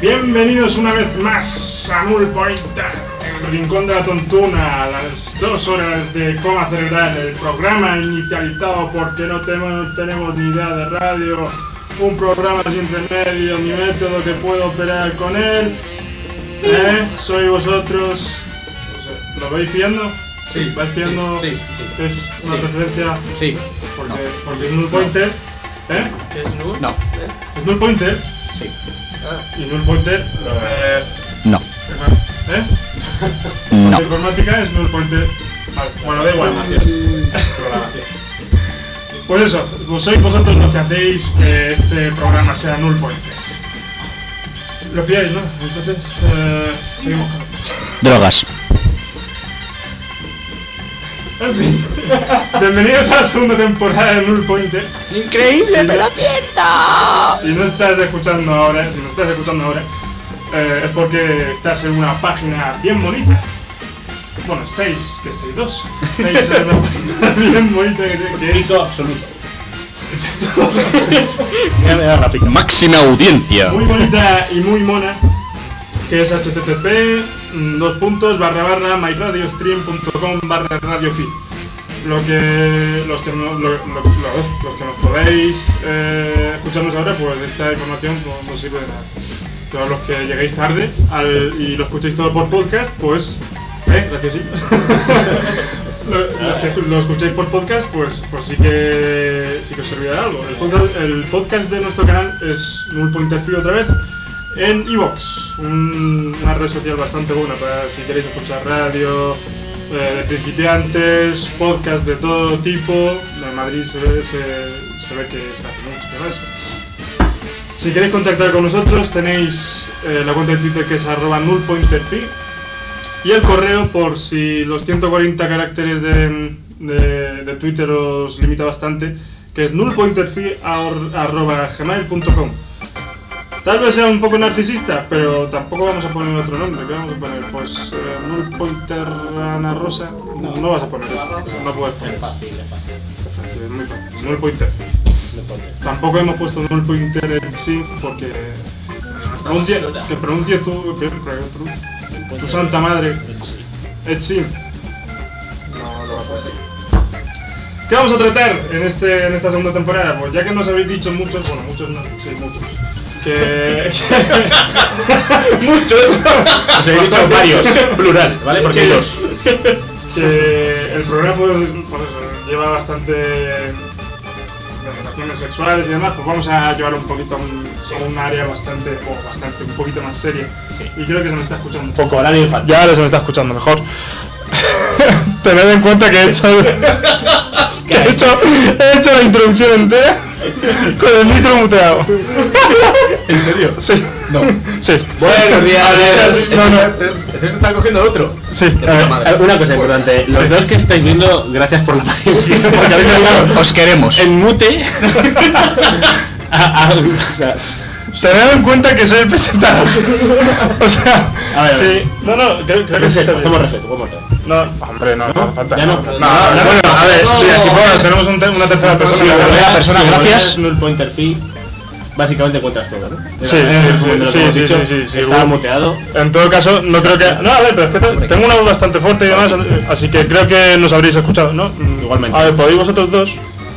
Bienvenidos una vez más a Null Point, el rincón de la tontuna, a las dos horas de coma cerebral, el programa inicializado porque no tenemos, tenemos ni idea de radio, un programa sin remedio, mi método que puedo operar con él. ¿Eh? Soy vosotros. ¿Lo vais viendo? Sí, ¿Vais viendo? sí, sí, sí. Es una Sí. referencia Sí. porque, No. porque es Null Pointer. ¿Eh? ¿Es nulo? No. ¿Eh? Es Null Pointer. Sí. Ah, Y Null Pointer. eh, No. ¿Eh? No. La informática es null pointer. Vale, bueno, da igual. Pues eso, vos sois vosotros los que hacéis que este programa sea null pointer. Lo pilláis, ¿no? Entonces, eh, seguimos. Drogas. En fin, bienvenidos a la segunda temporada de Null Pointer. ¡Increíble, Sí, pero ¿no? cierto! Si no estás escuchando ahora, si no estás escuchando ahora, eh, es porque estás en una página bien bonita. Bueno, estáis, que estáis dos. Estáis en una página bien bonita que, que es absoluto. Ya me da rápido. Máxima audiencia. muy bonita y muy mona que es http mm, dos puntos barra barra myradiostream.com barra radiofeed lo que los que no- lo- lo- lo- los que nos podéis eh, escucharnos ahora pues esta información no, no sirve de nada todos los que lleguéis tarde al- y lo escuchéis todo por podcast pues eh, gracias sí. lo, los que lo escuchéis por podcast pues pues sí que sí que os servirá de algo el podcast, el podcast de nuestro canal es null pointer Feed otra vez en Evox, una red social bastante buena para si queréis escuchar radio, eh, de principiantes, podcast de todo tipo. En Madrid se ve, se, se ve que se hace mucho pero eso. Si queréis contactar con nosotros tenéis eh, la cuenta de Twitter que es arroba nullpointerpi y el correo por si los 140 caracteres de, de, de Twitter os limita bastante que es nullpointerfi@gmail.com Tal vez sea un poco narcisista, pero tampoco vamos a poner otro nombre. ¿Qué vamos a poner? Pues eh, Null Pointer Ana Rosa. No, no vas a poner eso. No puedes poner. Es eso. fácil, es fácil. Es muy fácil. Null Pointer. No pone. Tampoco hemos puesto Null Pointer en sí porque. eh, Pronuncie, que pronuncie tú, que pronuncie tu santa madre. Sí. Etsim. No lo vas a decir. ¿Qué vamos a tratar en, este, en esta segunda temporada? Pues ya que nos habéis dicho muchos, bueno, muchos no, sí, muchos. Que. Muchos. Ah, Os he dicho varios. Plural, ¿vale? Porque hay dos. que el programa pues, pues eso, lleva bastante de relaciones sexuales y demás, pues vamos a llevar un poquito a un, a un área bastante, o bastante, un poquito más seria. Sí. Y creo que se me está escuchando un Poco horario infantil. Ya ahora se me está escuchando mejor. Tened en cuenta que he hecho, que he hecho, he hecho la introducción entera con el micro muteado. ¿En serio? Sí. No. Sí. Buenos días. No, no. Se está cogiendo otro. Sí. eh, De puta madre. Eh, Una cosa importante, los Sí. dos que estáis viendo, gracias por la paciencia, porque habéis dejado Os queremos. en mute. Ah, A- a- o sea, Se dan cuenta que soy el presentador. o sea, A ver, a ver. sí. No, no, creo, creo que sí. respeto, está hacemos bien. respeto, hacemos respeto. No, hombre, no, no, falta. Ya no. No, no, bueno, a ver, mira, si puedo, tenemos un te- una tercera persona. Si que volvés- habla. si volvés gracias. Null Pointer Fee, básicamente cuentas todo, ¿no? Era- Sí, era sí, como sí, lo que sí, hemos sí, dicho, sí, sí, sí, Estaba hubo- muteado. En todo caso, no creo que. No, a ver, pero espera, tengo una voz bastante fuerte y demás, así que creo que nos habréis escuchado, ¿no? Mm, Igualmente. A ver, podéis vosotros dos,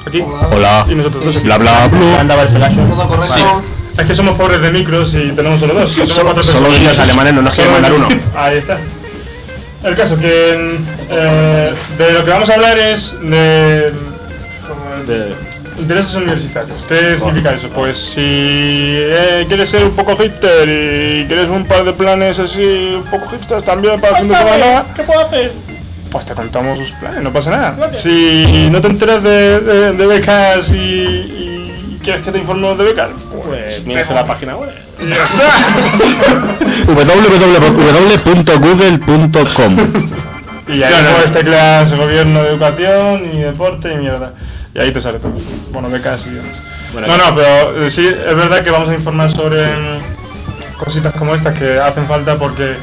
aquí. Hola. Y nosotros dos aquí. Bla bla bla. Andaba el flash. ¿Todo correcto? Es que somos pobres de micros y tenemos solo dos. Somos Solo- cuatro solo personas. ellos alemanes no nos quieren Solo- mandar uno. Ahí está. El caso que eh, de lo que vamos a hablar es de, como De- intereses universitarios. ¿Qué significa eso? Pues si eh, quieres ser un poco hipster y quieres un par de planes así un poco hipsters también para el fin de semana, ¿Qué puedo hacer? pues te contamos sus planes, no pasa nada. Si no te enteras de, de- de becas y, y quieres que te informemos de becas, Pues miras en la página web. www.google.com Y ahí Claro. puedes teclas gobierno de educación y deporte y mierda. Y ahí te sale todo. Bueno, becas y demás. Bueno, no, aquí- no, pero eh, sí, es verdad que vamos a informar sobre mm, cositas como estas que hacen falta porque,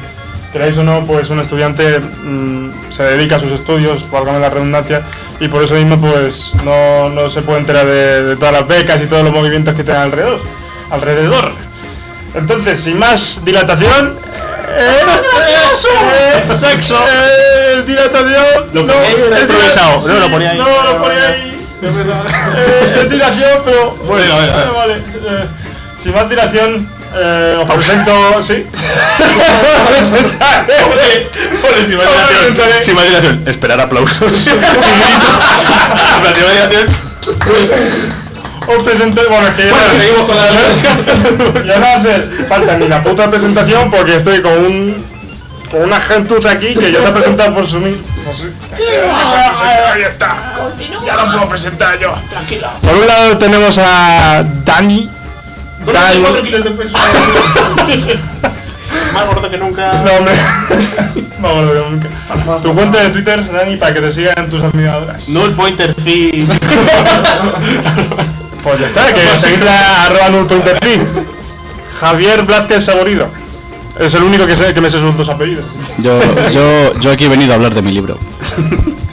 queráis o no, pues un estudiante mm, se dedica a sus estudios, valga la redundancia, y por eso mismo pues no, no se puede enterar de, de todas las becas y todos los movimientos que tienen alrededor. alrededor. Entonces, sin más dilatación. eh, eh, sexo. eh, dilatación. Lo no, ponía ahí, era es improvisado, dila- no, lo sí, ponía ahí. No, lo ponía ahí. Eh, es dilación, pero. Bueno, a ver, a ver. Eh, Vale. eh, sin más dilación, eh, os presento. Sí. Joder, joder, sin más Os dilación, presentaré. Sin más dilación. Esperar aplausos. Sin más dilación. Os presenté, bueno, es que Bueno, ya, seguimos con la- ya no hace falta ni la puta presentación porque estoy con un con una gentuza aquí que ya se ha presentado por su mismo. Pues Ahí está. Ya lo puedo presentar yo. Por un lado tenemos a Dani. Dani. cuatro kilos de peso. Más gordo que nunca. No, hombre. No me lo veo nunca. Tu cuenta de Twitter, Dani, para que te sigan tus admiradoras. Null pointer fee. Pues ya está, que seguidla arroba null.fi. Javier Blázquez Saborido. Es el único que, sé, que me sé sus dos apellidos. Yo, yo, yo aquí he venido a hablar de mi libro.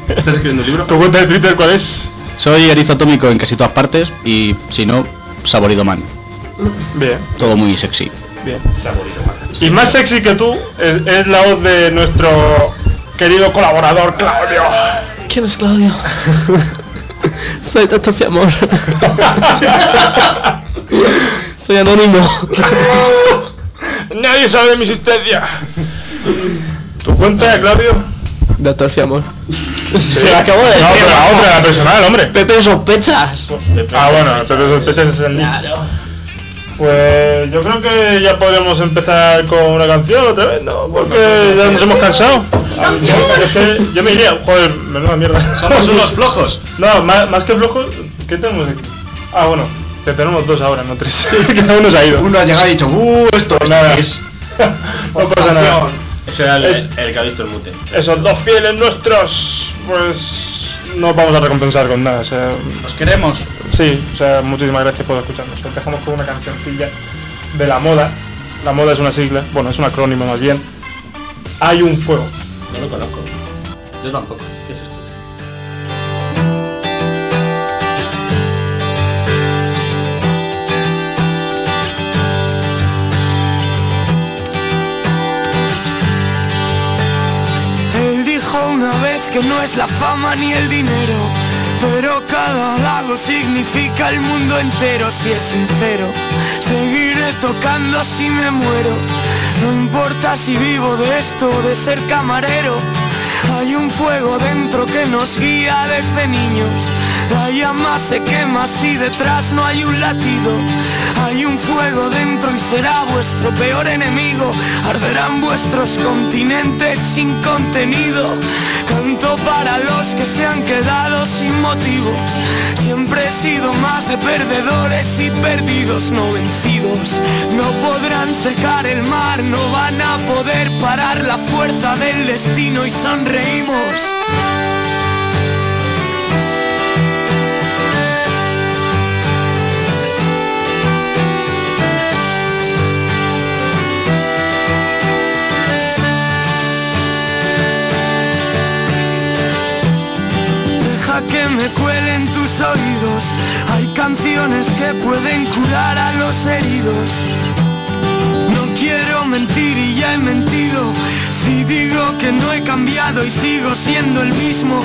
¿Estás escribiendo un libro? ¿Tu cuenta de Twitter cuál es? Soy erizo atómico en casi todas partes y, si no, saborido man. Bien, Todo muy sexy. bien. Y más sexy que tú es, es la voz de nuestro querido colaborador Claudio. ¿Quién es Claudio? Soy tanto mi amor. Soy anónimo. Nadie sabe de mi existencia. ¿Tu cuenta, Claudio? Doctor Fiamor. Se acabo de no, pero la otra, la personal, hombre. Pepe sospechas. Ah, bueno, te sospechas es el link. Claro. Pues yo creo que ya podemos empezar con una canción otra vez, ¿no? Porque ya nos hemos cansado. Es que yo me iría, joder, menuda mierda. Somos unos flojos. No, más, más que flojos, ¿qué tenemos aquí? Ah, bueno, que tenemos dos ahora, no tres. Cada uno se ha ido. Uno ha llegado y ha dicho, uh, esto Pues nada. es. no pasa nada. Ese era el, Es- el que ha visto el mute. Esos dos fieles nuestros, pues no os vamos a recompensar con nada. O sea, Nos queremos. Sí, o sea, muchísimas gracias por escucharnos. Empezamos con una cancioncilla de la moda. La moda es una sigla, bueno, es un acrónimo más bien. Hay un fuego. No lo conozco. Yo tampoco. ¿Qué es esto? Él dijo una vez que no es la fama ni el dinero, pero cada lago significa el mundo entero si es sincero. Seguiré tocando si me muero, no importa si vivo de esto o de ser camarero. Hay un fuego dentro que nos guía desde niños. La llama se quema si detrás no hay un latido. Hay un fuego dentro y será vuestro peor enemigo. Arderán vuestros continentes sin contenido. Canto para los que se han quedado sin motivos. Siempre he sido más de perdedores y perdidos, no vencidos. No podrán secar el mar, no van a poder parar la fuerza del destino y sonreímos. Deja que me cuelen tus oídos. Hay canciones que pueden curar a los heridos. No quiero mentir y ya he mentido. Si digo que no he cambiado y sigo siendo el mismo,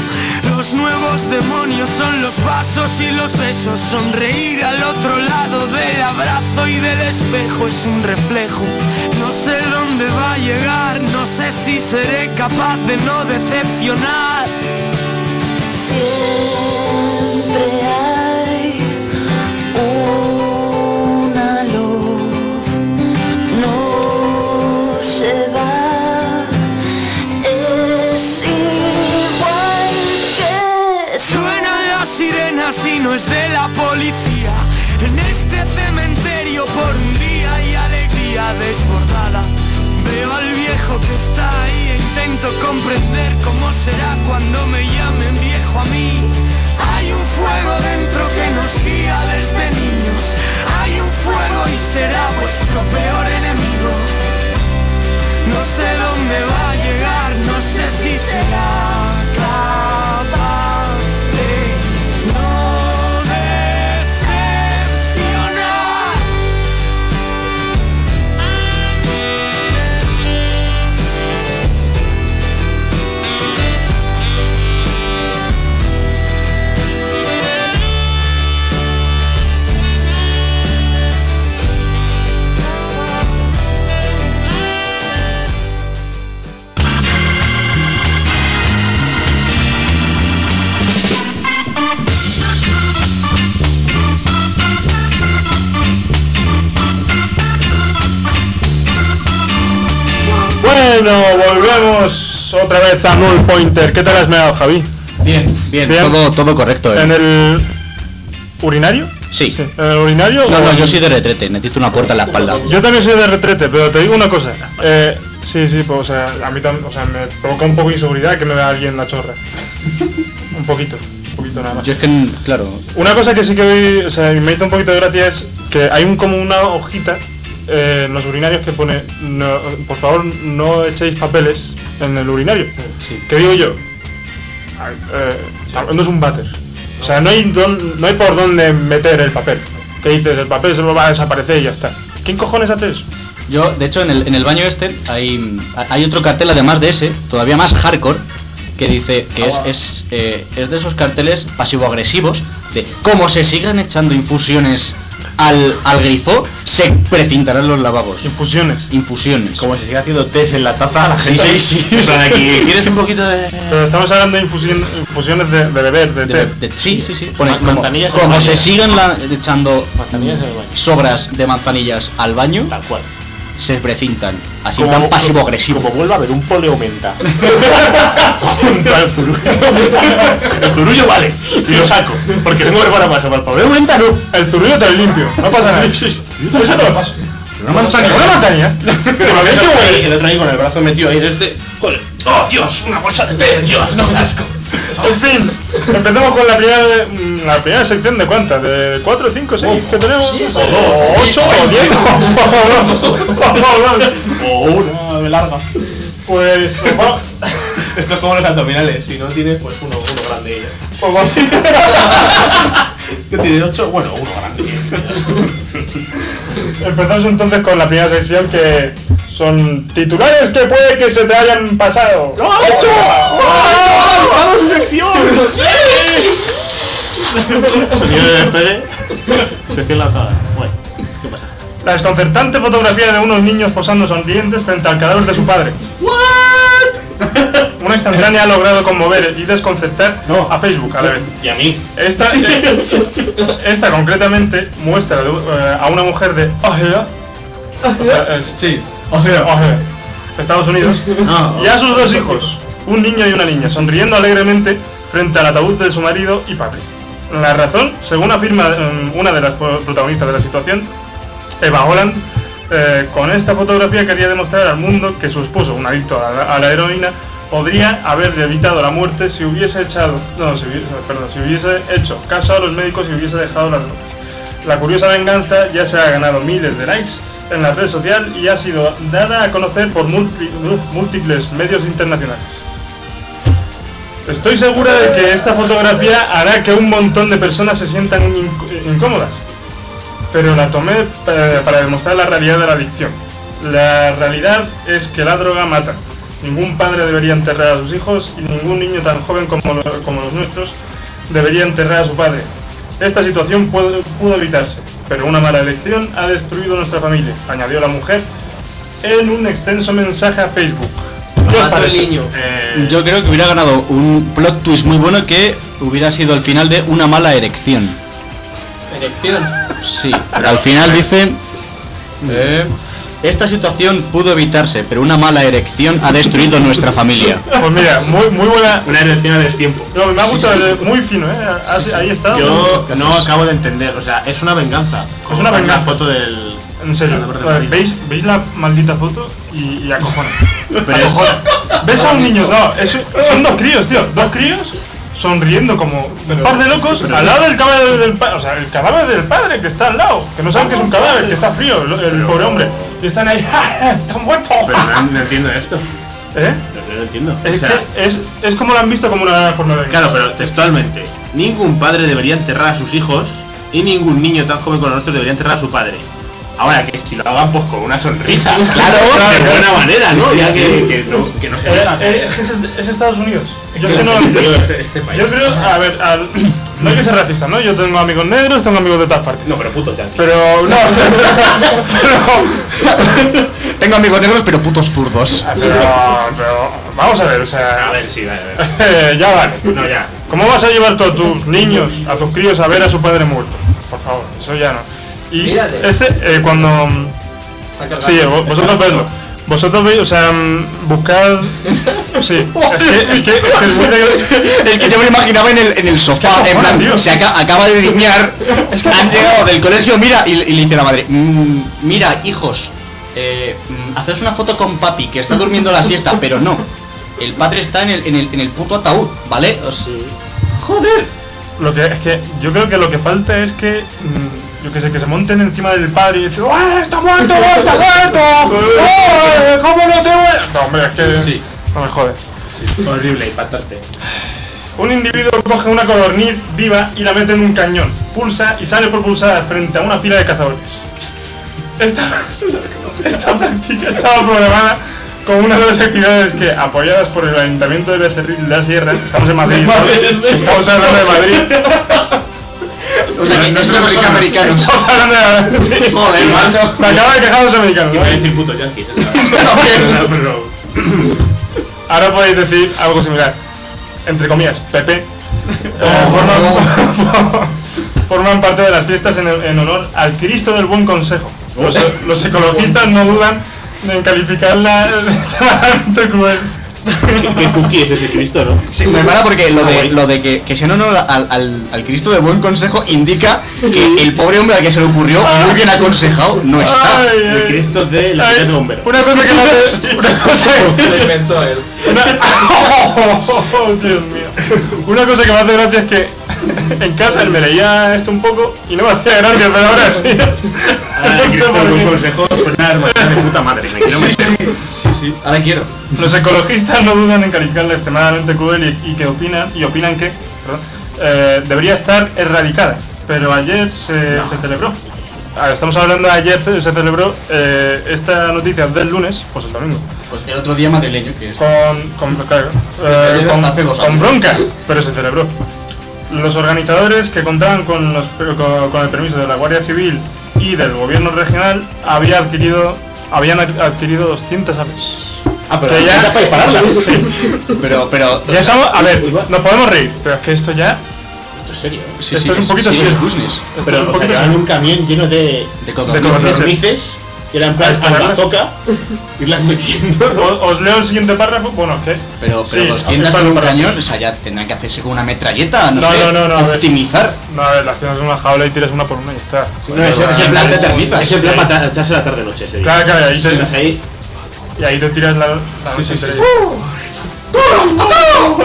los nuevos demonios son los pasos y los besos. Sonreír al otro lado del abrazo y del espejo es un reflejo. No sé dónde va a llegar, no sé si seré capaz de no decepcionar. Siempre hay una luz, no se va, es igual que Suenan las sirenas y no es de la policía. En este cementerio por un día hay alegría desbordada. Veo al viejo que está ahí e intento comprender cómo será cuando me llamen viejo a mí. Hay un fuego dentro que nos guía desde niños. Hay un fuego y será vuestro peor enemigo. No sé dónde va a llegar, no sé si será capaz de no decepcionar. Bueno, volvemos otra vez a Null Pointer. ¿Qué tal has meado, Javi? Bien, bien, Bien. Todo, todo correcto. eh. ¿En el urinario? Sí. Sí. ¿En el urinario? No, o no, en- yo soy de retrete, necesito una puerta en la espalda. Yo también soy de retrete, pero te digo una cosa. Eh, sí, sí, pues o sea, a mí también, o sea, me provoca un poco de inseguridad que me vea alguien la chorra. Un poquito, un poquito nada más. Yo es que, claro, Una cosa que sí que vi- o sea, me hizo un poquito de gracia es que hay un, como una hojita eh, en los urinarios que pone, "No, por favor, no echéis papeles en el urinario. Sí. ¿Qué digo yo? Ay, eh, No es un váter. O sea, no hay, don- no hay por dónde meter el papel. ¿Qué dices? El papel se lo va a desaparecer y ya está. ¿Quién cojones hace eso? Yo, de hecho, en el, en el baño este hay, hay otro cartel, además de ese, todavía más hardcore, que dice que es, es, eh, es de esos carteles pasivo-agresivos, de cómo se sigan echando infusiones al, al grifo, se precintarán los lavabos. Infusiones. Infusiones. Como si sigue haciendo test en la taza, la Sí, gente. sí, sí. En plan, aquí, ¿Quieres un poquito de.? Pero estamos hablando de infusión- infusiones de, de beber, de, De- té. de- sí, sí, sí. Pone Ma- como- manzanillas en como el baño. se sigan la- echando Manzanillas en el baño. sobras de manzanillas al baño, Tal cual. se precintan. Así tan pasivo-agresivo. Como vuelva a haber un poleo-menta. El turullo vale, y lo saco, porque tengo para paso para el problema. Cuenta, no. El turrillo te lo limpio, no pasa nada. Yo eso te lo paso. Una manzanilla. Una ¿eh? manzanilla. Pero me habéis hecho el otro ahí con el brazo metido ahí desde. Joder. ¡Oh, Dios! ¡Una bolsa de té! ¡Dios, no me asco! En fin, empezamos con la primera, mm, la primera sección de cuántas, de 4, 5, 6 que tenemos, o o 8, o 10, o 2. Oh, O una larga. Pues os va- Esto es como los abdominales, si no tienes, pues uno, uno grande. os va- ¿Qué tiene? ¿Ocho? Bueno, uno grande. Empezamos entonces con la primera sección que son titulares que puede que se te hayan pasado. ¡Lo ha hecho! su sección! Sonido de despegue. Sección lanzada. Bueno, ¿qué pasa? La desconcertante fotografía de unos niños posando sonrientes frente al cadáver de su padre. Una instantánea ha logrado conmover y desconcertar No. a Facebook a la vez. Y a mí. Esta, eh, esta concretamente muestra eh, a una mujer de Ojeda, o sea, es- Sí. Ojeda, Ojeda, Estados Unidos, Ah, y a sus dos hijos, un niño y una niña, sonriendo alegremente frente al ataúd de su marido y padre. La razón, según afirma eh, una de las pro- protagonistas de la situación, Eva Holland, eh, con esta fotografía quería demostrar al mundo que su esposo, un adicto a la, a la heroína, podría haber evitado la muerte si hubiese echado, no, si hubiese, perdón, si hubiese hecho caso a los médicos y hubiese dejado las notas. La curiosa venganza ya se ha ganado miles de likes en la red social y ha sido dada a conocer por múlti- múltiples medios internacionales. Estoy segura de que esta fotografía hará que un montón de personas se sientan inc- incómodas, pero la tomé eh, para demostrar la realidad de la adicción. La realidad es que la droga mata. Ningún padre debería enterrar a sus hijos y ningún niño tan joven como, lo- como los nuestros debería enterrar a su padre. Esta situación puede- pudo evitarse, pero una mala elección ha destruido nuestra familia, añadió la mujer en un extenso mensaje a Facebook. ¿Qué os Mató el parece? niño. Eh, Yo creo que hubiera ganado un plot twist muy bueno que hubiera sido el final de una mala erección. Erección. Sí, pero al final dice... eh, esta situación pudo evitarse, pero una mala erección ha destruido nuestra familia. Pues mira, muy, muy buena. Una erección a destiempo. No, me ha gustado, eh, muy fino, ¿eh? Has- Ahí está. Yo no acabo de entender, o sea, es una venganza. Es una venganza. La foto del. En serio, del- a ver, ¿veis, veis la maldita foto y, y acojona. Pero es- Acojona. ¿Ves a un niño? No, es- son dos críos, tío. Dos críos sonriendo como un par de locos al lado del cadáver del padre. O sea, el cadáver del padre que está al lado. Que no saben que es un cadáver, que está frío, el, el pobre hombre. Y están ahí, ¡ja, ja! ¡Está muerto! Pero no, no entiendo esto. ¿Eh? No lo entiendo. O Es, sea, que es, es como lo han visto como una pornografía. Claro, pero textualmente, ningún padre debería enterrar a sus hijos y ningún niño tan joven como nosotros debería enterrar a su padre. Ahora que si lo hagan pues con una sonrisa, Claro, de claro. buena manera, ¿no? Sí, ya sí. Que, que no, que no se Eh, haga. eh, es, es Estados Unidos. Yo, Yo- no, yo- yo, este país. creo, a ver, al- no hay que ser racista, ¿no? Yo tengo amigos negros, tengo amigos de todas partes. No, pero puto ya. Pero no, pero, Tengo amigos negros, pero putos zurdos. pero- pero vamos a ver, o sea, A ver, sí, vale, vale. eh, ya vale. No, ya. ¿Cómo vas a llevar tú a tus niños, a tus críos a ver a su padre muerto? Por favor, eso ya no. Y Mírale. este, eh, cuando Está cargando. Sí, vos- vosotros verlo. Vosotros veis, o sea, mm, buscad. Sí, es que es, que, es, que es muy de- Es que yo me lo imaginaba en el, en el sofá, en plan, tío. se aca- acaba de guiñar, han llegado del colegio, mira, y, y le dice la madre, "Mm, Mira, hijos, eh, mm, haceros una foto con papi, que está durmiendo la siesta, pero no. El padre está en el, en el, en el puto ataúd, ¿vale? Oh, O sea, Joder. Lo que es que yo creo que lo que falta es que mm, yo que sé que se monten encima del padre y dicen ¡Ah, está muerto, no, está muerto! ¡Ay, cómo no te voy! No, hombre, es que Sí. no me jodes. Horrible, impactante. Un individuo coge una codorniz viva y la mete en un cañón, pulsa y sale por pulsar frente a una fila de cazadores. Esta, esta práctica estaba programada como una de las actividades que, apoyadas por el Ayuntamiento de Becerril de la Sierra, estamos en Madrid, ¿no? estamos hablando de Madrid, O sea, que no es americano. estamos hablando de sí. Joder, macho. Me acaba de quejar los americanos, Iba a ¿no? decir puto yankees. También. Pero- Ahora podéis decir algo similar, entre comillas, Pepe. Eh, Oh, forman, forman parte de las fiestas en, en honor al Cristo del Buen Consejo. Los, Oh. los ecologistas no dudan en calificarla de extremadamente cruel. ¿Qué cookie es ese Cristo, no? Sí, me mola porque lo de, lo de que, que sea en honor al, al, al Cristo de buen consejo indica que el pobre hombre al que se le ocurrió, muy bien aconsejado, no está. Ay, ay. El Cristo de la Ay, vida de bombero. Una cosa que no te- una cosa que- inventó él. una- Oh, Dios mío. Una cosa que me hace gracia es que en casa él me leía esto un poco y no me hacía gracia, pero ahora sí. Ah, No sé el Cristo por de qué. un consejo suena a hermano de puta madre. Me quiero meter. Ahora quiero. Los ecologistas no dudan en calificarla extremadamente cruel y, y que opinan y opinan que perdón, eh, debería estar erradicada. Pero ayer se, se celebró. Ah, Estamos hablando de ayer se se celebró eh, esta noticia del lunes, pues el domingo, Pues el otro día madrileño, que es. con con, claro, eh, Ayer con- hace dos con años. bronca, pero se celebró. Los organizadores que contaban con, los- con- con el permiso de la Guardia Civil y del Gobierno Regional había adquirido habían adquirido 200 aves. Ah, Que ya- ya para pararla. Pero, pero. Ya estamos, a ver, nos podemos reír, pero es que esto ya Esto es serio. ¿eh? Sí, esto sí, es un poquito sí, serio. es business. Esto es Pero un o sea, poquito llevaban un camión lleno de. De De codornices. codornices. Codornices. Que eran Ah, plan con ah, la toca. Irlas metiendo. serio. O- Os leo el siguiente párrafo, bueno, ¿qué? Pero, pero Sí, los tiendas para- con un para- cañón, o sea, ya tendrán que hacerse con una metralleta, no, No, sé, no, no, no, a ver. optimizar. No, a ver, las tiendas en una jaula y tiras una por una y ya está. No, ese es ese el plan de termitas. Ese plan para ta- echarse la tarde noche ese día. Claro, claro, ahí Te vas te, ahí. y ahí te tiras la... la Sí, sí, noche sí. entera.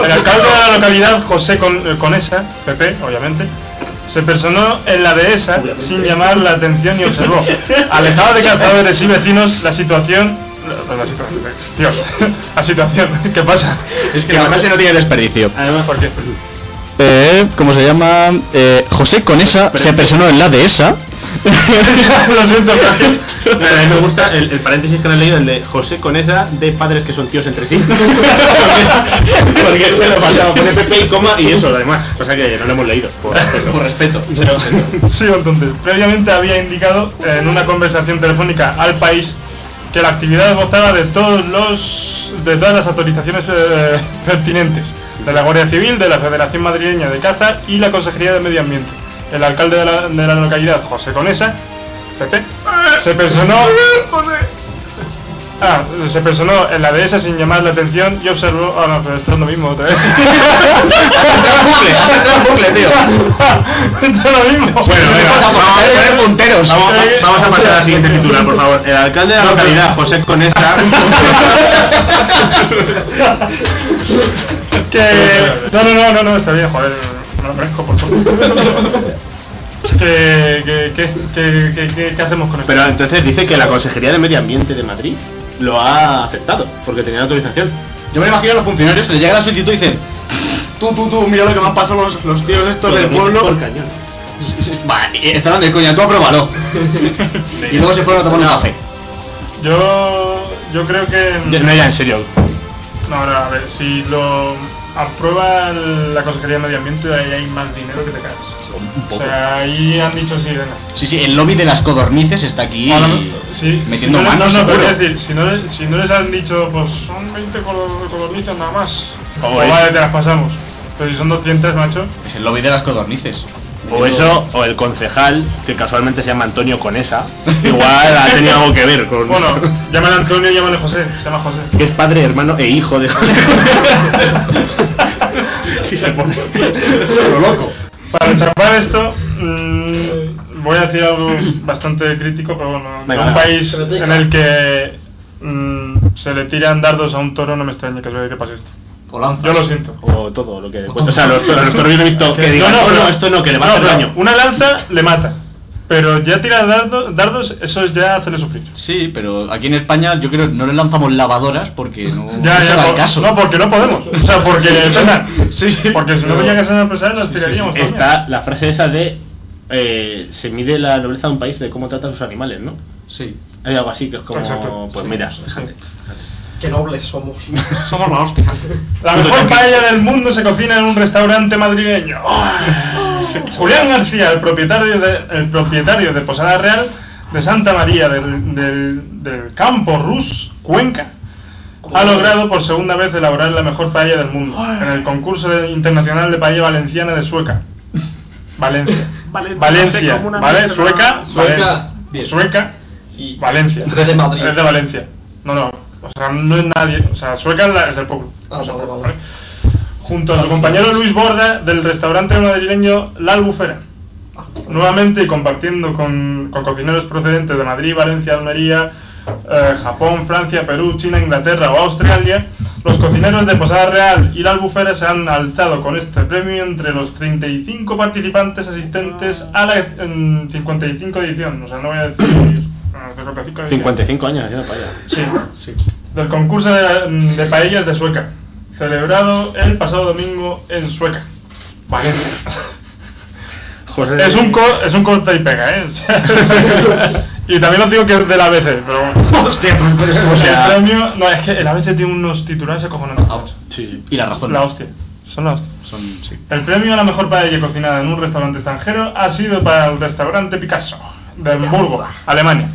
El alcalde de la localidad, José Con- eh, Conesa, PP, obviamente, se personó en la dehesa sin llamar la atención y observó, alejado de cazadores y vecinos, la situación... La, la situación... Tío, la situación, ¿qué pasa? Es que además no tiene desperdicio. Además, ¿por qué? Eh, ¿Cómo se llama? Eh, José Conesa se personó en la dehesa. Lo siento, pero- No, no, a mí me gusta el, el paréntesis que le he leído, el de José con esa de padres que son tíos entre sí. porque porque se lo faltaba, pone Pepe y coma y eso, lo demás. Cosa que no lo hemos leído. Por, Por respeto. Pero- Sí, entonces, previamente había indicado eh, en una conversación telefónica al país que la actividad gozaba de todos los de todas las autorizaciones eh, pertinentes de la Guardia Civil, de la Federación Madrileña de Caza y la Consejería de Medio Ambiente. El alcalde de la, de la localidad, José Conesa, PP, se personó Ah, se personó en la dehesa sin llamar la atención y observó... Ah, no, pero esto es lo mismo otra vez. Esto es lo mismo. Bueno, venga, vamos, Eres punteros. Vamos, va- vamos a pasar a la siguiente titular, por favor. El alcalde de la localidad, José Conesa. Que... No, no, no, no, no, está bien, joder, me lo merezco, por favor. que, que, que, que, que- que- ¿Qué hacemos con esto? Pero entonces dice que la Consejería de Medio Ambiente de Madrid lo ha aceptado, porque tenía autorización. Yo me imagino a los funcionarios que les llega la solicitud y dicen: Tú, tú, tú, mira lo que me han pasado los, los tíos Pues estos del pueblo. Por cañón. Va, eh, estaban de coña, tú apruébalo. y luego se fueron a tomar un café. Yo, yo creo que... Yo- No, ya, en serio. No, no, a ver, si lo aprueba la Consejería de Medio Ambiente, ahí hay más dinero que te cagas. Un O poco. sea, ahí han dicho sí, venga. Sí, sí, el lobby de las codornices está aquí Ahora, y metiendo si no le- manos, no, no, pero quiero seguro. decir, si no, le- si no les han dicho, pues son 20 colo- colonitas nada más. Pues Oh, O eh. vale, te las pasamos. Pero si son 200, macho. Es el lobby de las codornices. O eso, o el concejal, que casualmente se llama Antonio Conesa, igual ha tenido algo que ver con... Bueno, llámale a Antonio, llámale a José, se llama José. que es padre, hermano e hijo de José. si se pone. loco. Para chapar esto, mm, voy a decir algo bastante crítico, pero bueno, Venga, de un va. país en el que mm, se le tiran dardos a un toro, no me extraña que, se- que pase esto. Polanco. Yo lo siento. O todo lo que. pues, o sea, los, los toros yo he visto que No, digan, "Oh, no, no, pero- no, esto no, que le va a no, hacer pero daño. Una lanza le mata, pero ya tirar dardo- dardos, eso es ya hacerle sufrir. Sí, pero aquí en España yo creo que no le lanzamos lavadoras porque no, Ya, no ya, se da por- el caso. No, porque no podemos. O sea, porque pesan. Sí, sí. Porque si no Pero- tenía que ser una pesada, nos Sí, sí, tiraríamos. también. Está la frase esa de. eh, se mide la nobleza de un país de cómo trata a sus animales, ¿no? Sí. Hay algo así que es como. Exacto. Pues Sí, mira, sí. fíjate. Qué nobles somos. Somos la hostia. La mejor paella del mundo se cocina en un restaurante madrileño. Julián García, el propietario de, el propietario de Posada Real de Santa María del, del- del campo Rus, Cuenca, ha logrado por segunda vez elaborar la mejor paella del mundo en el concurso de- internacional de paella valenciana de Sueca. Valencia. Valencia, Valencia, como una ¿vale? mierda. Sueca, Sueca, Valencia. bien. Sueca, Y Valencia. Tres de Madrid. Tres de Valencia. No, no. O sea, no es nadie. O sea, Sueca es, la- es el pueblo. Ah, O sea, vale, Ah, vale. ¿vale? Junto a su compañero Luis Borda del restaurante madrileño La Albufera. Nuevamente compartiendo con, con cocineros procedentes de Madrid, Valencia, Almería, eh, Japón, Francia, Perú, China, Inglaterra o Australia, los cocineros de Posada Real y La Albufera se han alzado con este premio entre los 35 participantes asistentes a la em, 55 edición. O sea, no voy a decir... bueno, 55 edición. 55 años haciendo paya. Sí, Del concurso de, de paellas de Sueca, celebrado el pasado domingo en Sueca. Valencia. José. Es un, co- es un corta y pega, ¿eh? O sea, y también os digo que es del ABC, pero bueno. Hostia, pues, pues, O pues, sea, Ah, el premio. No, es que el ABC tiene unos titulares acojonantes. macho. Sí, sí. Y la razón. La hostia. Son la hostia. Son, sí. El premio a la mejor paella cocinada en un restaurante extranjero ha sido para el restaurante Picasso de Hamburgo, Alemania.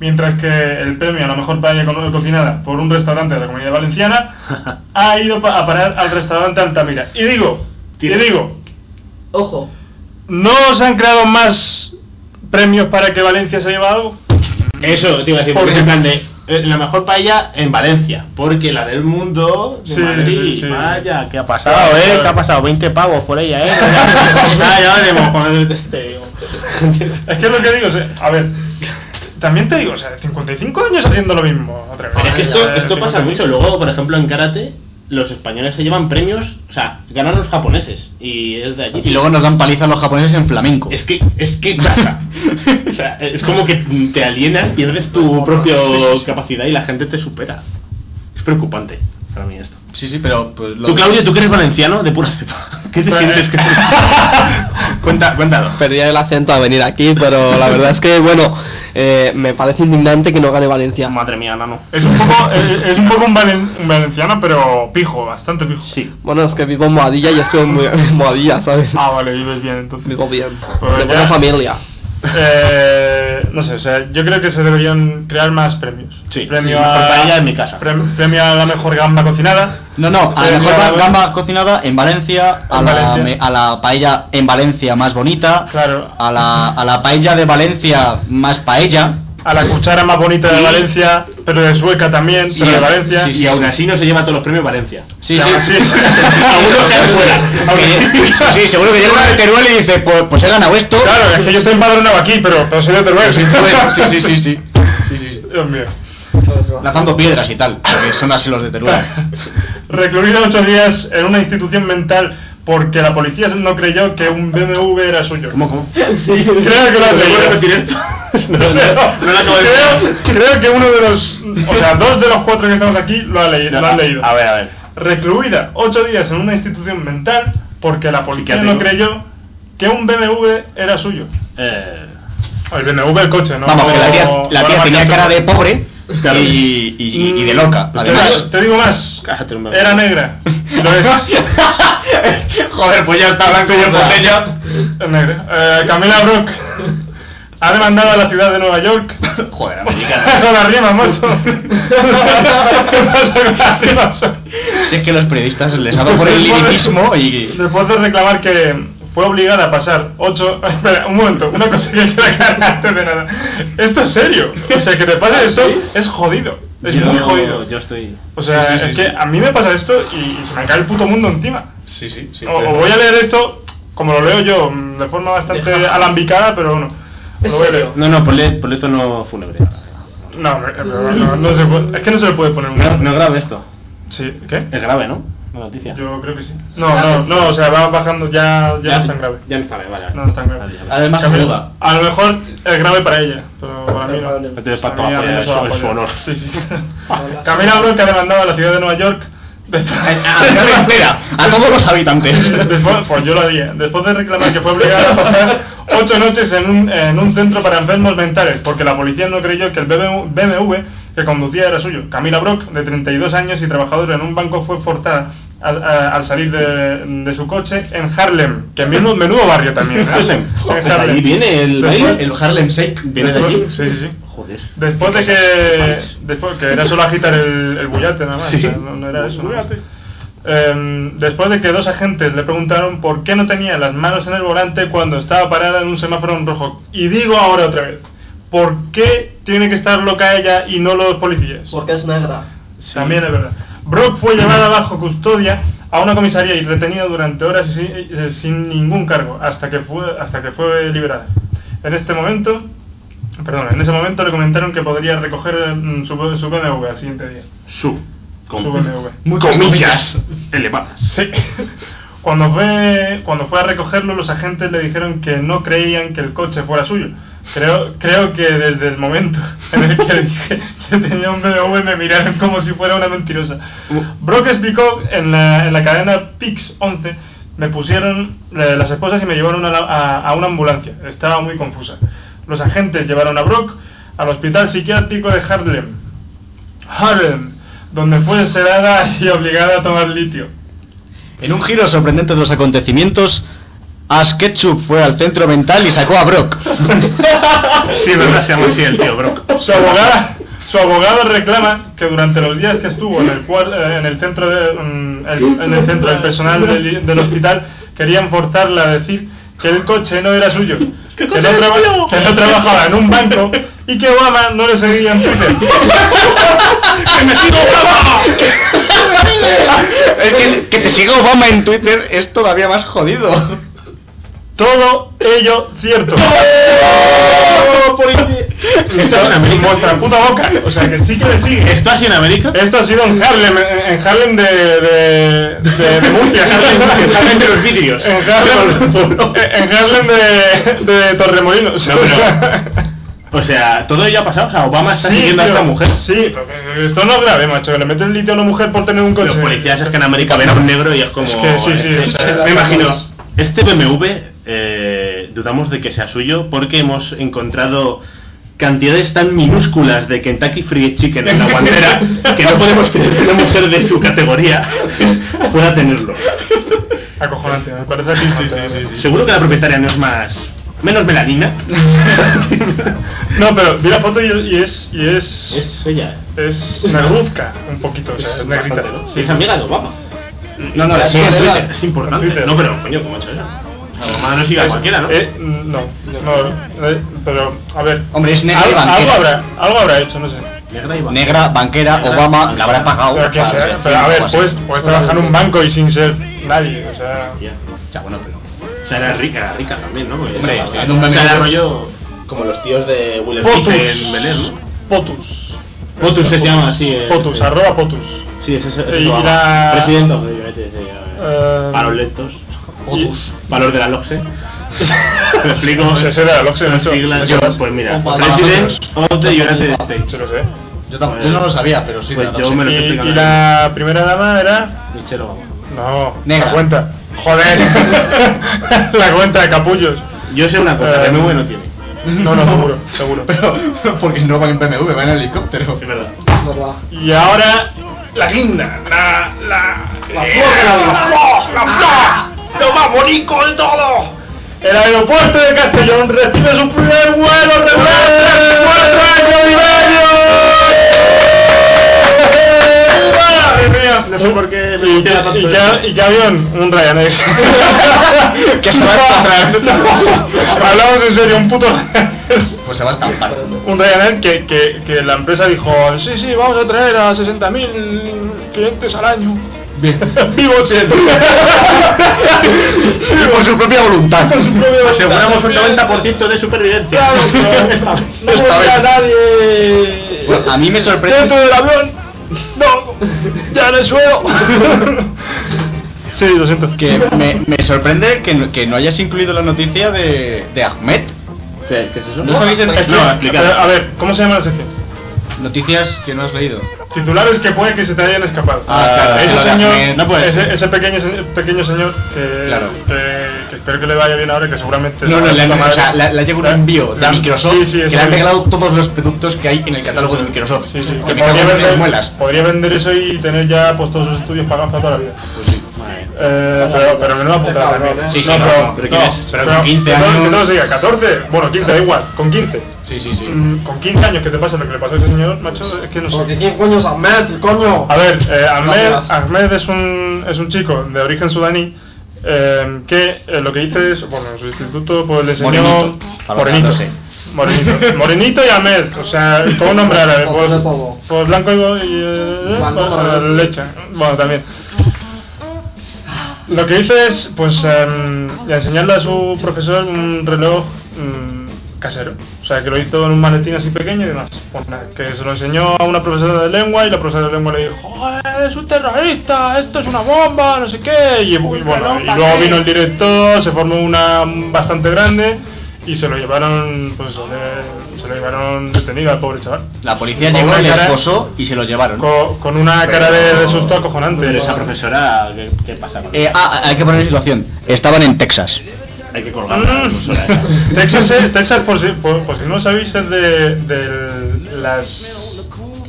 Mientras que el premio a la mejor paella co- cocinada por un restaurante de la Comunidad Valenciana ha ido pa- a parar al restaurante Altamira. Y digo, y digo, Ojo. ¿no os han creado más premios para que Valencia se lleve algo? Eso te iba a decir, Por- porque en plan de. eh, La mejor paella en Valencia, porque la del mundo de Sí, Madrid. sí, sí. Vaya, ¿qué ha Ah, pasado, eh? ¿Qué ha pasado? 20 pavos por ella, eh. ah, ya veremos. cuando- te digo. Es que es lo que digo, o sea, a ver, también te digo, o sea, 55 años haciendo lo mismo. otra vez. Eh, Pero es que O esto, sea, esto pasa 55. mucho. Luego, por ejemplo, en karate, los españoles se llevan premios, o sea, ganan los japoneses. Y es de allí. Y luego nos dan paliza a los japoneses en flamenco. Es que, es que pasa. o sea, es como que te alienas, pierdes tu propia capacidad y la gente te supera. Es preocupante para mí esto. Sí, sí, pero pues lo Tú, Claudio, tú que eres valenciano de pura cepa. ¿Qué te Pues- sientes que.? Cuenta, cuéntalo. Perdía el acento a venir aquí, pero la verdad es que, bueno, eh, me parece indignante que no gane Valencia. Madre mía, no, no. Es un poco, eh, es, es un, poco un, valen- un valenciano, pero pijo, bastante pijo. Sí. Bueno, es que vivo en Moadilla y estoy en Mo- en Moadilla, ¿sabes? Ah, vale, vives bien entonces. Vivo bien. Pues De ya. buena familia. Eh, no sé, o sea, yo creo que se deberían crear más premios. Sí, premio sí, mejor a paella en mi casa. prem- premio a la mejor gamba cocinada. No, no, a Eh, la mejor claro. gamba cocinada en Valencia, a, En la, Valencia. me- a la paella en Valencia más bonita, Claro. a, la, a la paella de Valencia más paella. A la cuchara más bonita de Valencia, pero de Sueca también, pero de Valencia. sí, sí, Y aún así no se lleva todos los premios Valencia. Sí, Ya, sí. sí. Seguro que fuera. Que- sí, seguro que llega una de Teruel y dice, pues, pues he ganado esto. Claro, es que yo estoy empadronado aquí, pero, pero soy de Teruel. Sí, sí, sí, sí. sí, sí. Dios mío. Lanzando piedras y tal, porque son así los de Teruel. Recluido ocho días en una institución mental porque la policía no creyó que un BMW era suyo. ¿Cómo, cómo? Creo que lo has ¿Puedo leído. repetir esto? No, no, no lo acabo de creo, creo que uno de los. O sea, dos de los cuatro que estamos aquí lo, ha leído, lo han leído. A ver, a ver. Recluida ocho días en una institución mental porque la policía Psiquiátrico. no creyó que un BMW era suyo. Eh, O Ah, El BMW, el coche, ¿no? Vamos, que la tía, No- la no tía marca tenía suya. cara de pobre Claro. y, y- y de loca. mm, Te Además, digo- te digo más. cájate un Era negra. Y Lo es. Joder, pues ya está blanco y yo botella. Es negra. Eh, Camila Brook ha demandado a la ciudad de Nueva York. joder, americana. Son las rimas, macho. ¿Qué pasa con las rimas? Si es que los periodistas les ha dado por el Después de- liricismo y. Después de reclamar que, fue obligada a pasar ocho... Espera, un momento, una cosa que quiero aclarar antes de nada. Esto es serio. O sea, que te ¿Ah, pase eso es jodido. Es muy jodido. Yo estoy. O sea, Sí, sí, sí, es que sí. a mí me pasa esto y, y se me cae el puto mundo encima. Sí, sí, sí. O, o voy a leer esto, como lo leo yo, mm, de forma bastante alambicada, pero bueno. ¿Es Lo voy a leer. serio? No, no, ponle, ponle tono fúnebre. No, hombre, no, no, no se puede- es que no se le puede poner un No, no es grave esto. Sí, ¿qué? Es grave, ¿no? La noticia. Yo creo que sí. No, pues no, no, o sea, va bajando, ya, ya, no es tan grave. Ya no está grave, vale. vale. No es tan grave. Vale, vale. Además, Cambio- prueba. a lo mejor es grave para ella, pero para mí no. No tienes Para pacto mí, a mí para no se va a es su apoyar. honor. Sí, sí. oh. Camila Blanca demandaba a la ciudad de Nueva York. ah, Espera, Después, espera, a todos los habitantes. después, pues yo lo haría. Después de reclamar que fue obligada a pasar ocho noches en un, en un centro para enfermos mentales, porque la policía no creyó que el BMW, BMW que conducía era suyo. Camila Brock, de 32 años y trabajadora en un banco, fue forzada a- a- al salir de, de su coche en Harlem, que mismo menudo barrio también. ¿eh? Harlem. En Pues ahí viene el Después- baile. El Harlem Shake. ¿Viene de allí? Sí, sí, sí. Joder. Después de que. Después que era solo agitar el, el bullate, nada más. Sí. o sea, no, no era eso. nada más. Em, después de que dos agentes le preguntaron por qué no tenía las manos en el volante cuando estaba parada en un semáforo en rojo. Y digo ahora otra vez, ¿por qué tiene que estar loca ella y no los policías? Porque es negra. También es verdad. Brock fue llevada bajo custodia a una comisaría y retenida durante horas sin, eh, sin ningún cargo hasta que fue hasta que fue liberada. En este momento, perdón, en ese momento le comentaron que podría recoger mm, su, su BMW al siguiente día. Su. Com- Su BMW. Muchas comillas elevadas. Sí. Cuando fue, cuando fue a recogerlo, los agentes le dijeron que no creían que el coche fuera suyo. Creo, creo que desde el momento en el que le dije que tenía un BMW me miraron como si fuera una mentirosa. Brock explicó en la, en la cadena PIX 11, me pusieron eh, las esposas y me llevaron a, la- a- a una ambulancia. Estaba muy confusa. Los agentes llevaron a Brock al hospital psiquiátrico de Harlem. Harlem, donde fue sedada y obligada a tomar litio. En un giro sorprendente de los acontecimientos, Ash Ketchup fue al centro mental y sacó a Brock. Sí, verdad, se llama así el tío Brock. Su abogada, su abogado reclama que durante los días que estuvo en el, cuar- eh, en el centro de, mm, el- en el centro del personal del, del hospital querían forzarla a decir que el coche no era suyo, que no, traba- que no trabajaba en un banco y que Obama no le seguía en Twitter. Es que, que te siga Obama en Twitter es todavía más jodido. Todo ello cierto. Oh, Muestra puta boca. O sea que sí que le sigue. ¿Esto así en América? Esto ha sido en Harlem, en en Harlem de, de, de, de Murcia, Harlem, Harlem de los vidrios. En Harlem, en Harlem de, de Torremolinos. No, pero- O sea, todo ello ha pasado. O sea, Obama está siguiendo a tío, esta mujer. Sí, pero esto no es grave, macho. Le meten litio a una mujer por tener un coche. Los policías es que en América ven a un negro y es como. Es que sí, sí, este- o sea, me imagino. Este BMW eh, dudamos de que sea suyo porque hemos encontrado cantidades tan minúsculas de Kentucky Fried Chicken en la guantera que no podemos creer que una mujer de su categoría pueda tenerlo. Acojonante, me parece sí, sí, sí, Seguro que la propietaria no es más. menos melanina. No, pero vi la foto y, y es. Y es Es ella. es negruzca un poquito, o sea, es negrita. Sí, es amiga de Obama. No, no, La sí, en novela. Twitter, es importante. En Twitter. No, pero coño, ¿cómo ha hecho eso? Obama no siga a Es- cualquiera, ¿no? eh, mm, no, no, eh, pero a ver. Hombre, es negra y Al- algo, banquera. habrá, algo habrá hecho, no sé. Negra y va. Negra, banquera, Obama, la habrá pagado. Pero, que para sea- ¿eh? hacer pero a ver, algo así. pues- puedes, puedes trabajar en un banco y sin ser nadie, o sea. Tía. Ya, bueno, pero- O sea, era rica, era rica también, ¿no? Porque Hombre, era- siendo un o sea, era BMW. rollo como los tíos de Will Potus. Smith en Belén, ¿no? Potus. Potus se llama así. eh, Potus, eh, arroba Potus. Sí, ese es ese Y es Obama. la- Presidente of the United States, Eh, Para los lentos. Potus. Valor de la LOXE. Te explico. No sé, será la LOXE, Las eso- siglas, eso- pues mira. Opa, President of the United Se States. lo sé. Yo, tampoco- yo no lo sabía, pero sí. Pues no lo yo sé. me Y, lo estoy y explicando. la primera dama era. Michelle Obama. No, Negra. la cuenta. Joder, la cuenta de capullos. Yo sé una cosa, Eh, el BMW no tiene. No, no, seguro, seguro. Porque no van en BMW, van en helicóptero. Es verdad. ¿Verdad? Y ahora, la guinda, la. la. La flor, la flor, ¡Lo más bonito de todo! El aeropuerto de Castellón recibe su primer vuelo regular tras cuatro años y medio. ¡Madre mía! no sé por qué me ¡Ah, Y, emociona que- tanto y, esto. que- y que había un, un Ryanair. Que se va a encontrar. Hablamos en serio, un puto Ryanair. Pues se va a estampar. un Ryanair que, que, que la empresa dijo, sí, sí, vamos a traer a 60.000 clientes al año. Bien. Vivo siete. Y por su propia voluntad. Aseguramos un 90% de supervivencia. Claro, pero Esta- no volvía nadie. Bueno, a mí me Dentro sorprende. del avión. No, ya en el suelo. sí, lo siento. Que me, me sorprende que no, que no hayas incluido la noticia de, de Ahmed. ¿Qué, qué es eso? ¿No sabéis en- No, explicad. A ver, ¿cómo se llama la sección? Noticias que no has leído. Titulares que puede que se te hayan escapado. Ah, ese claro, señor, también. No puede ese, ser. ese pequeño, se- pequeño señor que, Claro. que- que espero que le vaya bien ahora, que seguramente. No, no, le, han- Madre- o sea, le- le ha llegado un La- envío de la- Microsoft sí, sí, que eso le han es. regalado todos los productos que hay en el catálogo de Microsoft. Sí, sí, Que que me cago podría en las vender, muelas. podría vender eso y tener ya pues todos sus estudios pagados para toda la vida. Eh, pero, pero menuda putada también. Sí, sí, no, no, pero, no, pero ¿quién es? Pero con 15 que no- que no años- siga, 14, bueno, 15, da igual, con 15. Sí, sí, sí. Mm, Con 15 años que te pasa lo que le pasó a ese señor, macho, es que no Porque sé. quién coño es Ahmed, coño. A ver, eh, Ahmed, Gracias. Ahmed es, un, es un chico de origen sudaní eh, que eh, lo que dice es, bueno, en su instituto pues le enseñó... Morenito, para lo que Morenito. no sé. Morenito. Morenito y Ahmed, o sea, con un nombre árabe, Todo, pues, todo. pues blanco y, y, eh, Blanco, pues, moreno. eh, leche, bueno, también. Lo que hice es, pues, em, enseñarle a su profesor un reloj mm, casero. O sea, que lo hizo en un maletín así pequeño y demás. Pues nada, que se lo enseñó a una profesora de lengua y la profesora de lengua le dijo, "Joder, es un terrorista, esto es una bomba, no sé qué. Y, y bueno, y luego vino el director, se formó una bastante grande y se lo llevaron, pues, le- se lo llevaron detenido al pobre chaval. La policía Con llegó, una le cara- esposó y se lo llevaron. Con, con una cara de, de susto acojonante. Pero esa profesora, ¿qué, qué pasa con Eh, ella? ah, hay que poner situación. Estaban en Texas. Hay que colgar la profesora ¿eh? esa. Mm. Texas, es- Texas por, si, por, por si no lo sabéis, es de, de las,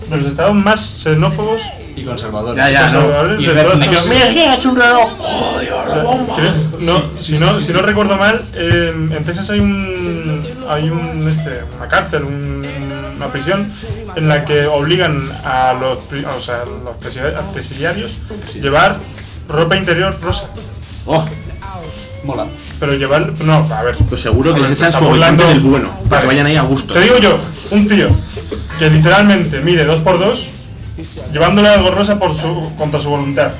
de los estados más xenófobos. Y conservadores. Ya, ya, no. conservadores Y de toda rednecks. Estados Unidos. es un reloj! Creo- No, si no, si no recuerdo mal, eh, en Texas hay un hay un este, una cárcel, un- una prisión en la que obligan a los pri- o sea, a los presi- a presidiarios llevar ropa interior rosa, Oh, Mola. pero llevar no, a ver, pues seguro que los echan Está fabricante burlando. del bueno, para Vale. que vayan ahí a gusto. ¿eh? Te digo yo, un tío que literalmente mide 2 por 2 llevándole algo rosa por su, contra su voluntad.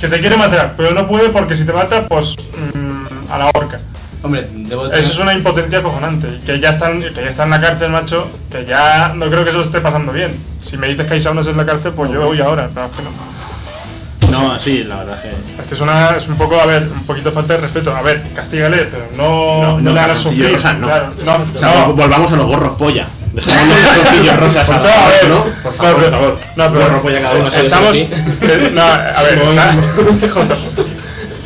Que te quiere matar, pero no puede porque si te mata, pues mm, a la horca. Hombre, debo Eso es una impotencia acojonante. Que ya, están, que ya está en la cárcel, macho, que ya no creo que eso esté pasando bien. Si me dices que hay saunas en la cárcel, pues yo voy ahora. No, es que no. No, sí, la verdad que. Es que es, una, es un poco, a ver, un poquito falta de respeto. A ver, castígale, pero no, No, no, le hagas calzoncillo sufrir. rosa, no. Claro, O sea, no. volvamos a los gorros polla. Dejamos los calzoncillos rosas Por a la- favor, a ver, ¿no? por Por favor, favor, por favor. No, pero Gorro polla cada uno. Estamos. eh, No, a ver. está-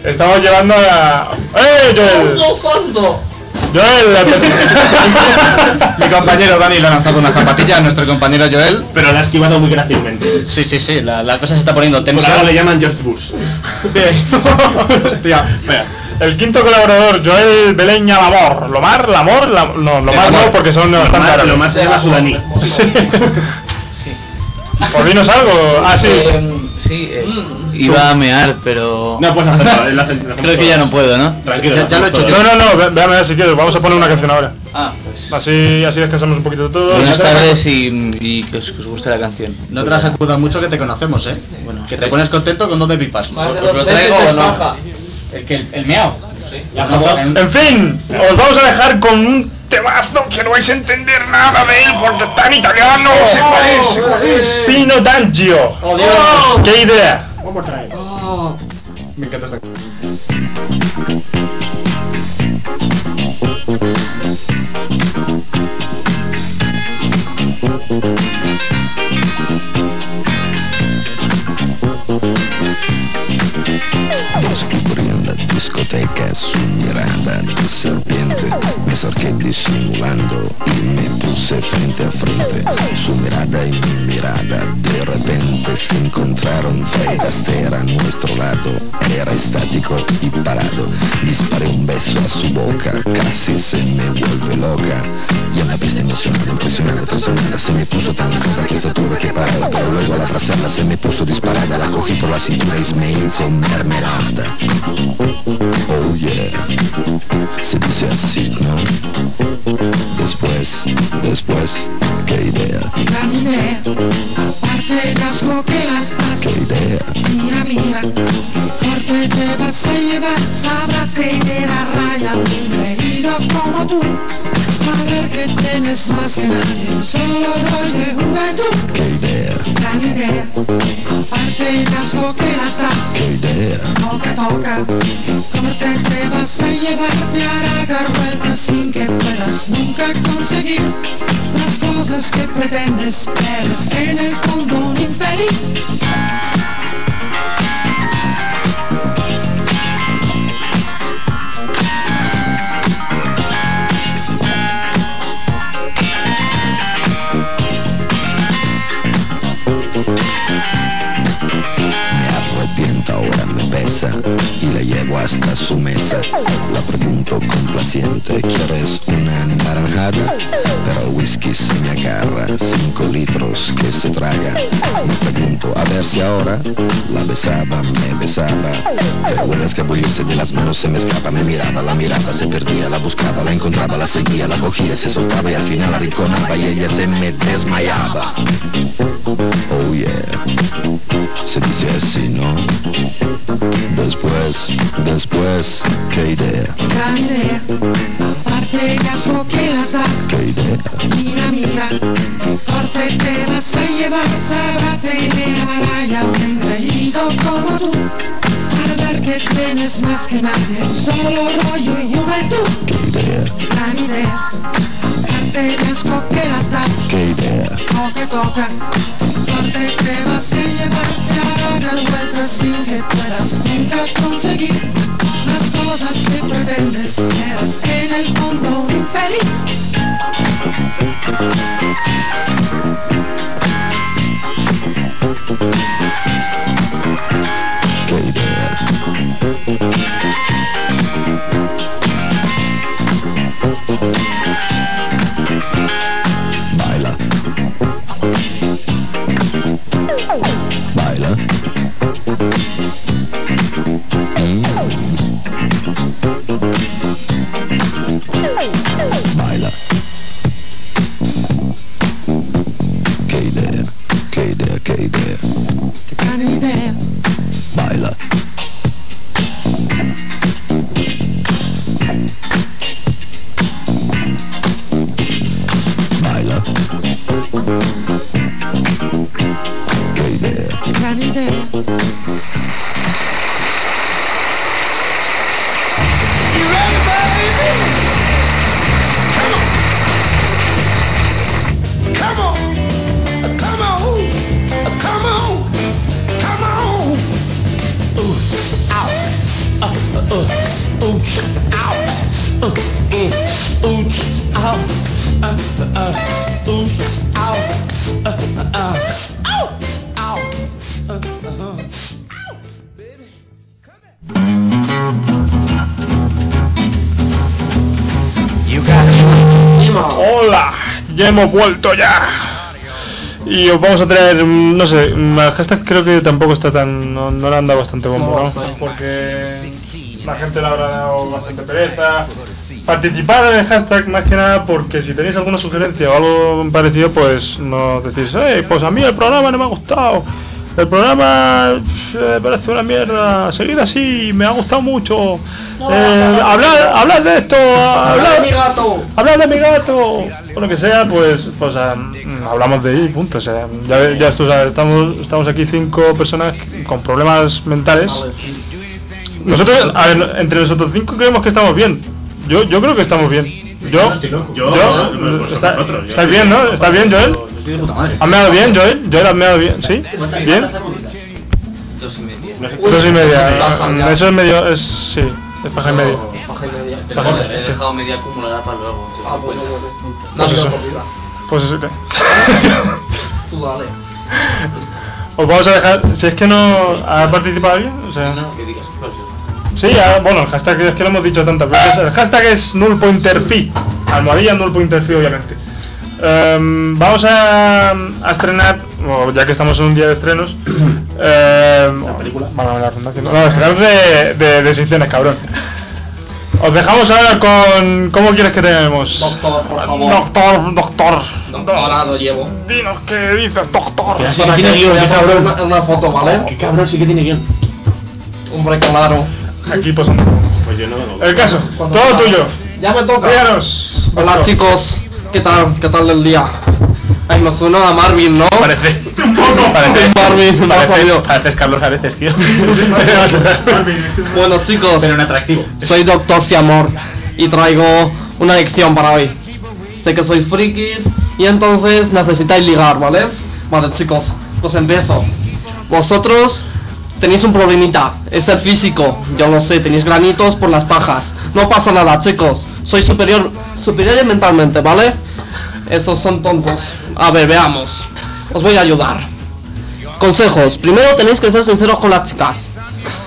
Estamos llevando a. ¡Eh, Joel! ¡Joel! la pe- Mi compañero Dani le ha lanzado una zapatilla a nuestro compañero Joel. Pero la ha esquivado muy grácilmente. Sí, sí, sí, la, la cosa se está poniendo Por tensa. algo le llaman Just Bush. Hostia, espera. El quinto colaborador, Joel Beleña Lamor. Lomar, Lamor, Lam- no, Lomar no, Lamor. porque son Lo bastante más, árabes. lo más se llama sudaní. Por dinos algo. Ah, sí. Eh, Em, sí, eh, Mm. iba a mear, pero. No puedes hacerlo. él hace- lo hacemos Creo que ya no todos. puedo, ¿no? Tranquilo, Ya, ya lo he hecho todos. yo. No, no, no, ve- ve a ver si quieres. Vamos a poner una canción ahora. Ah, pues. Así, así descansamos un poquito de todo. Buenas tardes y, y que, os, que os guste la canción. No te las acudas mucho que te conocemos, ¿eh? Bueno, Que te pones contento con dónde pipas. Más de ¿Os dos lo veces traigo o es no? paja. El que el, el meao. Ya En fin, os vamos a dejar con un temazo que no vais a entender nada de él porque está en italiano. Oh, Pino D'Angio. ¡Qué idea! Me encanta esta cosa. Descubrían las discotecas su mirada de serpiente. Me acerqué disimulando y me puse frente a frente. Su mirada y mi mirada de repente se encontraron. Fred Astaire a nuestro lado era estático y parado. Disparé un beso a su boca, casi se me vuelve loca. Y en la pista emocionada, impresionada, trastornada, se me puso tan santa que esto tuve que parar. Pero luego a la hacerla se me puso disparada, la cogí por la cintura y me hizo mermelada. Oh yeah, se dice así, ¿no? Después, después, qué idea, Caminé, aparte las coquelas, qué idea. mía, mía, porque te vas a llevar, sabrás tener a raya un reino como tú, a ver que tienes más que nadie, solo rol de juventud, Qué idea, gran idea, aparte las coquelas, das, qué idea, toca, toca, cortes te vas a llevar, te hará dar vueltas sin que puedas nunca conseguir las cosas que pretendes, pero es que en el fondo un infeliz. me arrepiento ahora, me pesa y la llevo hasta su mesa. La pregunto complaciente, ¿quieres una naranjada? Pero el whisky se me agarra, cinco litros que se traga. Me pregunto a ver si ahora la besaba, me besaba. Vuelve a escabullirse de las manos, se me escapa, me miraba, la mirada se perdía, la buscaba, la encontraba, la seguía, la cogía, se soltaba y al final la rinconaba y ella se me desmayaba. Oh yeah. Se dice así, ¿no? Después, después, qué idea, Gran idea, aparte gasto que las das, qué idea, mira, mira, corte te vas a llevar, sabrá tener baralla, un reído como tú, al ver que tienes más que nadie, solo rollo y juventud, qué idea, gran idea, aparte gasto que las das, qué idea, toca, toca, corte te vas a llevar, te hará dar vueltas sin que puedas nunca conseguir. Las cosas que pretendes, eres en el fondo un infeliz. qué idea. Baila. Baila. Mm. Baila. Qué idea, qué idea, qué idea. Gran idea, Baila. Baila. Qué idea. gran idea. Hola, ya hemos vuelto ya. Y os vamos a traer, mm, no sé, mm, el hashtag creo que tampoco está tan, no, no le han dado bastante bombo, ¿no? porque la gente le habrá dado bastante pereza. Participad en el hashtag más que nada porque si tenéis alguna sugerencia o algo parecido, pues nos decís, hey, pues a mí el programa no me ha gustado. El programa me parece una mierda. Seguid así, me ha gustado mucho. Eh, hablad, hablad de esto, hablad, gato. Hablar de mi gato o lo que sea, pues, pues ah, mm, hablamos de él, punto. O sea, ya, ya esto, o sea, estamos, estamos aquí cinco personas con problemas mentales. Nosotros, a ver, entre nosotros cinco creemos que estamos bien. Yo, yo creo que estamos bien. Yo, yo, no, pues está- nosotros, yo ¿estás sí. bien, no? ¿Estás bien, Joel? ¿Has meado bien, Joel? Joel, ¿has meado bien? ¿Sí? ¿Bien? No sé- Dos y media. Mm, Paja, ya. Eso es medio, es, sí, es paja y medio. Paja y media. Paja, sí. media acumulada para luego. Ah, bueno, bueno. No, Pues no, eso. por vida. Pues eso que... Tú dale. Os vamos a dejar, si es que no ha participado alguien, o sea... que digas, pues, Sí, ah, bueno, el hashtag es que lo hemos dicho tantas veces. El hashtag es nullpointerfi. Almohadilla nullpointerfi, obviamente. Em, vamos a, a estrenar o ya que estamos en un día de estrenos, eh, película? la redundancia, no, no, estrenos de, de, de secciones, cabrón. Os dejamos ahora con. ¿Cómo quieres que tenemos? Doctor, por favor. Doctor, doctor. Doctorado llevo. Dinos qué dices, doctor. Para Para que que- voy a poner Una, una foto, ¿vale? Qué cabrón, sí que tiene guión. Hombre, claro. Aquí pues Pues yo no lo El caso, Cuando todo toca. tuyo. Ya me toca. Díganos. Hola doctor. chicos, ¿qué tal? ¿Qué tal el día? Ay, nos suena a Marvin, ¿no? Parece. Un poco. Parece. Marvin, no Parece, pareces Carlos Areces, tío. Bueno chicos, Pero en atractivo. soy Doctor Fiamor y traigo una lección para hoy. Sé que sois frikis y entonces necesitáis ligar, ¿vale? Vale chicos, pues empiezo. Vosotros tenéis un problemita, es el físico, yo lo sé, tenéis granitos por las pajas. No pasa nada chicos, soy superior, superior mentalmente, ¿vale? Esos son tontos. A ver, veamos. Os voy a ayudar. Consejos. Primero tenéis que ser sinceros con las chicas.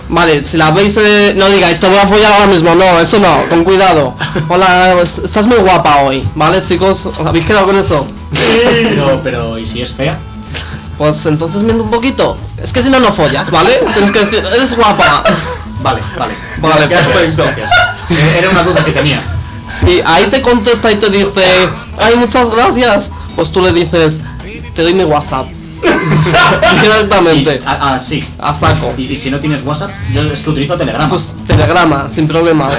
Vale, si la veis, eh, no digáis, te voy a follar ahora mismo, no, eso no, con cuidado. Hola, est- estás muy guapa hoy, ¿vale, chicos? ¿Os ¿Habéis quedado con eso? Pero, pero, ¿y si es fea? Pues entonces miente un poquito. Es que si no, no follas, ¿vale? Tienes que decir, eres guapa. Vale, vale. Vale, Gracias, perfecto. gracias. Eh, Era una duda que tenía. Y ahí te contesta y te dice, ay, muchas gracias. Pues tú le dices, te doy mi WhatsApp. Directamente. Y- Ah, ah, sí. A saco. Y, y si no tienes WhatsApp, yo es que utilizo Telegram. Pues telegrama, sin problema.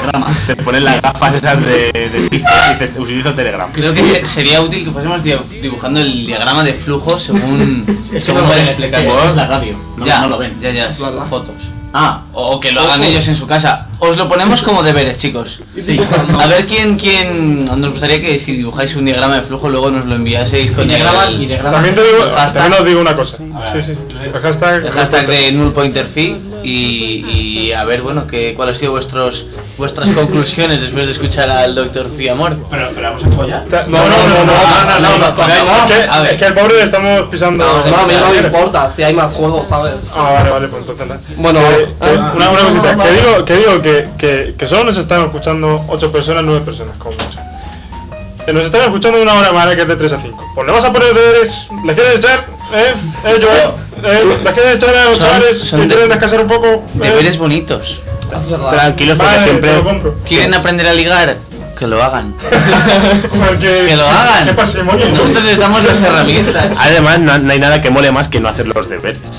Se ponen las gafas esas de, de pista y te utilizo Telegram. Creo que se- sería útil que fuésemos dia- dibujando el diagrama de flujo según. es que según no lo vayan ven, es que explicando. esto es la radio. No, ya, no lo ven. Ya, ya, Es verdad. fotos. Ah, O, o que lo hagan ellos en su casa. Os lo ponemos como deberes, chicos. sí. A ver quién, quién. Nos gustaría que si dibujáis un diagrama de flujo, luego nos lo enviaseis con Y diagramas- el- y diagramas. También te digo, Hashtag. también os digo una cosa. A Sí, ver. sí. sí. El hashtag. el hashtag de null pointer fee y, y a ver bueno que cuál ha sido vuestros vuestras conclusiones después de escuchar al doctor Fiamor Pero, pero vamos a follar. No, no, no, no, no, no, no, no, no, no, es que- a ver. Es que al pobre le estamos pisando. No, no, a mí no me Vale. importa, si hay más juegos, ¿sabes? Ah, vale, vale, pues entonces nada. Bueno, Que- ah, que- ah, una, una no, cosita, no, que no. digo, que, digo que, que, que solo nos están escuchando 8 personas, 9 personas, como mucho. Que nos están escuchando una hora más, que es de 3 a 5. Pues le vas a poner deberes, le quieres echar, eh, eh, Joel, eh, le quieres echar a los Son- chavales son que de- quieren descansar un poco. eh. deberes bonitos Es verdad. Tranquilos porque Vale, te siempre. lo compro. quieren aprender a ligar que lo hagan Porque- que lo hagan ¿Qué pasa, demonio? nosotros les damos las herramientas Además, no, no hay nada que mole más que no hacer los deberes.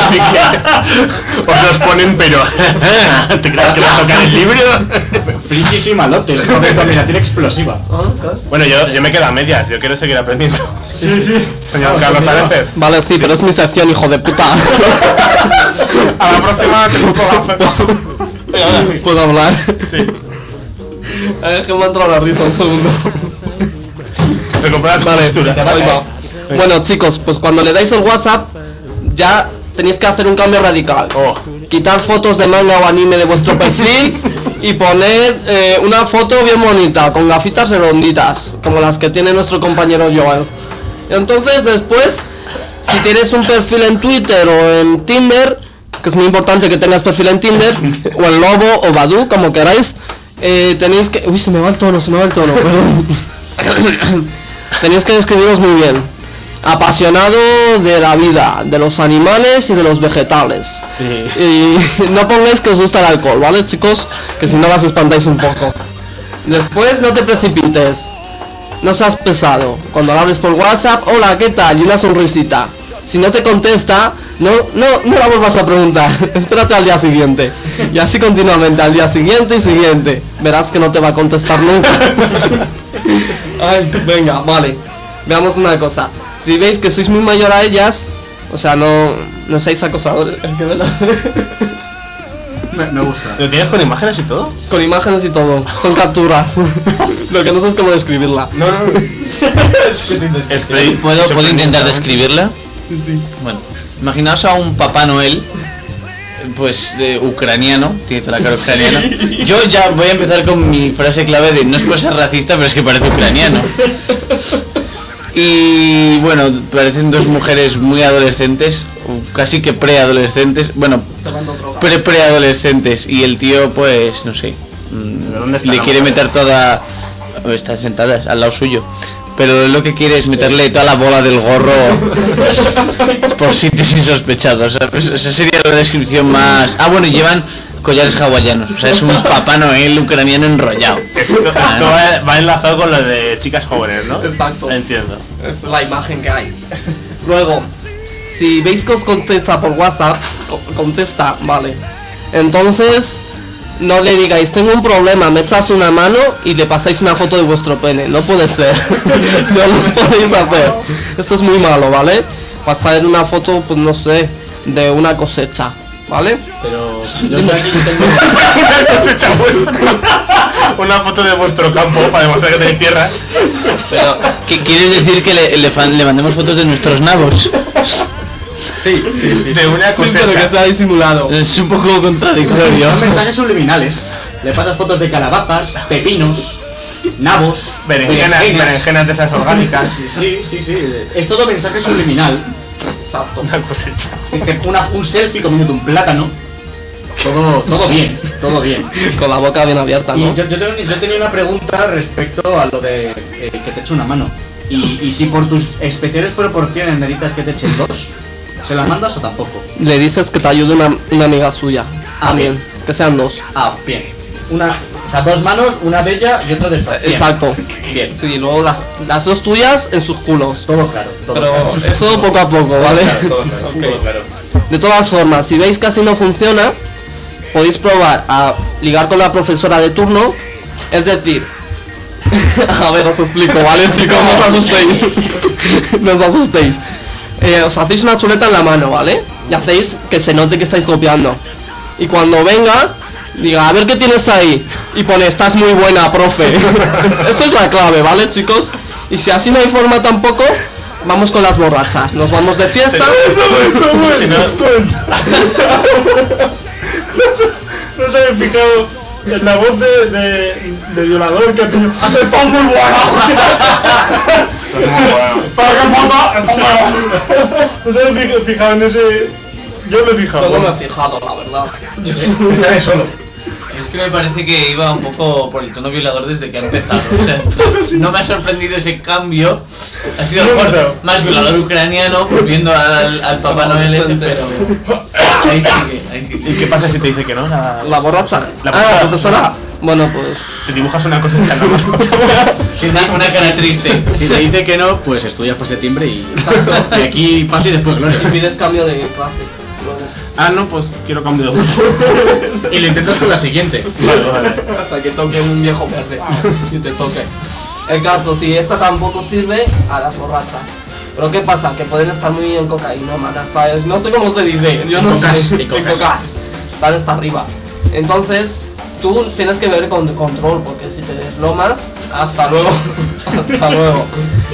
Así que os los ponen, pero. ¿Te crees que va a tocar el libro? Frikis y malotes, con combinación explosiva. Ah, claro. Bueno, yo, yo me quedo a medias, yo quiero seguir aprendiendo. Sí, sí. Señor Carlos Areces. Vale, sí, pero es mi sección, hijo de puta. A la próxima te pongo la ¿Puedo hablar? A ver, que me ha entrado la risa un segundo. Recuperar tu Vale, postura. ahí va. Bueno, chicos, pues cuando le dais el WhatsApp, ya tenéis que hacer un cambio radical. Oh. Quitar fotos de manga o anime de vuestro perfil y poner eh, una foto bien bonita, con gafitas redonditas, como las que tiene nuestro compañero Joel. Entonces, después, si tienes un perfil en Twitter o en Tinder, que es muy importante que tengas perfil en Tinder, o en Lobo o Badu, como queráis, eh, tenéis que... Uy, se me va el tono, se me va el tono, perdón. tenéis que describiros muy bien. Apasionado de la vida, de los animales y de los vegetales. Y no pongáis que os gusta el alcohol, ¿vale, chicos? Que si no las espantáis un poco. Después, no te precipites. No seas pesado. Cuando le hables por WhatsApp, hola, ¿qué tal? Y una sonrisita. Si no te contesta, no, no, no la vuelvas a preguntar. Espérate al día siguiente. Y así continuamente, al día siguiente y siguiente. Verás que no te va a contestar nunca. Ay, venga, vale. Veamos una cosa. Si veis que sois muy mayor a ellas, o sea, no, no seáis acosadores. Es que, ¿verdad? me, me gusta. ¿Lo tienes con imágenes y todo? Con imágenes y todo. Son capturas. Lo que no sé es cómo describirla. No, no, Estoy- puedo puedo intentar sorprendido. describirla bueno imaginaos a un Papá Noel pues de ucraniano, tiene toda la cara ucraniana. Yo ya voy a empezar con mi frase clave de no es por ser racista, pero es que parece ucraniano. Y bueno, parecen dos mujeres muy adolescentes, o casi que preadolescentes, bueno, pre preadolescentes y el tío pues no sé, mm, ¿Pero dónde está le la quiere mujer? meter toda están sentadas al lado suyo. Pero lo que quiere es meterle toda la bola del gorro por sitios insospechados. ¿sabes? Esa sería la descripción más. Ah, bueno, y llevan collares hawaianos. O sea, es un Papá Noel ucraniano enrollado. Ah, Esto va, va enlazado con lo de chicas jóvenes, ¿no? Exacto. Entiendo. Es la imagen que hay. Luego, si veis que os contesta por WhatsApp, co- contesta, vale. Entonces, no le digáis, tengo un problema, me echas una mano y le pasáis una foto de vuestro pene. No puede ser. no lo podéis hacer. Esto es muy malo, ¿vale? Pasar una foto, pues no sé, de una cosecha, ¿vale? Pero Una foto de vuestro campo para demostrar que tenéis tierra. Pero, ¿qué quieres decir que le, le fan- le mandemos fotos de nuestros nabos? Sí, sí, sí. De una Pero Pues que cosecha. está disimulado. Es un poco contradictorio. Son mensajes subliminales. Le pasas fotos de calabazas, pepinos, nabos, Berenjenas, berenjenas. berenjenas de esas orgánicas. Sí, sí, sí. Es todo mensaje subliminal. Exacto. Una cosecha. Una, un selfie comiéndote un plátano. Todo, todo bien, todo bien. Con la boca bien abierta, Y ¿no? yo, yo tengo- yo tenía una pregunta respecto a lo de eh, que te eche una mano. Y, y si por tus especiales proporciones necesitas que te echen dos, ¿se las mandas o tampoco? Le dices que te ayude una, una amiga suya. Ah, También. Que sean dos. Ah, bien. Una, o sea, dos manos, una de ella y otra de esta. Bien. Exacto. Bien, Sí, luego las, las dos tuyas en sus culos. todo claro. Todo Pero claro. eso poco a poco, ¿vale? Todo claro, todo claro. De todas formas, si veis que así no funciona, podéis probar a ligar con la profesora de turno. Es decir, a ver, os explico, ¿vale? Chicos, no os asustéis. no os asustéis. Eh, os hacéis una chuleta en la mano, ¿vale? Y hacéis que se note que estáis copiando. Y cuando venga, diga, a ver qué tienes ahí. Y pone, estás muy buena, profe. Esa es la clave, ¿vale, chicos? Y si así no hay forma tampoco, vamos con las borrachas. Nos vamos de fiesta. Si no- No se había fijado en la voz de, de, de violador que ha tenido. ¡Estás muy bueno! ¡Para que ponga! ¡Estás bueno! No se había fi- fijado en ese. Yo me he fijado. Luego me he fijado, la verdad. Yo sí. Estaré solo. Es que me parece que iba un poco por el tono violador desde que ha empezado. o sea, no me ha sorprendido ese cambio. Ha sido No, por- pero- más violador ucraniano, volviendo al, al Papá Noel ese, pero. Ahí sigue, ahí sigue. ¿Y qué pasa si te dice que no? La- La borracha. La ah, borracha. la profesora. Bueno, pues. Te dibujas una cosecha en la mano. Sin dar una cara triste. Si te dice que no, pues estudias por septiembre y, y aquí paz y después Y gloria. pides cambio de clase. Ah, no, pues quiero cambio de gusto. Y lo intentas con la siguiente. Vale, vale. Hasta que toque un viejo verde. y te toque. El caso, si esta tampoco sirve, a las borrachas. Pero ¿qué pasa? Que pueden estar muy bien cocaína, manas, ¿sabes? No sé cómo se dice. Yo no Cocas, sé. y cocas. Están hasta arriba. Entonces, tú tienes que ver con control, porque si te deslomas, hasta luego. hasta luego.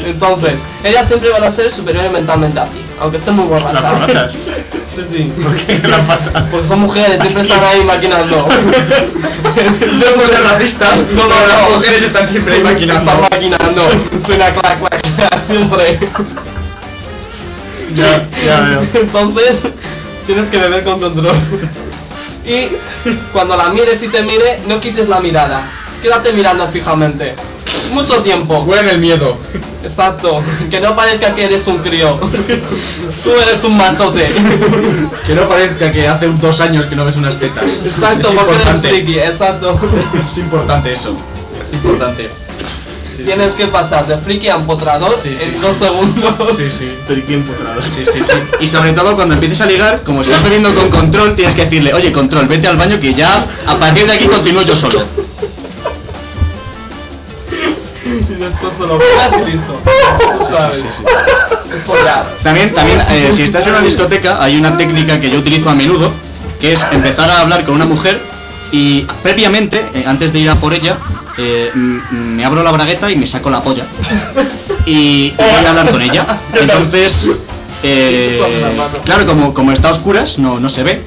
Entonces, ellas siempre van a ser superiores mentalmente a ti, aunque estén muy borrachas. Las borrachas. Sí, sí. ¿Por qué? ¿Qué le pasa? Pues son mujeres, siempre están ahí maquinando. No por ser racista, No, no, no. las mujeres están siempre ahí maquinando. Están maquinando. Suena clac, clac, clac, siempre. Ya, ya veo. Entonces, tienes que beber con control. Y cuando la mires y te mire, no quites la mirada. Quédate mirando fijamente. Mucho tiempo. Huele el miedo. Exacto. Que no parezca que eres un crío. Tú eres un machote. Que no parezca que hace dos años que no ves unas tetas. Exacto, porque eres friki. Exacto. Es importante eso. Es importante. Tienes que pasar de friki a empotrador Sí, sí, en sí. dos segundos. sí. Friki empotrado. Sí, sí, sí. Y sobre todo cuando empieces a ligar, como estás bebiendo con control, tienes que decirle, oye, control, vete al baño que ya a partir de aquí continúo yo solo. Y después se lo pegas y listo. ¿Sabes? Empotrar. También, también, eh, si estás en una discoteca, hay una técnica que yo utilizo a menudo, que es empezar a hablar con una mujer y previamente, eh, antes de ir a por ella, eh, mm, mm, me abro la bragueta y me saco la polla. Y, y voy a hablar con ella. Entonces, eh, claro, como, como está a oscuras, no, no se ve.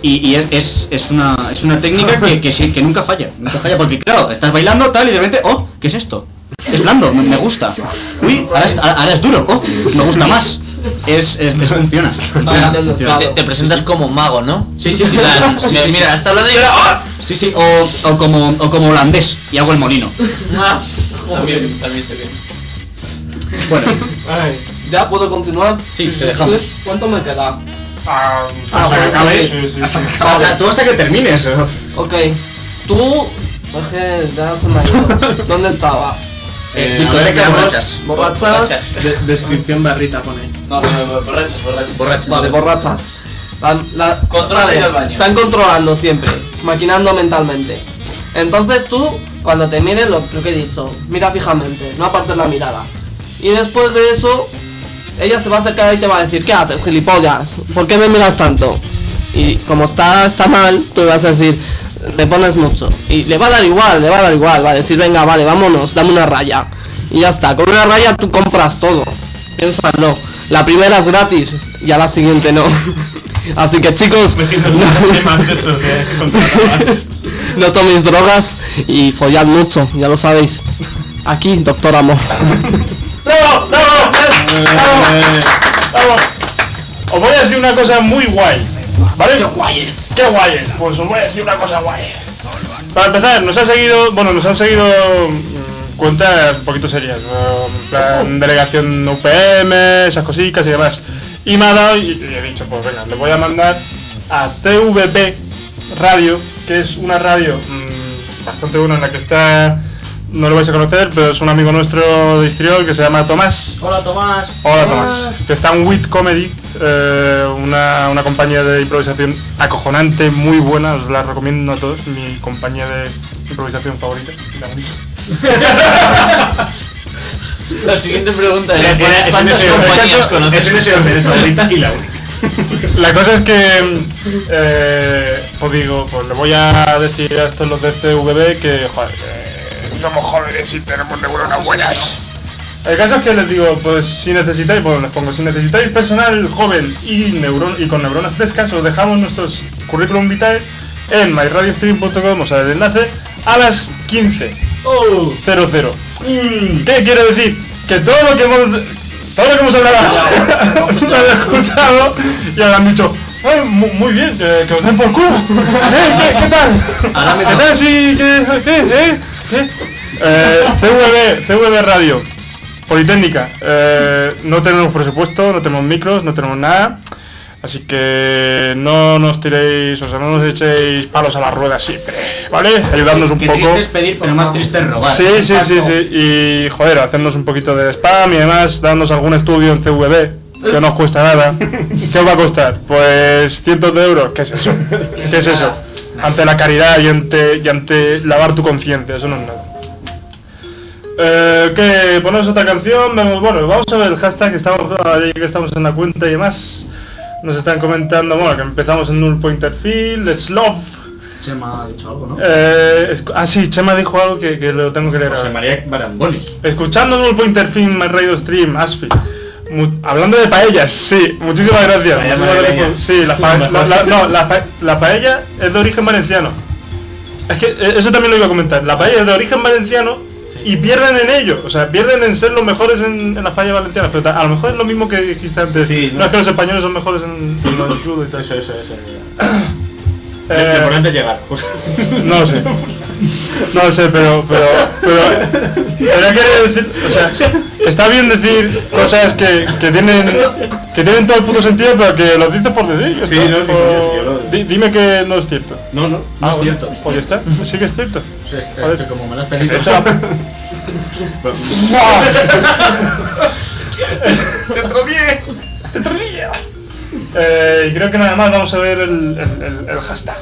Y, y es, es, es una, es una técnica que, que, sí- que nunca falla, nunca falla, porque claro, estás bailando tal y de repente, oh, ¿qué es esto? Es blando, me, me gusta. Uy, ahora es, ahora es duro, oh, me gusta más. Es, es, es- funciona. funciona, Vale, funciona. Te, te presentas como mago, ¿no? Sí, sí, sí, O claro, sea, sí, me- sí, mira, está hablando y yo ahora- Sí, sí, o, o como, o como holandés y hago el molino. ¡Ah! También, también está bien. Bueno. ¿Ya puedo continuar? Sí, te dejamos. ¿Cuánto me queda? Ah, hasta que acabes. Hasta que acabes. Tú hasta que termines. Ok. Tú. Es que ya se me ha ido. ¿Dónde estaba? Eh, Discoteca a ver, borrachas. Borrachas. De- descripción barrita pone. No, no, no, borrachas, borrachas. Borrachas. Vale, borrachas. La, la- Controla vale, ir al baño. Están controlando siempre, maquinando mentalmente. Entonces tú, cuando te mires, lo, lo que he dicho, mira fijamente, no apartes la mirada. Y después de eso, ella se va a acercar y te va a decir, ¿qué haces, gilipollas? ¿Por qué me miras tanto? Y como está, está mal, tú le vas a decir, le pones mucho. Y le va a dar igual, le va a dar igual, va a decir, venga, vale, vámonos, dame una raya. Y ya está, con una raya tú compras todo. Piénsalo. La primera es gratis, ya la siguiente no. Así que chicos, no toméis drogas y follad mucho, ya lo sabéis. Aquí, doctor amor. ¡Bravo! ¡Bravo! ¡Bravo! ¡Bravo! Os voy a decir una cosa muy guay. ¿Vale? ¡Qué guayes! ¡Qué guayes! Pues os voy a decir una cosa guay. Para empezar, nos ha seguido, bueno, nos han seguido mm, cuentas un poquito serias, ¿no? en plan delegación UPM, esas cositas y demás. Y me ha dado, y, y he dicho, pues venga, le voy a mandar a TVP Radio, que es una radio mm, bastante buena en la que está, no lo vais a conocer, pero es un amigo nuestro de Histriol que se llama Tomás. Hola Tomás. Hola Ah. Tomás, que está en Wit Comedy, eh, una, una compañía de improvisación acojonante, muy buena, os la recomiendo a todos, mi compañía de improvisación favorita. la única. La siguiente pregunta Era- es: era- es ¿Cuántas un deseo. compañías Eso- conoces? es un deseo, pero es favorita y la única. La cosa es que, eh, pues digo, pues le voy a decir a estos los de CVB que, joder, eh, somos jóvenes y tenemos neuronas buenas. El caso es que les digo, pues si necesitáis, bueno, les pongo, si necesitáis personal joven y, neuron y con neuronas frescas, os dejamos nuestros currículum vitae en myradiostream.com, o sea, el enlace, a las 15. Oh. 00. Mm, ¿Qué quiero decir? Que todo lo que hemos... Todo lo que hemos hablado lo han escuchado y ahora han dicho, "Ay, mu- muy, bien, eh, que os den por culo. ¿Eh? ¿Qué, qué tal? Ahora me ¿Qué tal? Sí, ¿qué, qué, eh? ¿Qué? Eh, CVB, CVB Radio, Politécnica. Eh, no tenemos presupuesto, no tenemos micros, no tenemos nada. Así que no nos tiréis, o sea, no nos echéis palos a la rueda siempre, ¿vale? Ayudarnos un Qué poco. triste es pedir, pero más triste es robar. Sí, sí, sí, sí. Y joder, hacernos un poquito de spam y además darnos algún estudio en CVB, que no os cuesta nada. ¿Qué os va a costar? Pues cientos de euros. ¿Qué es eso? ¿Qué es eso? Ante la caridad y ante, y ante lavar tu conciencia, eso no es nada. Eh, ¿Qué? ¿Ponemos otra canción? Vamos, bueno, vamos a ver el hashtag, estamos, ah, ya que estamos en la cuenta y demás. Nos están comentando, bueno, que empezamos en Null Pointer Field, Let's Love. Chema ha dicho algo, ¿no? Eh, es- ah, sí, Chema dijo algo que, que lo tengo que leer ahora. María Baramboli. Escuchando Null Pointer Field, My Radio Stream, Asfi. Mu- hablando de paellas, sí, muchísimas gracias. Paella muchísimas gracias madrileña. por- sí, la, pa- la- la- no, la pa- la paella es de origen valenciano. Es que eh, eso también lo iba a comentar. La paella es de origen valenciano y pierden en ello. O sea, pierden en ser los mejores en, en las paellas valencianas. Pero ta- a lo mejor es lo mismo que dijiste antes. Sí, no. no. es que los españoles son mejores en, en lo del crudo y tal. Eso, eso, eso. Eh, Lo importante es llegar. no lo sé. No lo sé, pero, pero, pero, pero quiero decir, o sea, está bien decir cosas que, que tienen, que tienen todo el puto sentido, pero que lo dices por decir. ya Sí, está. no, sí, O- yo- yo lo- di- dime que no es cierto. No, no, no Ah, es bueno, cierto. Pues ya está, pues sí que es cierto. O sea, es que- Joder. que como me lo has De pedido. hecho, eh, creo que nada más vamos a ver el, el, el, el hashtag.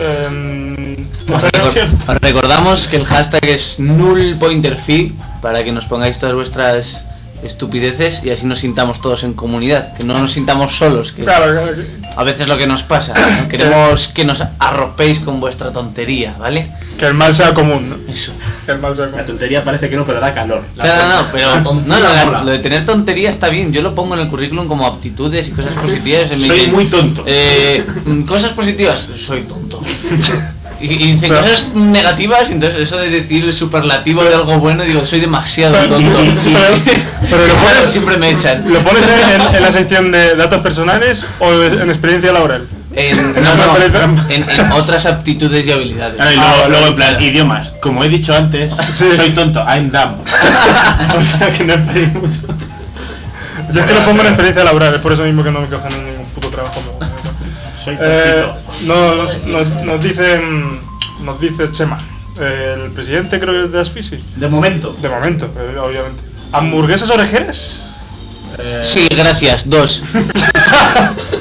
Em, Os recor- os recordamos que el hashtag es nullpointerfi para que nos pongáis todas vuestras estupideces y así nos sintamos todos en comunidad, que no nos sintamos solos, que claro, claro, que- a veces lo que nos pasa, ¿no? queremos que nos arropéis con vuestra tontería, ¿vale? que el mal sea común. ¿no? Eso. Que el mal sea común. La tontería parece que no, pero da calor. No, no, no, pero no, no, la- lo de tener tontería está bien, yo lo pongo en el currículum como aptitudes y cosas positivas. y me Soy dicen, muy tonto. eh, mm, cosas positivas, soy tonto. Y, y dicen Pero- cosas negativas, entonces eso de decir el superlativo de algo bueno, digo, soy demasiado Pero- tonto. pero- pero lo pones- siempre me echan. ¿Lo pones en, en- en la sección de datos personales o en experiencia laboral? en, En no, otras no, habilidades. en- en otras aptitudes Ah, y habilidades. Claro, y luego, luego en plan, idiomas. Como he dicho antes, soy tonto, I'm dumb. o sea que no esperéis mucho. Yo es que lo pongo en experiencia laboral, es por eso mismo que no me cogen en ningún puto trabajo. me- Soy Eh, tontito. nos, nos, nos dice mm, nos dice Chema, eh, el presidente creo que es de Asfixi. De momento. De momento, eh, obviamente. ¿Hamburguesas orejeras? Sí, gracias, dos. eh,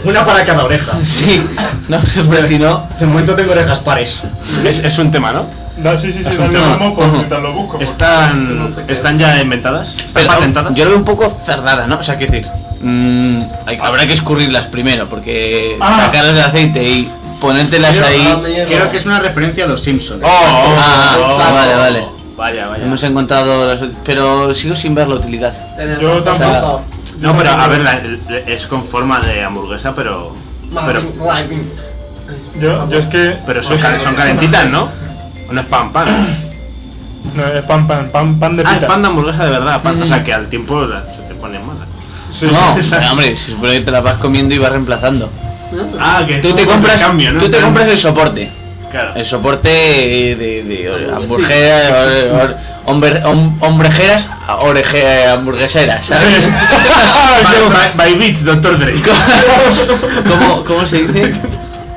Una para cada oreja. Sí, no, hombre, si no. De momento tengo orejas pares. Es, es un tema, ¿no? Da, sí, sí, sí, Es dale un tema. mamón, pues, mientras lo busco. porque- Están, están ya inventadas, están Pero, patentadas. yo lo veo un poco cerrada, ¿no? O sea, quiero decir, mm, hay- habrá que escurrirlas primero, porque Ah. sacarlas de aceite y ponértelas ahí. Creo que es una referencia a los Simpsons. Ah, vale, vale. Vale, Oh, vaya. Hemos encontrado las. Pero sigo sin ver la utilidad. Yo tampoco. No, pero a ver, la- la- es con forma de hamburguesa, pero. Pero, Yo, yo es que. pero son, cal- son calentitas, ¿no? No es pan, pan. No, es pan, pan, pan, pan de Ah, es pita. pan de hamburguesa de verdad, pan. O sea que al tiempo la- se te pone mala. Sí. No, hombre, si supone que te las vas comiendo y vas reemplazando. Ah, que Tú te compras, tú te compras el soporte. Claro. El soporte eh, de, de hamburgueras, or- or- hombre- hom- hombrejeras, oreje- hamburgueseras, ¿sabes? Ah, by, by Beats, Dr. Dre. ¿Cómo, ¿Cómo se dice?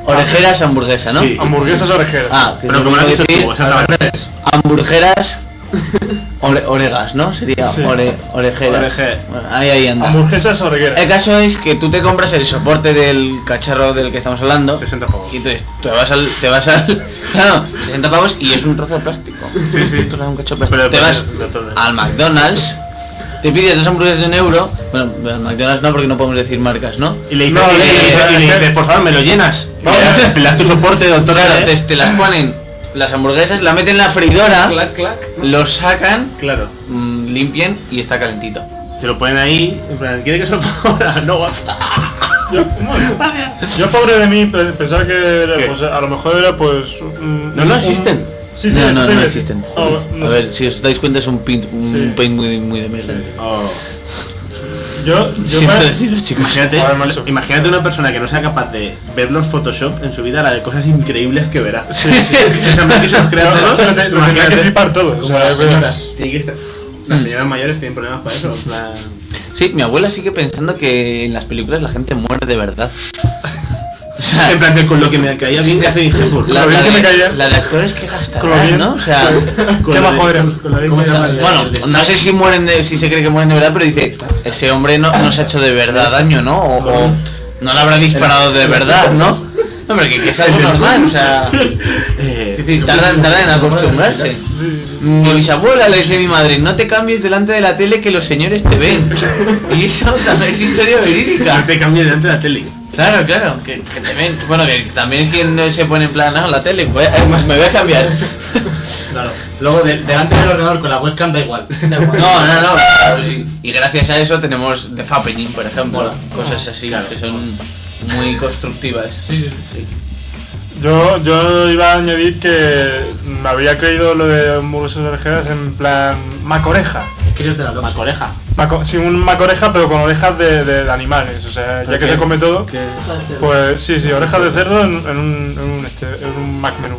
Orejeras hamburguesa, ¿no? Sí. Hamburguesas orejeras. Ah, que Pero lo como lo has mismo dicho decir, tú, exactamente. Hamburgueras ore- oregas, ¿no? Sería Sí. ore- orejeras. Oreje. Bueno, ahí, ahí anda. Hamburguesas El orejeras. caso es que tú te compras el soporte del cacharro del que estamos hablando 60 pavos. y entonces te vas al, te vas al, claro, 60 pavos y es un trozo de plástico. Sí, sí. Un trozo de un cacho de plástico. Pero te vas depende de todo. al McDonald's, te pides dos hamburguesas de un euro, bueno, al McDonald's no porque no podemos decir marcas, ¿no? Y le dices, No, y le eh, dices- y le eh, dices, por favor, me lo llenas. Le das tu soporte, doctor. Claro, Dre. te, te las ponen las hamburguesas, la meten en la freidora, lo sacan, Claro. mm, limpian y está calentito. Te lo ponen ahí, en plan, ¿quiere que se lo ponga? No, guau. Yo, un momento. Yo, pobre de mí, pe- pensaba que era, ¿Qué? pues, a lo mejor era pues. un- No, no un- existen. Sí, sí, no, no, existen. no existen. Ah, bueno, A ver, si os dais cuenta es un paint, un Sí. paint muy, muy de mierda. Oh. Yo, yo Siento para- deciros, chicos. Imagínate, Joder, macho. imagínate una persona que no sea capaz de ver los Photoshop en su vida, la de cosas increíbles que verá. Sí, sí. No, no, pero te- lo tendría que flipar todo. O Como sea, las es verdad. Mm. señoras. Tiene que estar- Las señoras mayores tienen problemas para eso. en plan- Sí, mi abuela sigue pensando que en las películas la gente muere de verdad. O sea, En plan, que con lo que me caía bien, te hace dije, por la, lo la bien que me de, caía. la de actores que Con lo gastarán, bien. ¿no? O sea, Con ¿Qué lo bajo de- era? con lo de- ¿Cómo se llama? bueno, no sé si mueren de- si se cree que mueren de verdad, pero dice, ese hombre no, no se ha hecho de verdad daño, ¿no? O, o no le habrá disparado de verdad, ¿no? No, pero que, que es algo normal, o sea, Eh, tardan, tardan en acostumbrarse. Sí, sí, sí. Mi bisabuela le dice a mi madre, no te cambies delante de la tele que los señores te ven. Y eso también es historia no verídica. te cambies delante de la tele. Claro, claro, que, que te ven. Bueno, que también quien no se pone en plan, no, la tele, voy a- me voy a cambiar. Claro. Luego, de- delante del ordenador con la webcam da igual. No, no, no. claro, sí. Y gracias a eso tenemos The Fappening, por ejemplo. Cosas así que son muy constructivas. Yo, yo iba a añadir que me había creído lo de hamburguesas orejeras en plan macoreja. Quieres de la loca. Macoreja. Maco, sí, un macoreja, pero con orejas de, de- de animales. O sea, ya que se come todo, pues sí, sí, orejas de cerdo en, en un, en, un este, en un Mac menú.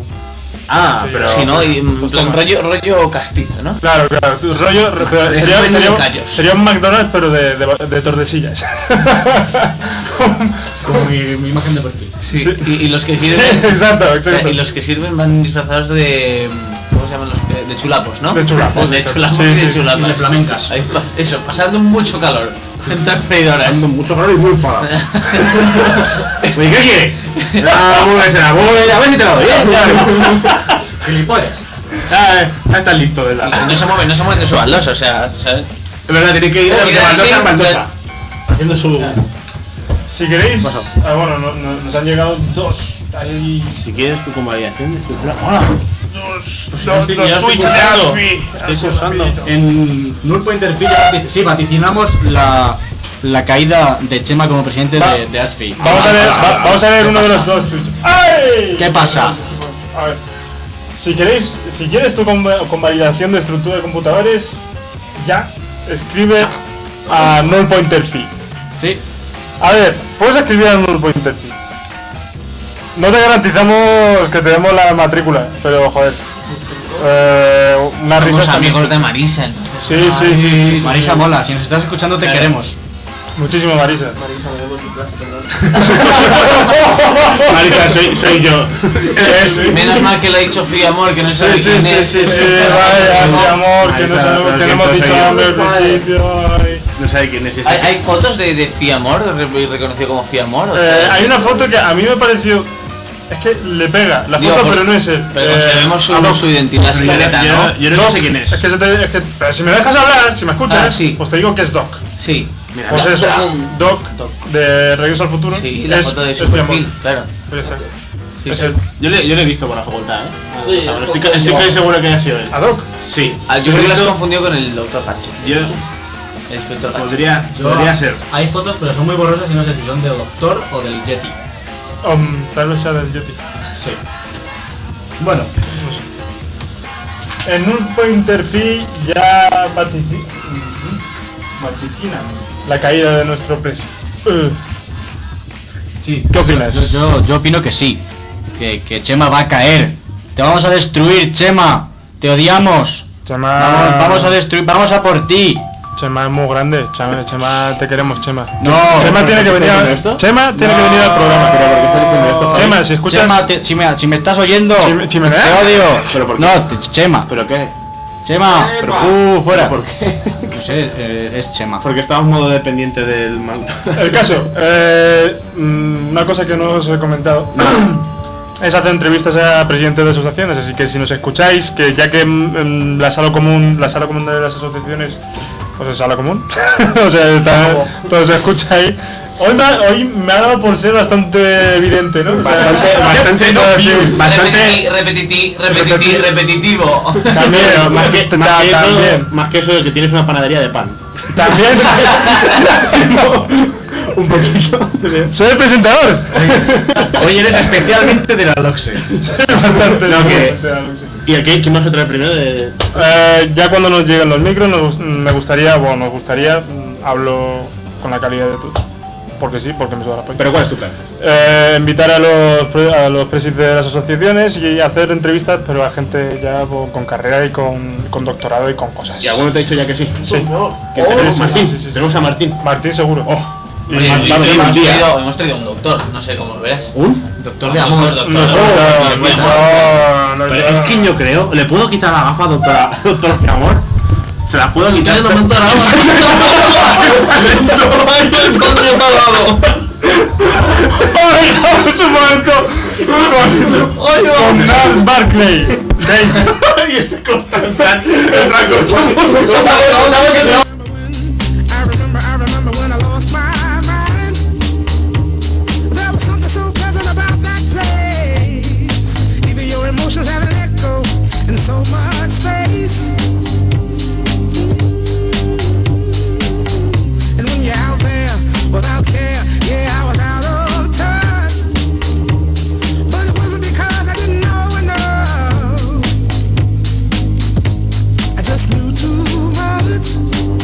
Ah, Sí, pero. Si no, y en Pues plan toma. rollo, rollo castizo, ¿no? Claro, claro, tu rollo. re- pero Orejas sería, de sería, callos. sería un McDonald's, pero de, de, de tordesillas. Con mi, mi imagen de perfil. Sí. Y, y los que Sí, sirven. exacto, exacto. Y los que sirven van disfrazados de. ¿Cómo se llaman los que- De chulapos, ¿no? De chulapos, De exacto. chulapos Sí, y sí, de sí. chulapas. Y de flamencas. Ahí pa- eso, pasando mucho calor. Gente freidoras. mucho calor y muy enfadado. Oye, ¿qué quiere? La hamburguesa, voy a ver si te la doy. ¿eh? Gilipollas. Ah, eh, ya está listo de Y No se mueven, no se mueven de su baldosa, o sea, ¿sabes? Es verdad, tiene que ir a Mira, sí, pues, Mendoza, Mendoza. Haciendo su. Si queréis, ah, bueno, no- no- nos han llegado dos. Ahí Si quieres tu convalidación, es otra. Hola. Los, Pues los Twitch de Aspi. Estoy cursando. En Nulpo Interfila, sí, vaticinamos la, la caída de Chema como presidente Va. de, de ASPI. Vamos a ver, va- vamos a ver uno de los dos Twitch. ¡Ay! ¿Qué pasa? A ver. Si queréis, si quieres tu conv- convalidación de estructura de computadores, ya escribe a null pointer fee. Sí. A ver, puedes escribir a null pointer fee. No te garantizamos que tenemos la matrícula, pero joder. Eh, una risa Somos amigos de Marisa. Pues entonces. Sí, sí, sí, sí, sí. Marisa Mola, si nos estás escuchando te queremos. Muchísimo Marisa. Marisa, me debo tu clase, perdón. Marisa, soy, soy yo. Menos mal que lo ha dicho Fui Amor, que no Sí, sabe sí, quién sí, es. Eh, sí, sí, vaya, mi amor, que no Marisa, sabemos, lo que no hemos siento, dicho soy- hambre al principio. ay. No sabe quién es ese. ¿Hay, hay fotos de, de Fui Amor, re- reconocido como Fui Amor? o Eh, sea, hay una foto que a mí me pareció. Es que le pega la digo, foto, por- pero no es él. Pero Eh, sabemos su, ah, no. su identidad Yo- secreta, ¿no? yo, yo no, sé quién es. Es que, se te- es que- pero si me dejas hablar, si me escuchas, Ah, sí. pues te digo que es Doc. Sí. Mira, Pues no. es Doc, Doc. de Regreso al Futuro. Sí, y la es- foto de es su mi amor. perfil, claro. Pues ya está. Sí, Es sí. él. Yo le, yo le he visto por la facultad, ¿eh? Sí, O sea, es estoy, como estoy yo. casi seguro que ha sido él. ¿A Doc? Sí. Ah, yo creo que las confundido con el Dr. Pache. Yo El inspector Pache. podría, Yo- ah, podría ser. Hay fotos, pero son muy borrosas y no sé si son del doctor o del Yeti. Um, tal vez sea del Yeti. Sí. Bueno, No sé. En un pointer fee ya patici- ujú, vaticinan la caída de nuestro precio. Eh, sí. ¿Qué opinas? Yo, yo, yo opino que sí. Que, que Chema va a caer. Te vamos a destruir, Chema. Te odiamos. Chema, Vamos, vamos a destruir, vamos a por ti. Chema es muy grande. Chema, Chema, te queremos, Chema. No. Chema tiene que venir. a- Chema tiene que venir al programa. Pero, ¿por qué estás diciendo esto? Chema, si escuchas. Chema, te- si, me, si me estás oyendo, Si me- si me- te ¿eh? odio. ¿Pero por qué? No, te- Chema, ¿Pero qué? Chema, uh, fuera. ¿Por qué? No sé, es, eh, es Chema. Porque estamos modo dependiente del mal. El caso, eh, mm, una cosa que no os he comentado es hacer entrevistas a presidentes de asociaciones, así que si nos escucháis, que ya que mm, mm, la sala común, la sala común de las asociaciones, pues es sala común, o sea, está, todos se escucha ahí. Hoy me, ha, hoy me ha dado por ser bastante evidente, ¿no? O sea, Bastante- bastante no obvious. decir- Repetiti- repetiti- repetiti- repetitivo. También, más, que, ta- más, que eso, también. más que eso de que tienes una panadería de pan. También. Un poquito. Soy el presentador. Hoy eres especialmente de la Loxe. Soy bastante No, que- evidente, algo así. ¿Y aquí quién vas a traer primero? De... Eh, ya cuando nos lleguen los micros, nos, me gustaría, bueno, nos gustaría, mm, hablo con la calidad de todos. Porque sí, porque me suda la polla. ¿Pero cuál es tu plan? Eh, invitar a los, pre- a los presidentes de las asociaciones y hacer entrevistas, pero a gente ya po- con carrera y con, con doctorado y con cosas. Y alguno te ha dicho ya que sí. Sí. Que tenemos Martín. sí, Pues Oh, sí, sí, sí. Tenemos a Martín. Martín seguro. Y Oye, Mar- hoy va a venir hemos un día. traído- hemos traído un doctor, no sé cómo lo verás. ¿Un? Doctor de amor, doctor. No, doctor, no, doctor. no, no, Pero no. es que yo creo. ¿Le puedo quitar la gafa, doctora? Doctor, mi amor. Se la puedo quitar. Quítale la manta a la gafa. ¡Ay, no, es un momento! Con Nance Barclay. Y estoy Constanza. El I just knew too much. Mm.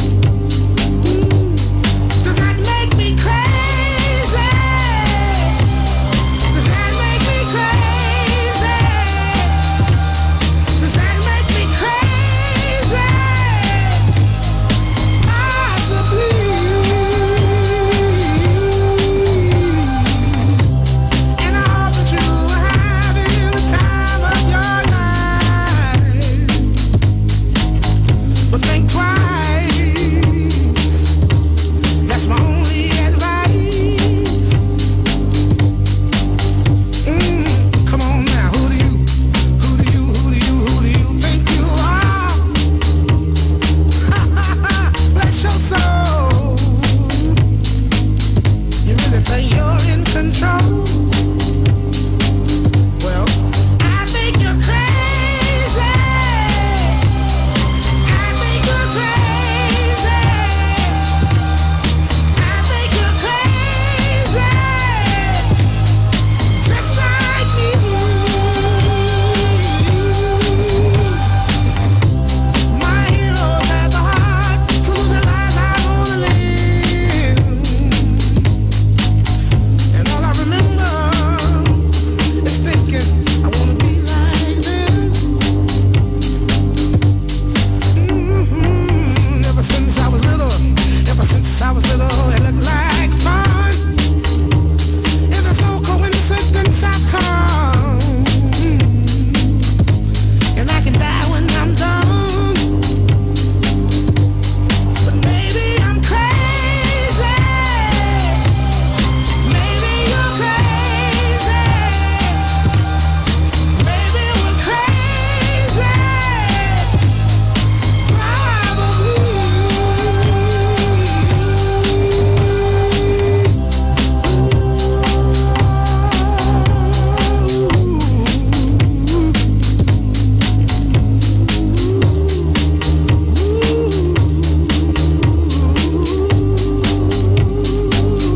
Mm-hmm.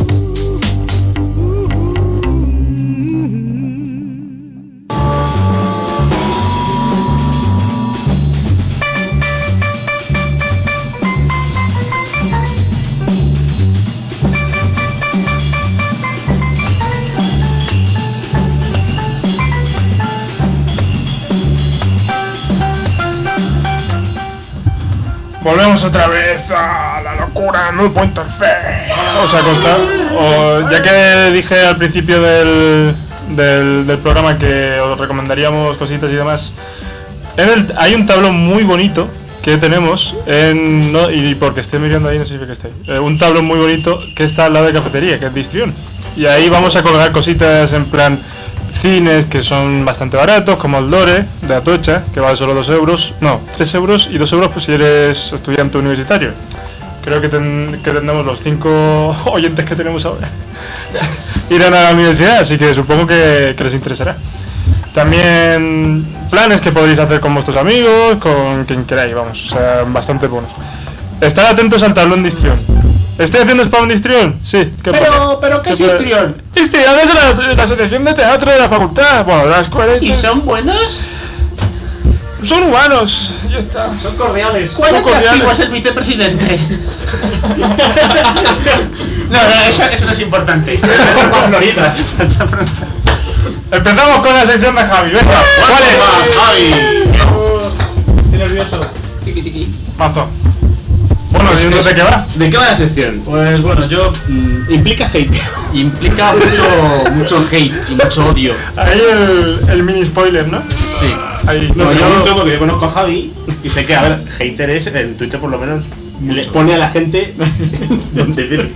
Volvemos otra vez a la locura, no punto fe. Vamos a contar, o, ya que dije al principio del, del, del programa que os recomendaríamos cositas y demás, en el- hay un tablón muy bonito que tenemos, en, no, y porque estoy mirando ahí, no sé si que está ahí, eh, un tablón muy bonito que está al lado de cafetería, que es Distrión. Y ahí vamos a colgar cositas en plan cines que son bastante baratos, como el Dore de Atocha, que vale solo 2 euros, no, 3 euros y 2 euros pues, si eres estudiante universitario. Creo que, ten- que tendremos los 5 oyentes que tenemos ahora. Irán a la universidad, así que supongo que, que les interesará. También planes que podréis hacer con vuestros amigos, con quien queráis, vamos, o sea, bastante buenos. Estar atentos al tablón de Histrión. ¿Estoy haciendo spam de Histrión? Sí. ¿qué pasa? Pero, pero ¿qué es pasa? Histrión? Histrión es la, la asociación de teatro de la facultad. Bueno, de la escuela. ¿Y son buenos? Son humanos. Ya está. Son cordiales. ¿Cuál Son es la cordiales. antigua es el vicepresidente? No, no, eso, eso no es importante. Empezamos con la sección de Javi. Venga, Ah, ¿cuál es? Estoy nervioso. Tiki, tiki. ah. Mazo. Bueno, yo no sé qué va. ¿De qué va la sección? Pues bueno, yo. mm, Implica hate. implica mucho, mucho hate y mucho odio. Ahí el, el mini spoiler, ¿no? Sí. Ahí. No, yo yo- no porque yo conozco a Javi y sé que, a ver, hater es, en Twitter por lo menos, le pone a la gente donde debe.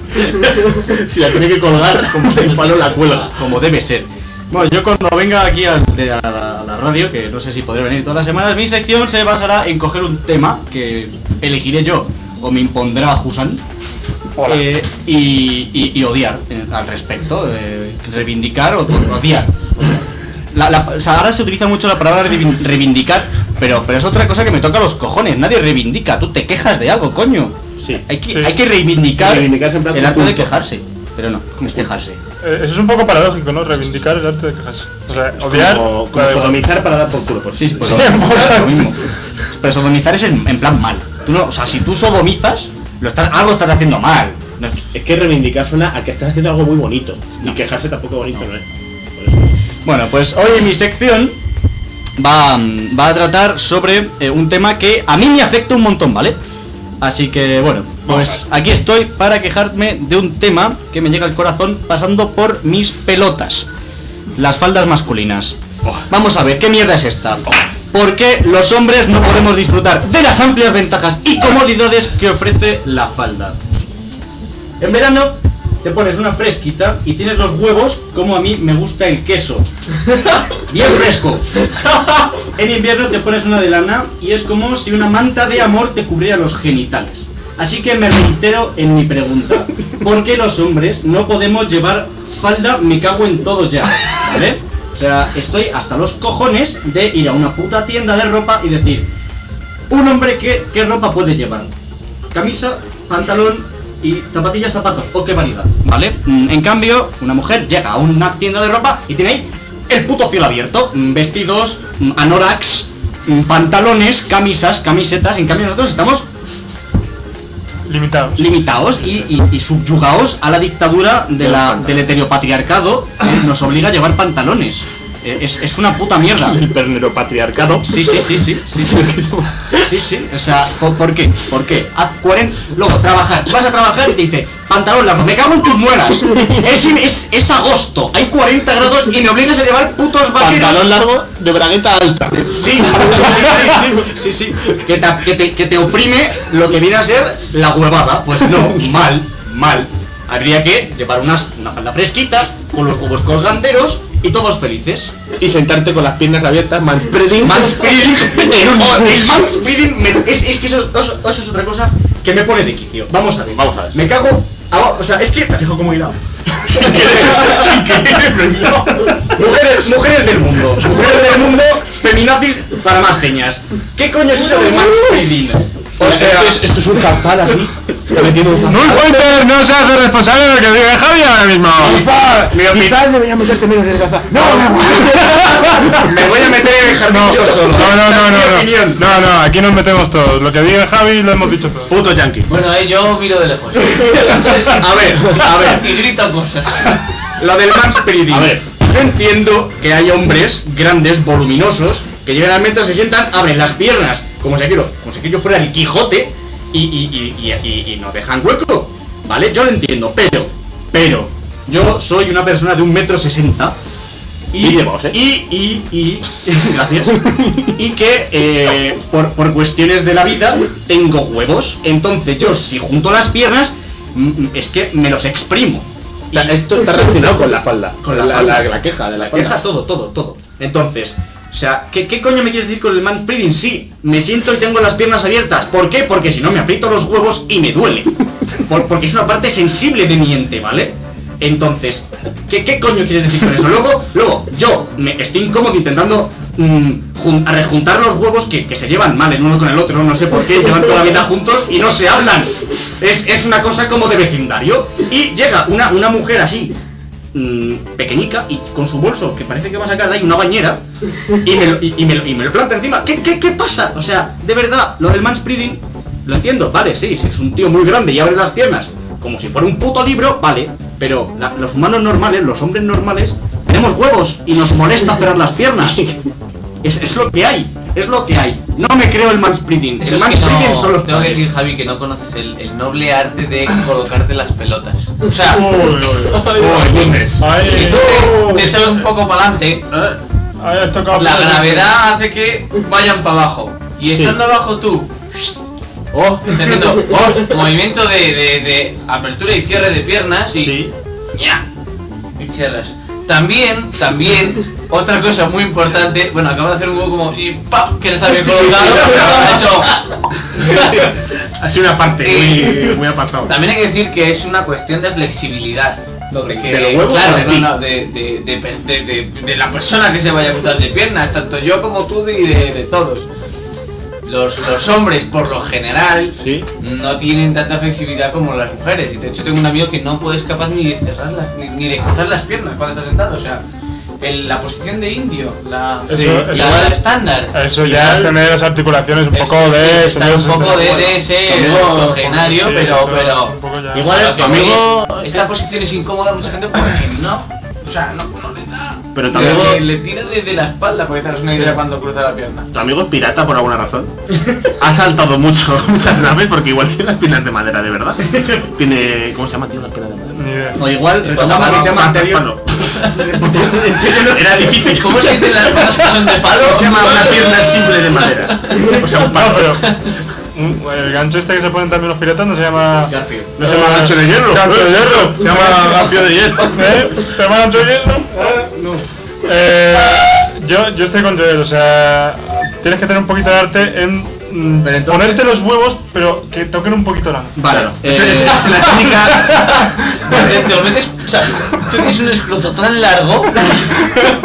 si la tiene que colgar, como se palo la cuelga. Como debe ser. Bueno, yo cuando venga aquí al- de- a, la, a la radio, que no sé si podré venir todas las semanas, mi sección se basará en coger un tema que elegiré yo o me impondrá Husan eh, y, y- y odiar eh, al respecto, eh, reivindicar o o odiar. La- la- o sea, ahora se utiliza mucho la palabra reivin- reivindicar, pero, pero es otra cosa que me toca los cojones. Nadie reivindica, tú te quejas de algo, coño. Sí. Hay que, Sí. hay que reivindicar, Reivindicar siempre el arte punto. de quejarse, pero no, es quejarse. Eh, Eso es un poco paradójico, ¿no? Reivindicar el arte de quejas. O sea, odiar. Como, como la igual. sodomizar para dar por culo. Por Sí, sí, pues Sí, lo- mola. lo mismo. Pero sodomizar es en, en plan mal. Tú no- o sea, si tú sodomizas, lo estás, algo estás haciendo mal. No es- Es que reivindicar suena a que estás haciendo algo muy bonito. Y quejarse tampoco bonito, No. ¿no, es? Por eso. Bueno, pues hoy en mi sección va, mm, va a tratar sobre eh, un tema que a mí me afecta un montón, ¿vale? Así que bueno, pues aquí estoy para quejarme de un tema que me llega al corazón pasando por mis pelotas. Las faldas masculinas. Vamos a ver, ¿qué mierda es esta? ¿Por qué los hombres no podemos disfrutar de las amplias ventajas y comodidades que ofrece la falda? En verano te pones una fresquita y tienes los huevos como a mí me gusta el queso. Bien fresco. En invierno te pones una de lana y es como si una manta de amor te cubriera los genitales. Así que me reitero en mi pregunta. ¿Por qué los hombres no podemos llevar falda? Me cago en todo ya. ¿Vale? O sea, estoy hasta los cojones de ir a una puta tienda de ropa y decir, un hombre que, qué ropa puede llevar. Camisa, pantalón y zapatillas, zapatos. Oh, qué variedad. Vale. Mm, En cambio, una mujer llega a una tienda de ropa y tiene ahí el puto cielo abierto. Mm, Vestidos, mm, anorax, mm, pantalones, camisas, camisetas. En cambio, nosotros estamos Limitado. limitados y, y- y subyugados a la dictadura de la, del heteropatriarcado. eh, nos obliga a llevar pantalones. Eh, Es, es una puta mierda. El perneropatriarcado. Sí, sí, sí, sí, sí, sí, sí, sí, o sea, ¿por, por qué? ¿Por qué? Haz 40, luego trabajar, vas a trabajar y te dice, pantalón largo, me cago en tus muelas, es, es, es agosto, hay 40 grados y me obligas a llevar putos vaqueros. Pantalón largo de bragueta alta. Sí, sí, sí, sí, sí, sí, Que, te, que te- que te oprime lo que viene a ser la huevada. Pues no, mal, mal. Habría que llevar unas, una falda fresquita, con los huevos colganderos y todos felices. Y sentarte con las piernas abiertas, manspreading. Manspreading, el, el manspreading me- es, es que eso, eso- eso es otra cosa que me pone de quicio. Vamos a ver, vamos a ver. Me cago, ah, o sea, es que me fijo como hilado. Sin querer, sin querer, lo he hilado. mujeres, mujeres del mundo, mujeres del mundo, feminazis para más señas. ¿Qué coño es eso del manspreading? O sea, Esto es, esto es un zarzal así. Está metiendo un zarzal. Twitter no se hace responsable de lo que diga Javi ahora mismo. Quizás debería meterte menos en el zarzal. ¡No, no, me voy a meter en el jardín No, yo solo. no, no, no, Esta es mi no, opinión. no, no, aquí nos metemos todos. Lo que diga Javi lo hemos dicho todos. Puto yankee. Bueno, ahí yo miro de lejos. A ver, a ver. Y grito cosas. Lo del manspreading. A ver. Yo entiendo que hay hombres grandes, voluminosos, que llegan al metro, se sientan, abren las piernas, como si aquello, como si aquello fuera el Quijote, y, y, y, y- y- y nos dejan hueco, ¿vale? Yo lo entiendo, pero, pero, yo soy una persona de un metro sesenta y, Y de vos, ¿eh? y, y, y- gracias, y que eh, por, por cuestiones de la vida tengo huevos, entonces yo si junto las piernas, mm, mm, es que me los exprimo. Esto está relacionado con la falda. Con la falda. queja de la, La falda. queja, todo, todo, todo. Entonces, o sea, ¿qué, qué coño me quieres decir con el man spreading? Sí, me siento y tengo las piernas abiertas. ¿Por qué? Porque si no me aprieto los huevos y me duele. Por- porque es una parte sensible de mi ente, ¿vale? Entonces, ¿qué, qué coño quieres decir con eso? Luego, luego, yo me estoy incómodo intentando mm, jun- rejuntar los huevos que, que se llevan mal el uno con el otro, no sé por qué, llevan toda la vida juntos y no se hablan. Es, es una cosa como de vecindario. Y llega una, una mujer así, mm, pequeñica y con su bolso que parece que va a sacar de ahí una bañera y me lo, y, y me lo- y me lo planta encima. ¿Qué, qué, qué pasa? O sea, de verdad, lo del manspreading, lo entiendo, vale, sí, si es un tío muy grande y abre las piernas como si fuera un puto libro, vale, pero la- los humanos normales, los hombres normales, tenemos huevos y nos molesta cerrar las piernas. Es, es lo que hay, es lo que hay. No me creo el manspreading. Eso El es que manspreading no- son los tengo que padres. decir, Javi, que no conoces el, el noble arte de colocarte las pelotas. O sea, Oh, Uy, uy, uy. Uy, Ay, si tú uy. te, te sabes un poco para adelante, Ahí has tocado la piedra. gravedad hace que vayan para abajo. Y estando abago abajo tú, oh, entendiendo, oh, movimiento de, de- de apertura y cierre de piernas y ¡ña! y cierras. También, también, otra cosa muy importante, bueno, acabo de hacer un huevo como y ¡pap! que no está bien colocado, eso. Ha sido una parte muy, muy apartado. También hay que decir que es una cuestión de flexibilidad. Porque, ¿De los huevos o claro, de no, ti? no, de, de- de per- de- de- de la persona que se vaya a cruzar de piernas, tanto yo como tú y de, de todos. Los, los hombres, por lo general, no tienen tanta flexibilidad como las mujeres. Y de hecho, tengo un amigo que no puede escapar ni de cerrarlas, ni, ni de cruzar las piernas cuando está sentado. O sea, el- la posición de indio, la, Eso- la- eso- la estándar. Eso ya es tener las articulaciones un poco de. Está un poco de, de ese octogenario, Sí, pero, eso, pero un poco ya. tu a lo que voy amigo- es, Esta posición es incómoda a mucha gente porque no. O sea, no, no le da. Pero tu Le- amigo- Le, le tira desde la espalda porque te das una idea cuando cruza la pierna. Tu amigo es pirata por alguna razón. Ha saltado mucho, muchas naves porque igual tiene las piernas de madera de verdad. Tiene. ¿Cómo se llama, tío? Las piernas de madera. Pues Ni idea. O Pues igual, Eh, retomando Palo, el tema palo, anterior. palo. Era difícil. ¿Cómo se dicen las cosas que son de palo? Se llama una pierna simple de madera. O sea, un palo. No, pero. un- El gancho este que se ponen también los piratas no se llama. No se llama gancho de hierro. Gancho de hierro. Se llama gapio de Ah, hierro. ¿Eh? ¿Se llama gancho de hierro? No. yo, yo estoy con Joel, o sea. Tienes que tener un poquito de arte en. mm, ponerte los huevos, pero que toquen un poquito la. Vale, eso es Eh, la técnica. Te, te lo metes. O sea, tú tienes un escroto tan largo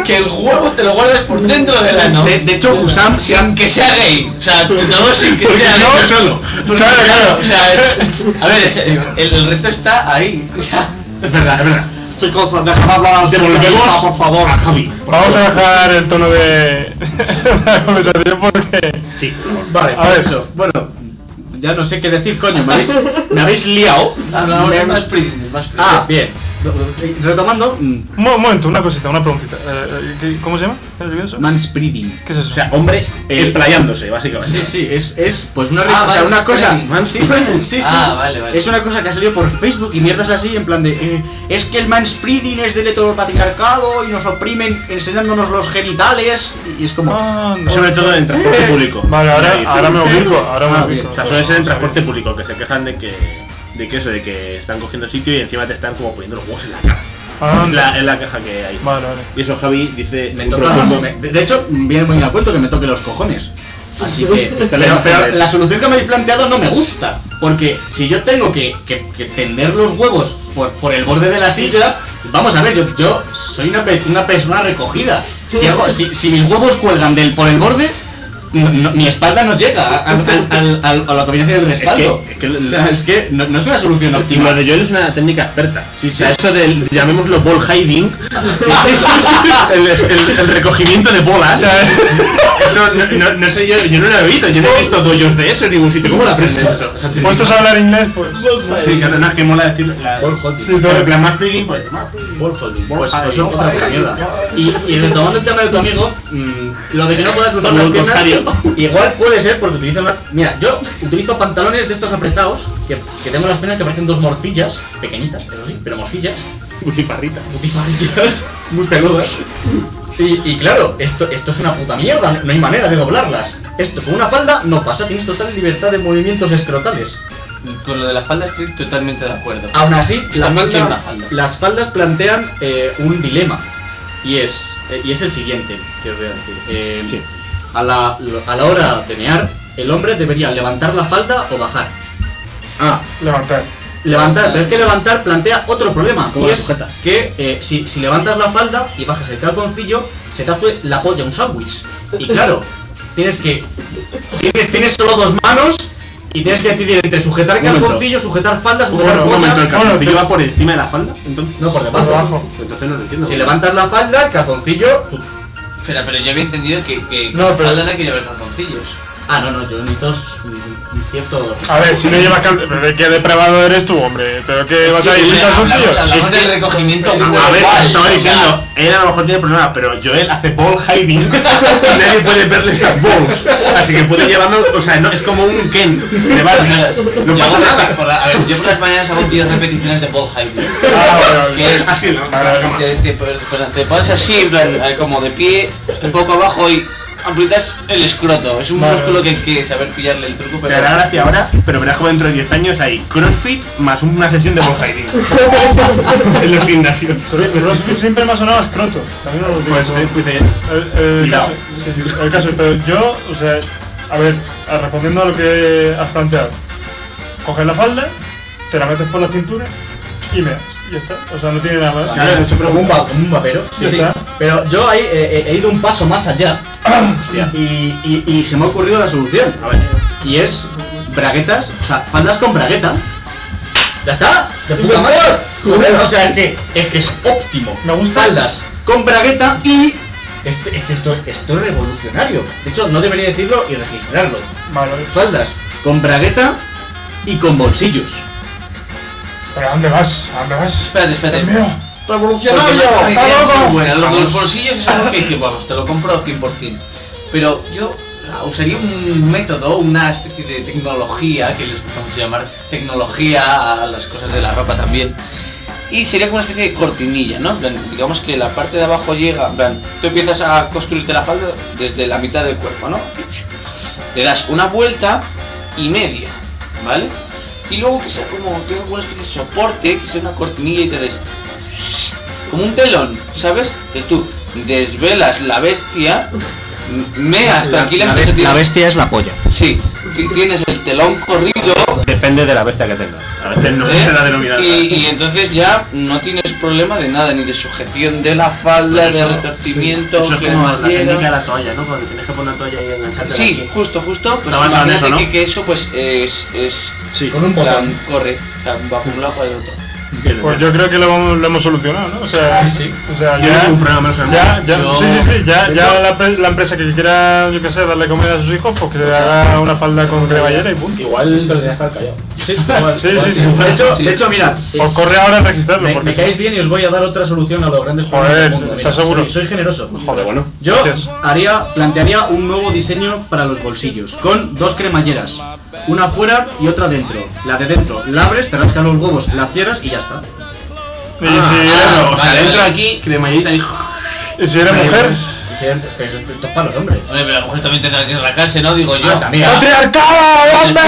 que el huevo te lo guardas por dentro del ano. De, de hecho, Husam se han. Que sea gay. O sea, no sin que sea gay. No, solo. Claro, claro. O sea, es- a ver, es- el, Eh, el resto está ahí. O sea, Es verdad, es verdad. Chicos, dejad hablar al Devolvemos socialista, por favor. a Javi. Vamos a dejar el tono de. la conversación porque. Sí, vale, A ver. eso. Bueno, ya no sé qué decir, coño, me habéis, me habéis liado. hablamos Me- de más príncipes, más príncipes. Ah, bien. Retomando, mm, Un mo- un momento, una cosita, una preguntita. Eh, eh, ¿qué- ¿Cómo se llama? ¿Has oído eso? manspreading. ¿Qué es eso? O sea, hombres eh, Explayándose, básicamente. Sí, sí, es, es pues una, Ah, re- o sea, vale, una cosa. sí. Sí, sí, sí. Ah, vale, vale. Es una cosa que ha salido por Facebook y mierdas así, en plan de. eh, es que el manspreading es del heteropatriarcado y nos oprimen enseñándonos los genitales. Y, y es como. Anda. Sobre todo en transporte Eh. público. Vale, ahora- Ahí. ahora me ubico, ahora me Ah, ubico. bien. O sea, suele ser en transporte público que se quejan de que, de que eso, de que están cogiendo sitio y encima te están como poniendo los huevos en la cara. Ah, En la, en la caja que hay. Vale, vale. Y eso Javi dice. Me un toca- profundo- me- de de hecho, viene muy a cuento que me toque los cojones. Así que. Está Pero, bien, pero está bien. la solución que me habéis planteado no me gusta. Porque si yo tengo que, que- que tender los huevos por, por el borde de la silla, vamos a ver, yo, yo soy una, pe- una persona recogida. Si, hago- si, si mis huevos cuelgan del por el borde. no- no- mi espalda no llega a, al- al- al- a lo que viene a ser el que- respaldo. es que lo- o sea, es que no, no es una solución Y lo óptima. de Joel es una técnica experta. Sí, sí. eso del, llamémoslo ball hiding, el, el- el recogimiento de bolas. Eso no, no- no sé, yo, yo no lo he oído, yo no he visto doyos de eso en ningún sitio. ¿Cómo lo aprendes esto? ¿Puestos a hablar inglés? Pues. Sí, claro, no, es que mola decir la... Ball holding. Sí, claro. pero en plan más feeling, pues... más Ball holding. Pues, Ball pues hiding. son cosas de mierda. Y, y retomando el tema de tu amigo, mm, lo de que no puedas cruzar Como las un piernas, corsario. Igual puede ser porque utiliza más. Mira, yo utilizo pantalones de estos apretados que, que tengo las penas que parecen dos morcillas, pequeñitas, pero sí, pero morcillas. Butifarritas. Butifarritas, muy peludas. Y, y claro, esto, esto es una puta mierda, no hay manera de doblarlas. Esto con una falda no pasa, tienes total libertad de movimientos escrotales. Con lo de la falda estoy totalmente de acuerdo. Aún así, Yo la también falda- quiero una falda. las faldas plantean eh, un dilema. Y es, eh, y es el siguiente, que os voy a decir. Eh, a, la, lo- a la hora de mear, el hombre debería levantar la falda o bajar. Ah, levantar. Levantar, pero es que levantar plantea otro problema, Como y las es que eh, si, si levantas la falda y bajas el calzoncillo, se te hace la polla un sándwich. Y claro, tienes que... Tienes, tienes solo dos manos y tienes que decidir entre sujetar Un momento. calzoncillo, sujetar falda, Un sujetar momento, un polla... momento, el calzoncillo Bueno, va por encima de la falda, entonces. No, por debajo. Entonces no lo entiendo. Si levantas la falda, el calzoncillo. Espera, pero yo había entendido que, que No, con pero- falda no hay que llevar calzoncillos. Ah, no, no, yo necesito un cierto. A ver, si no llevas cal... pero ¿De qué depravado eres tú, hombre? ¿Pero qué vas a ir sin calzoncillos? Hablamos del recogimiento. A ver, global, estaba o sea, diciendo, él a lo mejor tiene problemas, pero Joel hace ball hiding y nadie puede verle las balls. Así que puede llevarnos, o sea, no, es como un Ken de Batman. No yo pasa por las- nada. por la- a ver, yo por las mañanas hago 10 repeticiones de ball high. Ah, que es Así, ¿no? te, te, pon- te pones así, en plan, eh, como de pie, un poco abajo y aprietas el escroto. Es un Vale. músculo que hay que saber pillarle el truco, Te pero. hará gracia ahora, pero verás como dentro de 10 años hay crossfit más una sesión de ball hiding. en los gimnasios. Pero siempre me ha sonado escroto. También no lo digo. Pues, eh, pues, eh, El, el caso, cuidado. sí, sí, el caso, pero yo, o sea, a ver, a- respondiendo a lo que has planteado, coges la falda, te la metes por la cintura y meas, y ya está. O sea, no tiene nada más. Claro, como un, va- como un vapero. Ya está. Pero yo ahí eh, he, he ido un paso más allá. y, y- y se me ha ocurrido la solución. A ver. Y es braguetas, o sea, faldas con bragueta. ¿Ya está? ¡De puta madre! Joder, o sea, es que es, que es óptimo. Me gusta. Faldas con bragueta y. Este, este- esto, esto es revolucionario. De hecho, no debería decirlo y registrarlo. Faldas con bragueta y con bolsillos. ¿Pero a dónde vas? ¿A dónde vas? Espérate, espérate. Pues ¡Revolucionario! Porque me parece ¡Está una idea muy loco! buena. Lo de los Vamos. bolsillos es algo que dice, vamos, te lo compro 100%. Pero yo ah, usaría un método, una especie de tecnología, que les gusta mucho llamar tecnología a las cosas de la ropa también. Y sería como una especie de cortinilla, ¿no? En plan, digamos que la parte de abajo llega, en plan, tú empiezas a construirte la falda desde la mitad del cuerpo, ¿no? Le das una vuelta y media, ¿vale? Y luego que sea como, tenga una especie de soporte, que sea una cortinilla y te des como un telón, ¿sabes? Entonces tú desvelas la bestia, m- meas La, tranquila, la entonces bes- la tienes- bestia es la polla. Sí, ti- tienes el telón corrido Depende de la bestia que tengas. A veces no ¿eh? se la denominada. y, y entonces ya no tienes problema de nada, ni de sujeción de la falda, de retorcimiento, Eso es que como no la técnica de quiero. la toalla, ¿no? Cuando tienes que poner una toalla y engancharte. Sí, justo, justo. Pues Está basado en imagínate eso, ¿no? que, que eso pues es... es con un plan, botón. Corre, o sea, va por un lado para el otro. Pues yo creo que lo, vamos- lo hemos solucionado, ¿no? O sea, o sea Yo no ya, tengo un problema, o sea, ya, ya, yo- sí, sí, sí, ya, ya la, pre- la empresa que quiera, yo qué sé, darle comida a sus hijos, pues que le haga una falda con cremallera y punto. Igual se les deja callado. Sí, igual, igual. De hecho, de hecho, mirad. Os Pues corre ahora a registrarlo. Me, porque me caéis bien y os voy a dar otra solución a los grandes Joder, problemas del mundo. ¿estás seguro? Soy, soy generoso. Joder, bueno. Yo haría, plantearía un nuevo diseño para los bolsillos, con dos cremalleras, una fuera y otra dentro. La de dentro la abres, te rascas los huevos, la cierras y ya está. Y si Ah, era- o sea, Ah, vale, dentro vale. aquí, cremallerita y... ¿Y si era mujer? Ah, Y si- Pero esto es para los hombres. Hombre, pero la mujer también tendrá que rascarse, ¿no? Digo yo. Ah, también. ¡Patriarcado, hombre!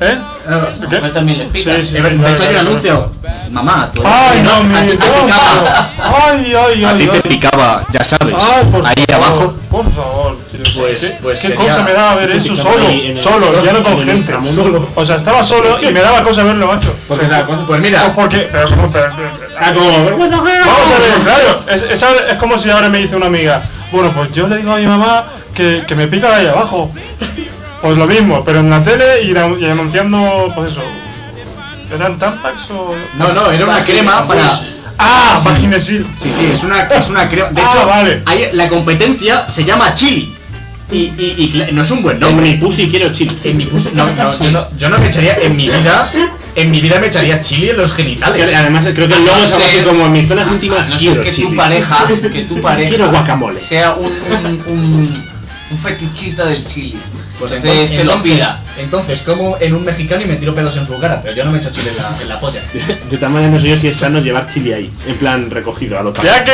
¿Eh? Ah, La mujer también le pica. Sí, sí, sí, eh, me claro, estoy en claro. anuncio. Mamá, tú eres- ¡Ay, no, mi A ti- a ti Dios! acaba. ¡Ay, ay, ay! A ti ay. te picaba, ya sabes. Ah, Ay, por ahí favor, abajo. Por favor, tío, Pues- ¿qué, pues qué sería- cosa me daba ver eso solo, ahí en el- solo, ya no en con el gente, inframundo. solo. O sea, estaba solo y me daba cosa verlo, macho. Pues me da cosa- pues Pues mira. porque, pero, pero- pero- Ah, como vergüenza ajena. Vamos a ver, claro, es, es ahora- es como si ahora me dice una amiga, bueno, pues yo le digo a mi mamá que, que me pica ahí abajo. Pues lo mismo, pero en la tele y, la- y anunciando, pues eso. ¿Eran Tampax o...? No, no, era una crema para. ¡Ah! Vaginesil. Sí, sí, es una, es una crema. De Ah, hecho, vale. hay- la competencia se llama Chili. Y, y, y cla- no es un buen nombre. En mi pussy quiero chili. En mi pussy, no, no, yo no, yo no me echaría en mi vida. En mi vida me echaría chili en los genitales. Además, creo que el logo es algo así como en mis zonas íntimas Ah, No sé, quiero que tu chili. pareja, que tu pareja Quiero guacamole. sea un, un, un- Un fetichista del chile. este Pues Te- entonces, te lo entonces- pida. Entonces, como en un mexicano y me tiro pedos en su cara, pero yo no me echo chile en la, en la polla. De tal manera no sé yo si es sano llevar chile ahí, en plan recogido a lo Ya que.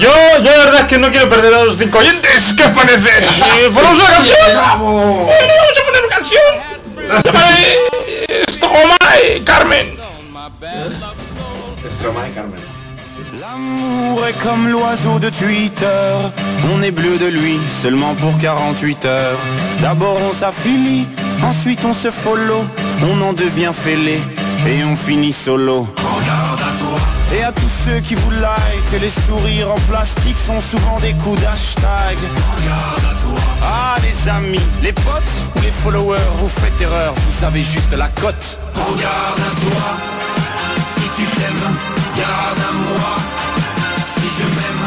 yo, yo la verdad es que no quiero perder a los cinco oyentes que aparecen. Eh, ¡Ponemos una canción! ¡Bravo! ¡Vamos a poner una canción! Llámale, eh, Estroma y Carmen. Estroma y Carmen. L'amour est comme l'oiseau de Twitter, on est bleu de lui seulement pour 48 heures. D'abord on s'affilie, ensuite on se follow, on en devient fêlé et on finit solo. Et à tous ceux qui vous like, les sourires en plastique sont souvent des coups d'hashtag. Ah les amis, les potes ou les followers, vous faites erreur, vous avez juste la cote. Regarde à toi, si tu t'aimes, garde à moi. Si je m'aime,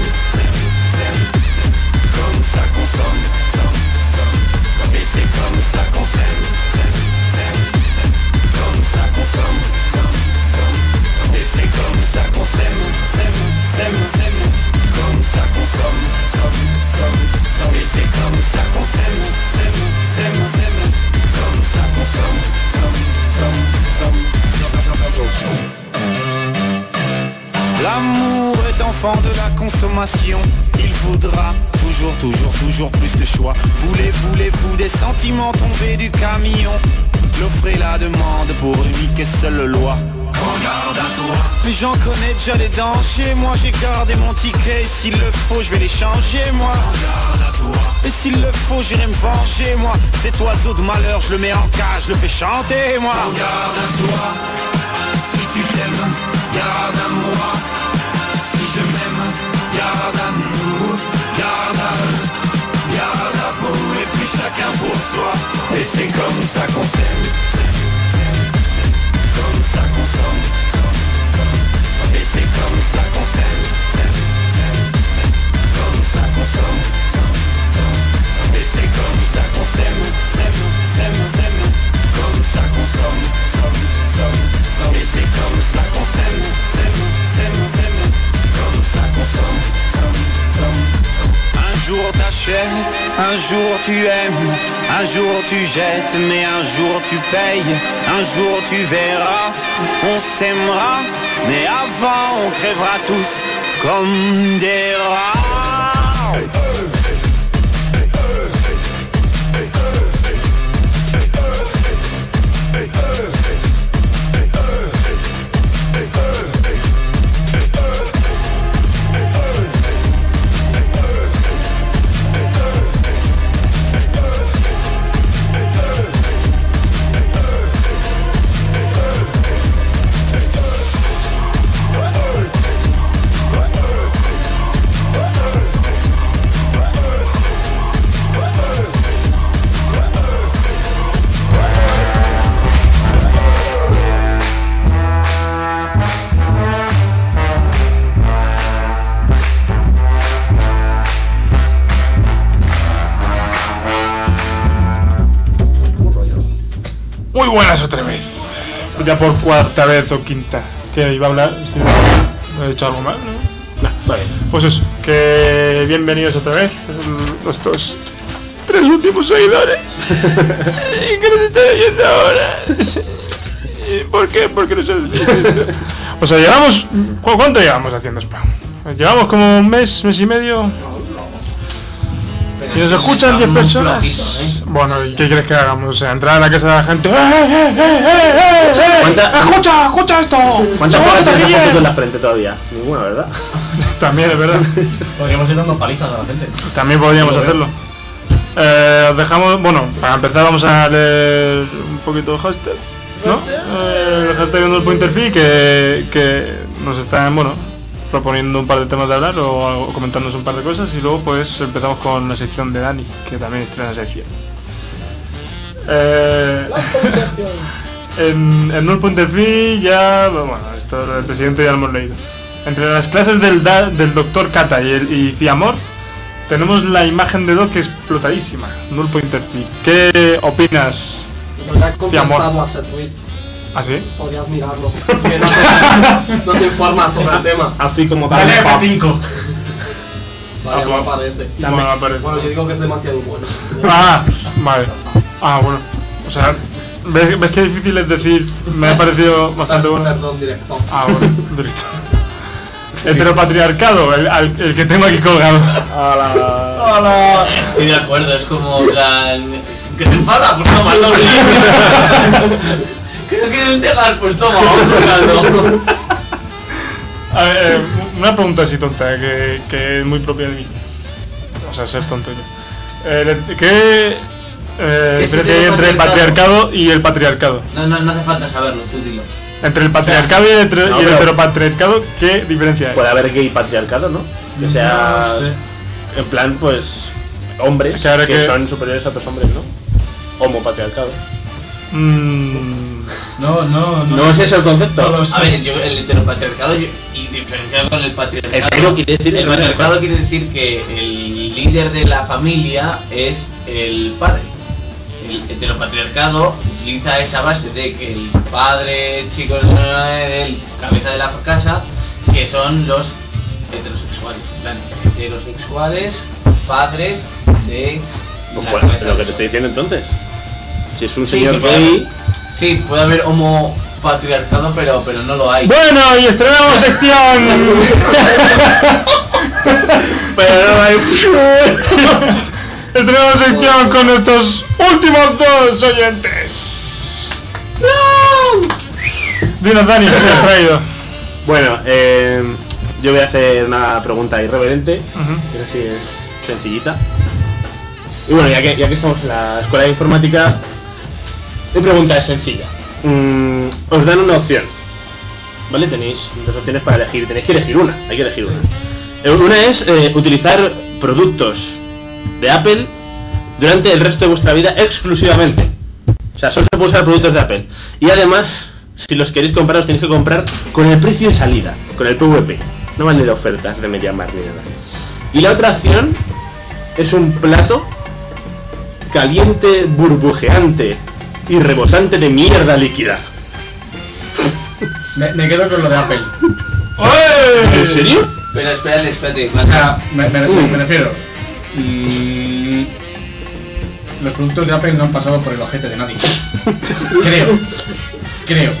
s'aime, s'aime. comme ça qu'on somme, somme, somme, somme. Et c'est comme ça qu'on s'aime, s'aime, s'aime, s'aime. comme ça qu'on somme, somme, somme, somme. Et c'est comme ça qu'on s'aime, s'aime, s'aime, s'aime. comme ça qu'on somme, somme, somme, somme. Et c'est comme ça qu'on s'aime, s'aime, s'aime, s'aime. comme ça qu'on somme, somme, somme, somme, somme, somme. L'amour est enfant de la consommation. Il faudra toujours, toujours, toujours plus de choix. Voulez, voulez-vous des sentiments tombés du camion L'offre et la demande pour unique et seule loi. Regarde à toi. Mais j'en connais déjà les dangers. Moi j'ai gardé mon ticket. S'il le faut, je vais les changer. Moi. Et s'il le faut, j'irai me venger. Moi. Cet oiseau de malheur, je le mets en cage, je le fais chanter. Moi. Regarde à toi. Si tu t'aimes, garde à moi. Si je m'aime, garde à nous, garde à eux, garde à vous, et puis chacun pour soi. Et c'est comme ça qu'on s'aime, s'aime, s'aime, s'aime. comme ça qu'on somme, somme, somme. Et c'est comme ça qu'on s'aime, s'aime, s'aime, s'aime. comme ça qu'on somme, somme, somme, somme. Et c'est comme ça qu'on s'aime, s'aime, s'aime, s'aime. comme ça qu'on somme, somme, somme, somme. Et c'est comme ça qu'on s'aime, s'aime, s'aime, s'aime. Comme ça qu'on somme, somme, somme, somme. Un jour t'achètes, un jour tu aimes, un jour tu jettes, mais un jour tu payes, un jour tu verras, on s'aimera, mais avant on crèvera tous comme des rats. Muy buenas otra vez. Ya por cuarta vez o quinta. Que iba a hablar. si no- no he hecho algo mal, ¿no? vale. Pues eso, que bienvenidos otra vez. mm, Los dos. Tres últimos seguidores. ¿Y qué nos están oyendo ahora? ¿Y ¿Por qué? Porque no sé. O sea, llevamos. ¿cu- ¿Cuánto llevamos haciendo spam? Llevamos como un mes, mes y medio. Si nos escuchan 10 personas. Bueno, ¿y qué quieres que hagamos? O sea, entrar a la casa de la gente. ¡Eh, eh, eh, eh, eh, eh! ¿Cuánta- ¡Escucha, escucha esto! ¿Cuántas ¡Escucha cosas tienes bien! fotos en la frente todavía? Ninguna, ¿verdad? También, es verdad. Podríamos ir dando palizas a la gente. Pues También podríamos Lo veo. hacerlo. Eh, os dejamos, bueno, para empezar vamos a leer un poquito de hashtag, ¿no? Eh, el hashtag de Pointerfi que, que nos están, bueno, proponiendo un par de temas de hablar o algo- comentándonos un par de cosas y luego pues empezamos con la sección de Dani, que también estrena sección. Eh, en en Null.fi ya, bueno, esto el presidente ya lo hemos leído. Entre las clases del, da- del doctor Kata y, el, y Ciamor, tenemos la imagen de Doc explotadísima. Null.fi. ¿Qué opinas? Pues Nos ha contestado amor. a ese tweet. ¿Ah, sí? Podrías mirarlo. que no te- no te informas sobre el tema. Así como Dale a para- Ah, Vale, no aparece. Dame. No aparece. Bueno, yo digo que es demasiado bueno. Ah, vale. Ah, bueno. O sea, ¿ves, ves que difícil es decir? Me ha parecido Ah, bastante bueno. Perdón, directo. Ah, bueno, directo. Heteropatriarcado, el, al- el que tengo aquí colgado. Hola. Estoy de acuerdo, es como la... Que te enfada, pues toma, no. Que no quieres dejar, pues toma, vamos a A ver, eh, una pregunta así tonta, eh, que, que es muy propia de mí. O sea, ser tonto yo. Eh, ¿Qué eh, ¿Qué diferencia hay tiene entre el patriarcado y el patriarcado? No, no, no hace falta saberlo, tú dilo. Entre el patriarcado y el, heter- No, y el pero- heteropatriarcado, ¿qué diferencia hay? Puede haber gay patriarcado, ¿no? Que Ah, sea. No sé. En plan, pues. Hombres Que ahora que, que- son superiores a otros hombres, ¿no? Homopatriarcado. Mm, No, no, no. No es eso el concepto. No lo sé. A ver, yo, el heteropatriarcado yo- y diferenciado con el patriarcado. Hetero quiere decir el heteropatriarcado. patriarcado quiere decir que el líder de la familia es el padre. El heteropatriarcado utiliza esa base de que el padre, chicos, el cabeza de la casa, que son los heterosexuales. en plan, heterosexuales, padres de. Pues, la bueno, cabeza lo de que te estoy diciendo entonces. Si es un Sí, señor sí, puede gay. haber- Sí, puede haber homopatriarcado, pero, pero no lo hay. Bueno, y estrenamos este sección. Pero no hay- estrenamos sección con nuestros últimos dos oyentes. Dinos, Dani, ¿qué has traído? Bueno, eh, yo voy a hacer una pregunta irreverente. Ujú. que no sé si es sencillita. Y bueno, ya que, ya que estamos en la escuela de informática, mi pregunta es sencilla. Mm, os dan una opción. ¿Vale? Tenéis dos opciones para elegir. Tenéis que elegir una. Hay que elegir una. Eh, Una es eh, utilizar productos de Apple durante el resto de vuestra vida exclusivamente. O sea, solo se puede usar productos de Apple. Y además, si los queréis comprar, os tenéis que comprar con el precio de salida, con el PVP. No van ni de ofertas de MediaMarkt ni nada. Y la otra opción es un plato caliente, burbujeante y rebosante de mierda líquida. Me, me quedo con lo de Apple. ¿En serio? Pero espérate, espérate. O sea, me, me- me refiero. mm, los productos de Apple no han pasado por el ojete de nadie. Creo. Creo.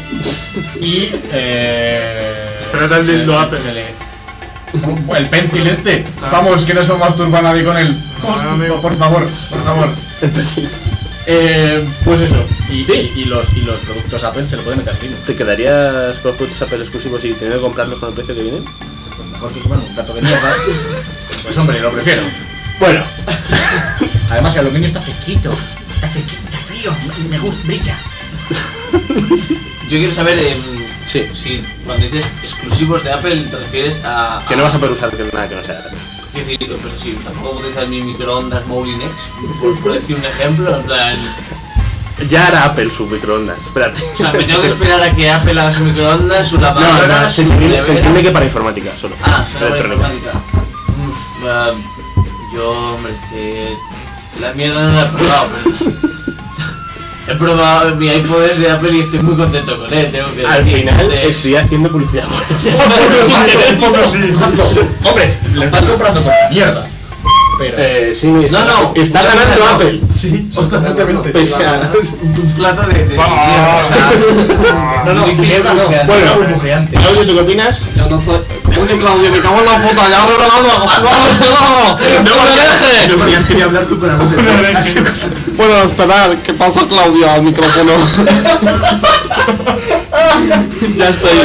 Y. Eh, Pero es el se- dildo se- Apple. se le- Uh, El pencil este. Vamos, que no se masturba nadie con él. Por favor, por favor. Eh, pues eso. Y, y- y los, y los productos Apple se lo pueden meter al cine. ¿Te quedarías con los productos Apple exclusivos y tener que comprarlos con el precio que vienen? Mejor que coman un plato de mierda. Pues hombre, lo prefiero. Bueno. Además, el aluminio está fresquito. Está fresquito, está frío. Me, me gusta, brilla. Yo quiero saber em, si cuando dices exclusivos de Apple te refieres a. a- Que no vas a poder usar nada que no sea Apple. Quiero decir, pero si tampoco utilizas mi microondas Moulinex, por, por decir un ejemplo, en plan. Ya hará Apple su microondas, espérate. O sea, me tengo que esperar a que Apple haga su microondas, su No, lavadora, no, se su entiende, se nevera. entiende que para informática solo. Ah, solo para Electrónica. informática. Mm, ah, yo, hombre, que la mierda no la he probado, pero... He probado mi iPod es de Apple y estoy muy contento con él, tengo que Al decir. final, Eh, eh, sigue haciendo publicidad. Hombre, le estás comprando con mierda. Pero. Eh, sí, No, no. Está una ganando cosa no. Apple. Sí, Pues, ah, Un plato de... Ah. de No, no, mierda no. Bueno, Claudio, ¿tú qué opinas? Yo no soy. ¿Cómo que Claudio? Me cago en la puta, ya me ¡No me dejes! No me quería hablar tú para Bueno, esperar, ¿qué pasa Claudio al micrófono? ya estoy.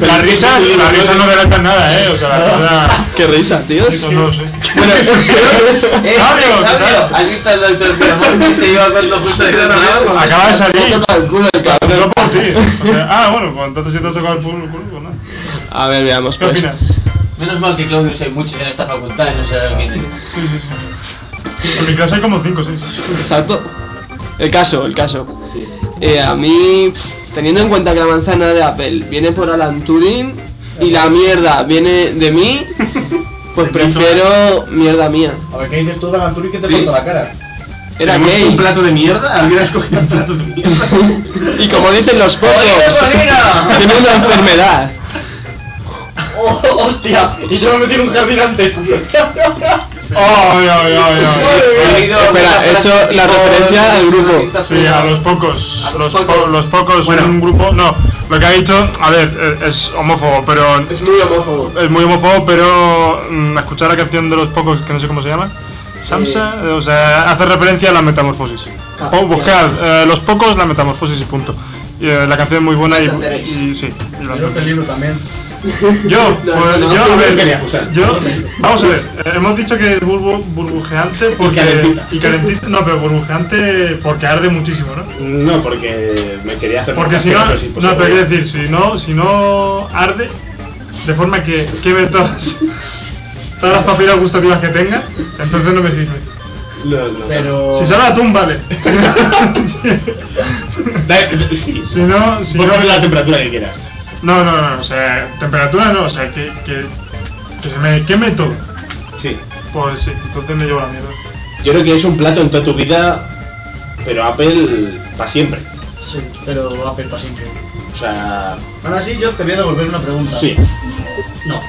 La risa, la risa no delata nada, eh. O sea, la verdad. Qué risa, tío. Eso no lo sé. Eh, Fabio, Fabio, ¿qué ¿Has visto el doctor Fiamón que se lleva con los justo de tal? Acaba de salir. Al eh, culo, Te cabrón. lo puedo decir. O sea, ah, bueno, pues entonces si te ha tocado el culo, culo, pues nada. A ver, veamos. ¿Qué pues. opinas? Menos mal que Claudio hay muchos en esta facultad y no será quién es. Sí, sí, sí. En mi clase hay como 5 o 6. Exacto. El caso, el caso. Eh, a mí, pf, teniendo en cuenta que la manzana de Apple viene por Alan Turing y la mierda viene de mí, pues prefiero mierda mía. A ver, ¿qué dices tú, Don Arturo, y que te Sí. corto la cara? Era ¿Tenemos gay. un plato de mierda? ¿Alguien ha escogido un plato de mierda? Y como dicen los fotos, tiene una enfermedad. Oh, ¡Hostia! Y yo me metí en un jardín antes. Ay, ay, ay, ay. Eh, Espera, he hecho la referencia al grupo. Sí, a los pocos. los, po- los pocos en un grupo. No, lo que ha dicho, a ver, eh, es homófobo, pero. Es muy homófobo. Es muy homófobo, pero. mm, escuchar la canción de los pocos, que no sé cómo se llama. Samsa, eh, o sea, hace referencia a la metamorfosis. O buscar eh, los pocos, la metamorfosis y punto. Y, eh, la canción es muy buena y, y sí. y la- este libro también. Yo, No, pues, no, yo, no a ver, quería acusar. yo, vamos a ver, eh, hemos dicho que es burbu- burbujeante porque, calentita. y calentita, no, pero burbujeante porque arde muchísimo, ¿no? No, porque me quería hacer. Porque si no, no, pero quiero decir, si no, si no arde, de forma que queme todas, todas las papilas gustativas que tenga, entonces no me sirve. Pero. Si sale atún, vale. Si no, si Vos no, pones la temperatura que quieras. no, no, no, o sea, temperatura no, o sea, que, que, que se me queme todo. Sí. Pues sí, entonces me llevo la mierda. Yo creo que es un plato en toda tu vida, pero Apple para siempre. Sí, pero Apple para siempre. O sea. Ahora sí, yo te voy a devolver una pregunta. Sí. No.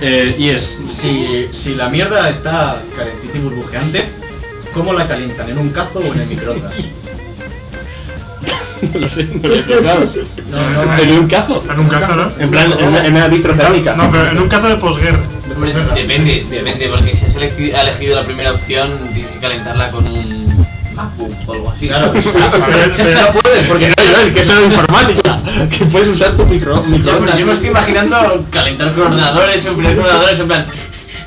Eh, y es, si, si la mierda está calentita y burbujeante, ¿cómo la calientan? ¿En un cazo o en el microondas? No sé, no lo he pensado. No, no, En un cazo. En un cazo, ¿no? eh, En plan, en una, en una vitrocerámica. No, pero en un cazo de posguerra. Hombre, depende, depende, porque si has elegí- ha elegido la primera opción, tienes que calentarla con un MacBook o algo así. Claro, pues, No puedes, porque no, yo, el que eso es informática. Que puedes usar tu micro, Yo, pero microondas. yo me estoy imaginando calentar con ordenadores, enfriar con ordenadores, en plan,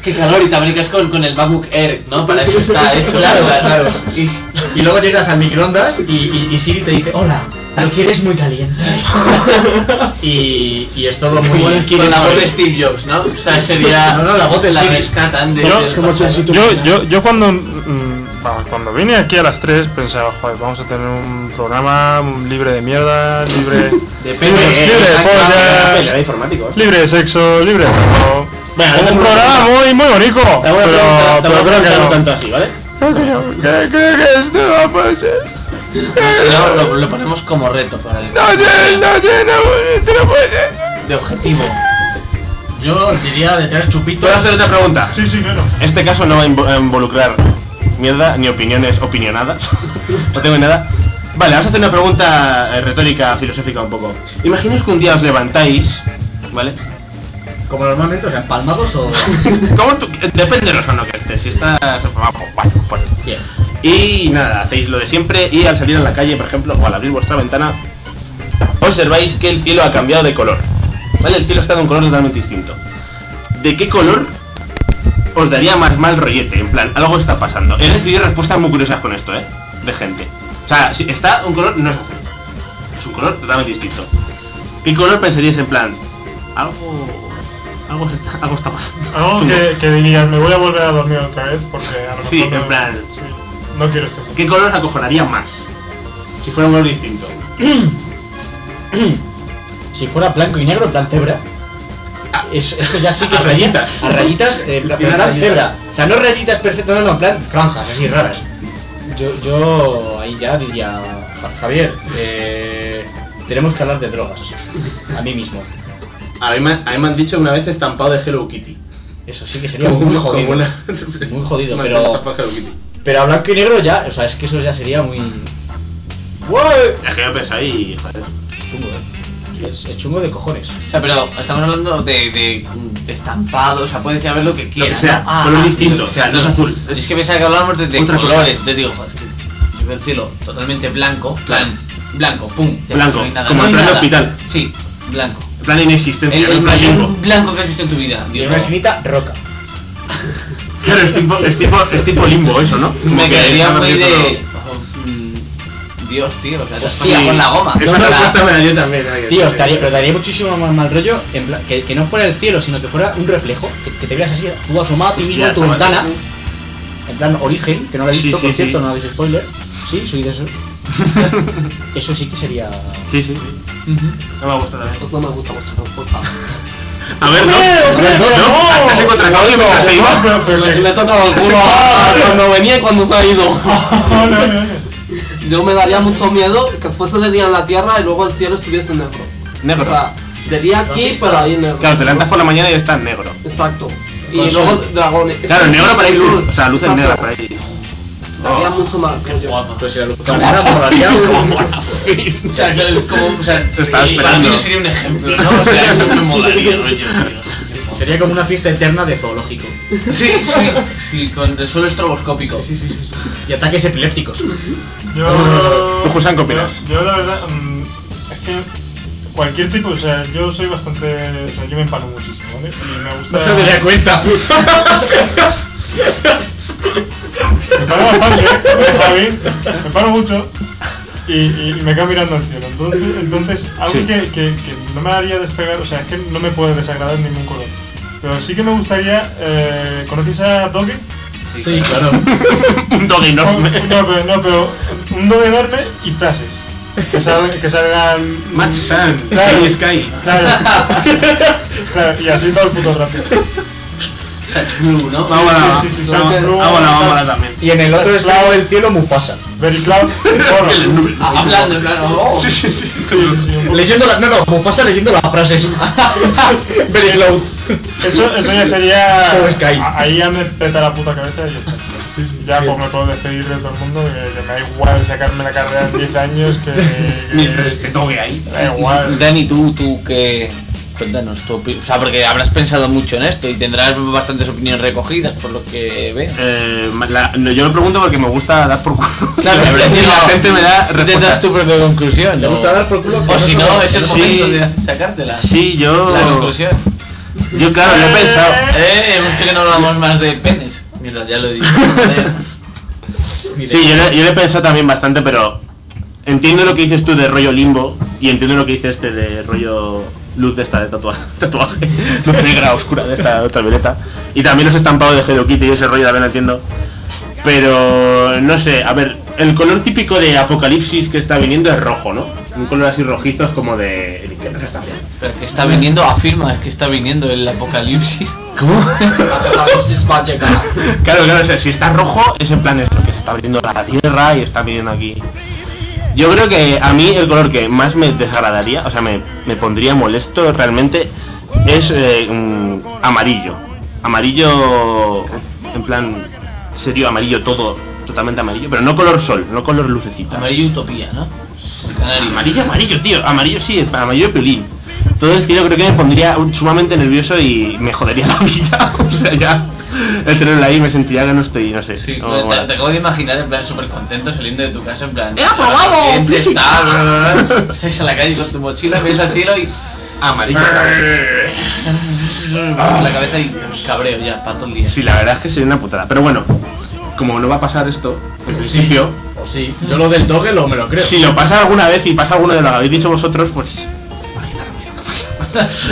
qué calor y te abricas con, con el MacBook Air, ¿no? Para eso está hecho. Claro, ¿no? claro. Y, y luego llegas al microondas y, y, y Siri te dice, hola, lo quieres muy caliente. y, y es todo muy... Con la voz de Steve Jobs, ¿no? O sea, sería... No, no, la voz de la Larry. rescatan de... Yo, yo, yo, yo cuando mm, vamos, cuando vine aquí a las 3 pensaba, joder, vamos a tener un programa libre de mierda, libre, Depende, Eh, libre, libre de pollas, Era informático. libre de sexo, libre de todo. un programa muy, muy bonito, pero, pero creo que no. tanto así, ¿vale? Creo que no. Creo- creo que esto no va a pasar. Lo, eh, lo- lo ponemos como reto para el... No sé, no sé, no, esto no puede ser. De objetivo. Yo diría de tener chupitos. Puedo hacer otra pregunta. Sí, sí, claro. Este caso no va a invo- a involucrar mierda ni opiniones opinionadas. no tengo nada. Vale, vamos a hacer una pregunta eh, retórica, filosófica un poco. Imaginaos que un día os levantáis, ¿vale? Como normalmente, o sea, empalmados o. ¿Cómo tú- eh, Depende de los sano que estés. Si estás. ah, pues, vale, pues. Y nada, hacéis lo de siempre y al salir a la calle, por ejemplo, o al abrir vuestra ventana, observáis que el cielo ha cambiado de color. ¿Vale? El cielo está de un color totalmente distinto. ¿De qué color os daría más mal rollete? En plan, algo está pasando. He recibido respuestas muy curiosas con esto, ¿eh? De gente. O sea, si está un color, no es azul. Es un color totalmente distinto. ¿Qué color pensaríais en plan? Algo. Algo, se está, algo está pasando. Algo Chungo. que, que dirías, me voy a volver a dormir otra vez porque a lo Sí, mejor en no- plan. sí, no quiero esto. ¿Qué color os acojonaría más? Si fuera un color distinto. si fuera blanco y negro, en plan cebra. Eso, eso ya sí que Ah. A sería- rayitas. A rayitas, eh, en plan rayita. cebra. O sea, no rayitas perfectas, no, no, en plan franjas, así raras. Yo, yo ahí ya diría, "Ja- Javier, eh, tenemos que hablar de drogas. A mí mismo. A mí, me, a mí me han dicho una vez estampado de Hello Kitty. Eso sí que sería muy jodido. Muy jodido, pero, pero a blanco y negro ya, o sea, es que eso ya sería muy... Es que yo Pues pensé ahí, joder. Chungo, ¿eh? Es, es chungo de cojones. O sea, pero estamos hablando de, de mm, estampado, o sea, puedes saber lo que quieras. sea, ¿no? Ah, color ah, distinto, o sea, no es azul. Es que pensaba que hablábamos de, de colores, entonces digo, joder, es que yo veo el cielo totalmente blanco, plan, blanco, pum. ya Blanco, no hay nada, como no en hay plan nada. hospital. Sí, blanco. En plan inexistente. El, el en plan mayor limbo. blanco que has visto en tu vida. Y Digo, en una esquinita, roca. Claro, es tipo, es, tipo, es tipo limbo eso, ¿no? Como me que quedaría está muy metido de... todo. oh, mm, Dios, tío, o sea, te has Sí. pasado con la goma. Esa No, no, respuesta la- me la dio también. ¿eh? alguien. Tío, estaría, pero daría muchísimo más mal rollo en plan- que, que no fuera el cielo, sino que fuera un reflejo, que, que te veas así, tú asomado a ti mismo en tu chaval. ventana, en plan origen, que no lo he Sí, visto, sí, por sí. cierto, no habéis spoiler. Sí, soy de esos. eso sí que sería. Sí, sí. No me ¿eh? gusta también. No me gusta vuestra respuesta. A ver, no. No, no, hasta se contrató alguien mientras se iba. Le, le he tocado el culo a- a cuando venía y cuando se ha ido. Yo me daría mucho miedo que fuese de día en la tierra y luego el cielo estuviese negro. Negro. O sea, de día aquí, pero ahí negro. Claro, te levantas por la mañana y estás negro. Exacto. Y Con luego sol. dragones. Claro, negro para ir luz. O sea, luces negras para ir. Daría mucho más. pues Entonces era lo que O sea, yo- como, o sea, Te estaba y para esperando. mí no sería un ejemplo, ¿no? O sea, eso me molaría, ¿no? Sería como una fiesta eterna de zoológico. Sí, sí, sí, con el suelo estroboscópico. Sí, sí, sí, sí. Y ataques epilépticos. Yo. Ojo, Sanco, opinas. Yo, yo la verdad. mm, es que. Cualquier tipo, o sea, yo soy bastante. O sea, yo me empano muchísimo, ¿vale? Y me gusta. No se daría cuenta. Me paro bastante, ¿eh? Javi. Me paro mucho. Y, y me quedo mirando al cielo. Entonces, entonces algo Sí. que, que- que no me haría despegar, o sea, es que no me puede desagradar ningún color. Pero sí que me gustaría. Eh, ¿Conocéis a Doggy? Sí, claro. un dog enorme. No, pero, no, pero un dog enorme y frases. Que salgan. Que salgan Match Sun, Claro. Sky Sky. Claro. Claro, y así todo el puto rápido. ¿no? Vámonos. Sí, sí, sí, sí, Vámonos, sí. vámonos, vámonos también. Y en el otro lado del cielo, Mufasa. Very Cloud. Hablando, claro. oh. Leyendo las. No, no, Mufasa leyendo las frases. Very Cloud. Eso, eso ya sería. Como Sky. a- Ahí ya me peta la puta cabeza y ya está. Ya pues me puedo despedir de todo el mundo, que, que me da igual sacarme la carrera en 10 años que. que- Mientras te toque ahí. Da igual. Eh, Dani, tú, tú que. Cuéntanos tu opinión. O sea, porque habrás pensado mucho en esto y tendrás bastantes opiniones recogidas por lo que veo. Eh, la- no, yo lo pregunto porque me gusta dar por culo. Claro, la, verdad es que la gente me da Te das respuestas. tu propia conclusión. Me ¿no? gusta dar por culo, O pero si no- no, es el Sí. momento de sacártela. Sí, yo- La conclusión. Yo, claro, yo he pensado. Eh, hemos dicho que no hablamos más de penes. Mierda, ya lo he dicho. Sí, yo le, yo le he pensado también bastante, pero entiendo lo que dices tú de rollo limbo y entiendo lo que dices este de rollo luz de esta de tatua- tatuaje, luz negra oscura de esta ultravioleta y también los estampados de Hello Kitty y ese rollo también lo entiendo. Pero no sé, a ver, el color típico de Apocalipsis que está viniendo es rojo, ¿no? Un color así rojizo es como de el infierno que está bien. Pero que está viniendo, afirma, es que está viniendo el apocalipsis. ¿Cómo? apocalipsis va a llegar. Claro, claro, o sea, si está rojo es en plan eso, que se está abriendo la tierra y está viniendo aquí. Yo creo que a mí el color que más me desagradaría, o sea, me, me pondría molesto realmente, es eh, mm, amarillo. Amarillo, en plan, serio, amarillo todo, totalmente amarillo, pero no color sol, no color lucecita. Amarillo utopía, ¿no? Amarillo, amarillo, tío. Amarillo sí, es para amarillo piolín. Todo el cielo creo que me pondría un- sumamente nervioso y me jodería la vida. o sea, ya el tenerlo ahí me sentiría que no estoy, no sé. Sí, no, te- mola. te, acabo de imaginar en plan súper contento saliendo de tu casa en plan... ¡He aprobado! ¿Qué te ¡Eh, Sí. está? Bla, bla, bla. Estáis a la calle con tu mochila, ves al cielo y... Amarillo. la cabeza y cabreo ya, para todo el día. Sí, la verdad es que sería una putada. Pero bueno, como no va a pasar esto, pues en principio. O sí. Yo lo del toque lo me lo creo. Si lo pasa alguna vez y pasa alguno de lo que habéis dicho vosotros, pues.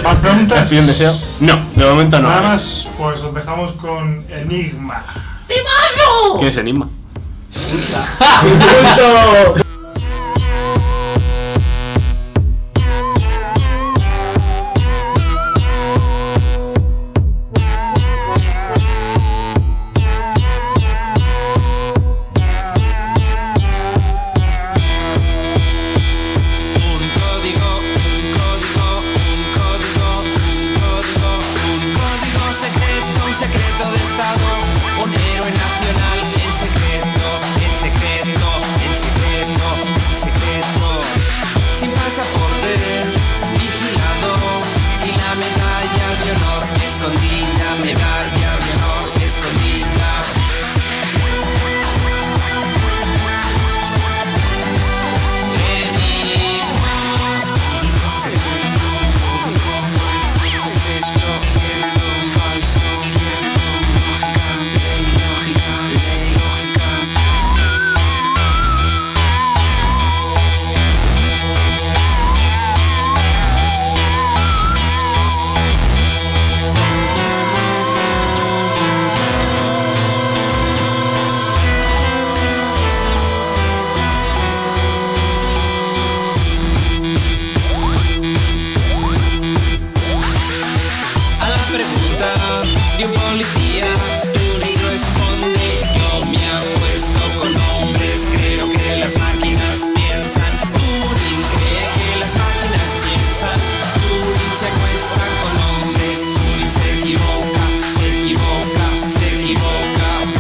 ¿Más preguntas? ¿Así un deseo? No, de momento no. Nada más, pues os dejamos con Enigma. ¿Quién es Enigma? secreto, el secreto, el secreto, que policía, tú ni responde. Yo me apuesto con hombres, creo que las máquinas piensan. Turing cree que las máquinas piensan. Turing se acuesta con hombres, Turing se equivoca, se equivoca, se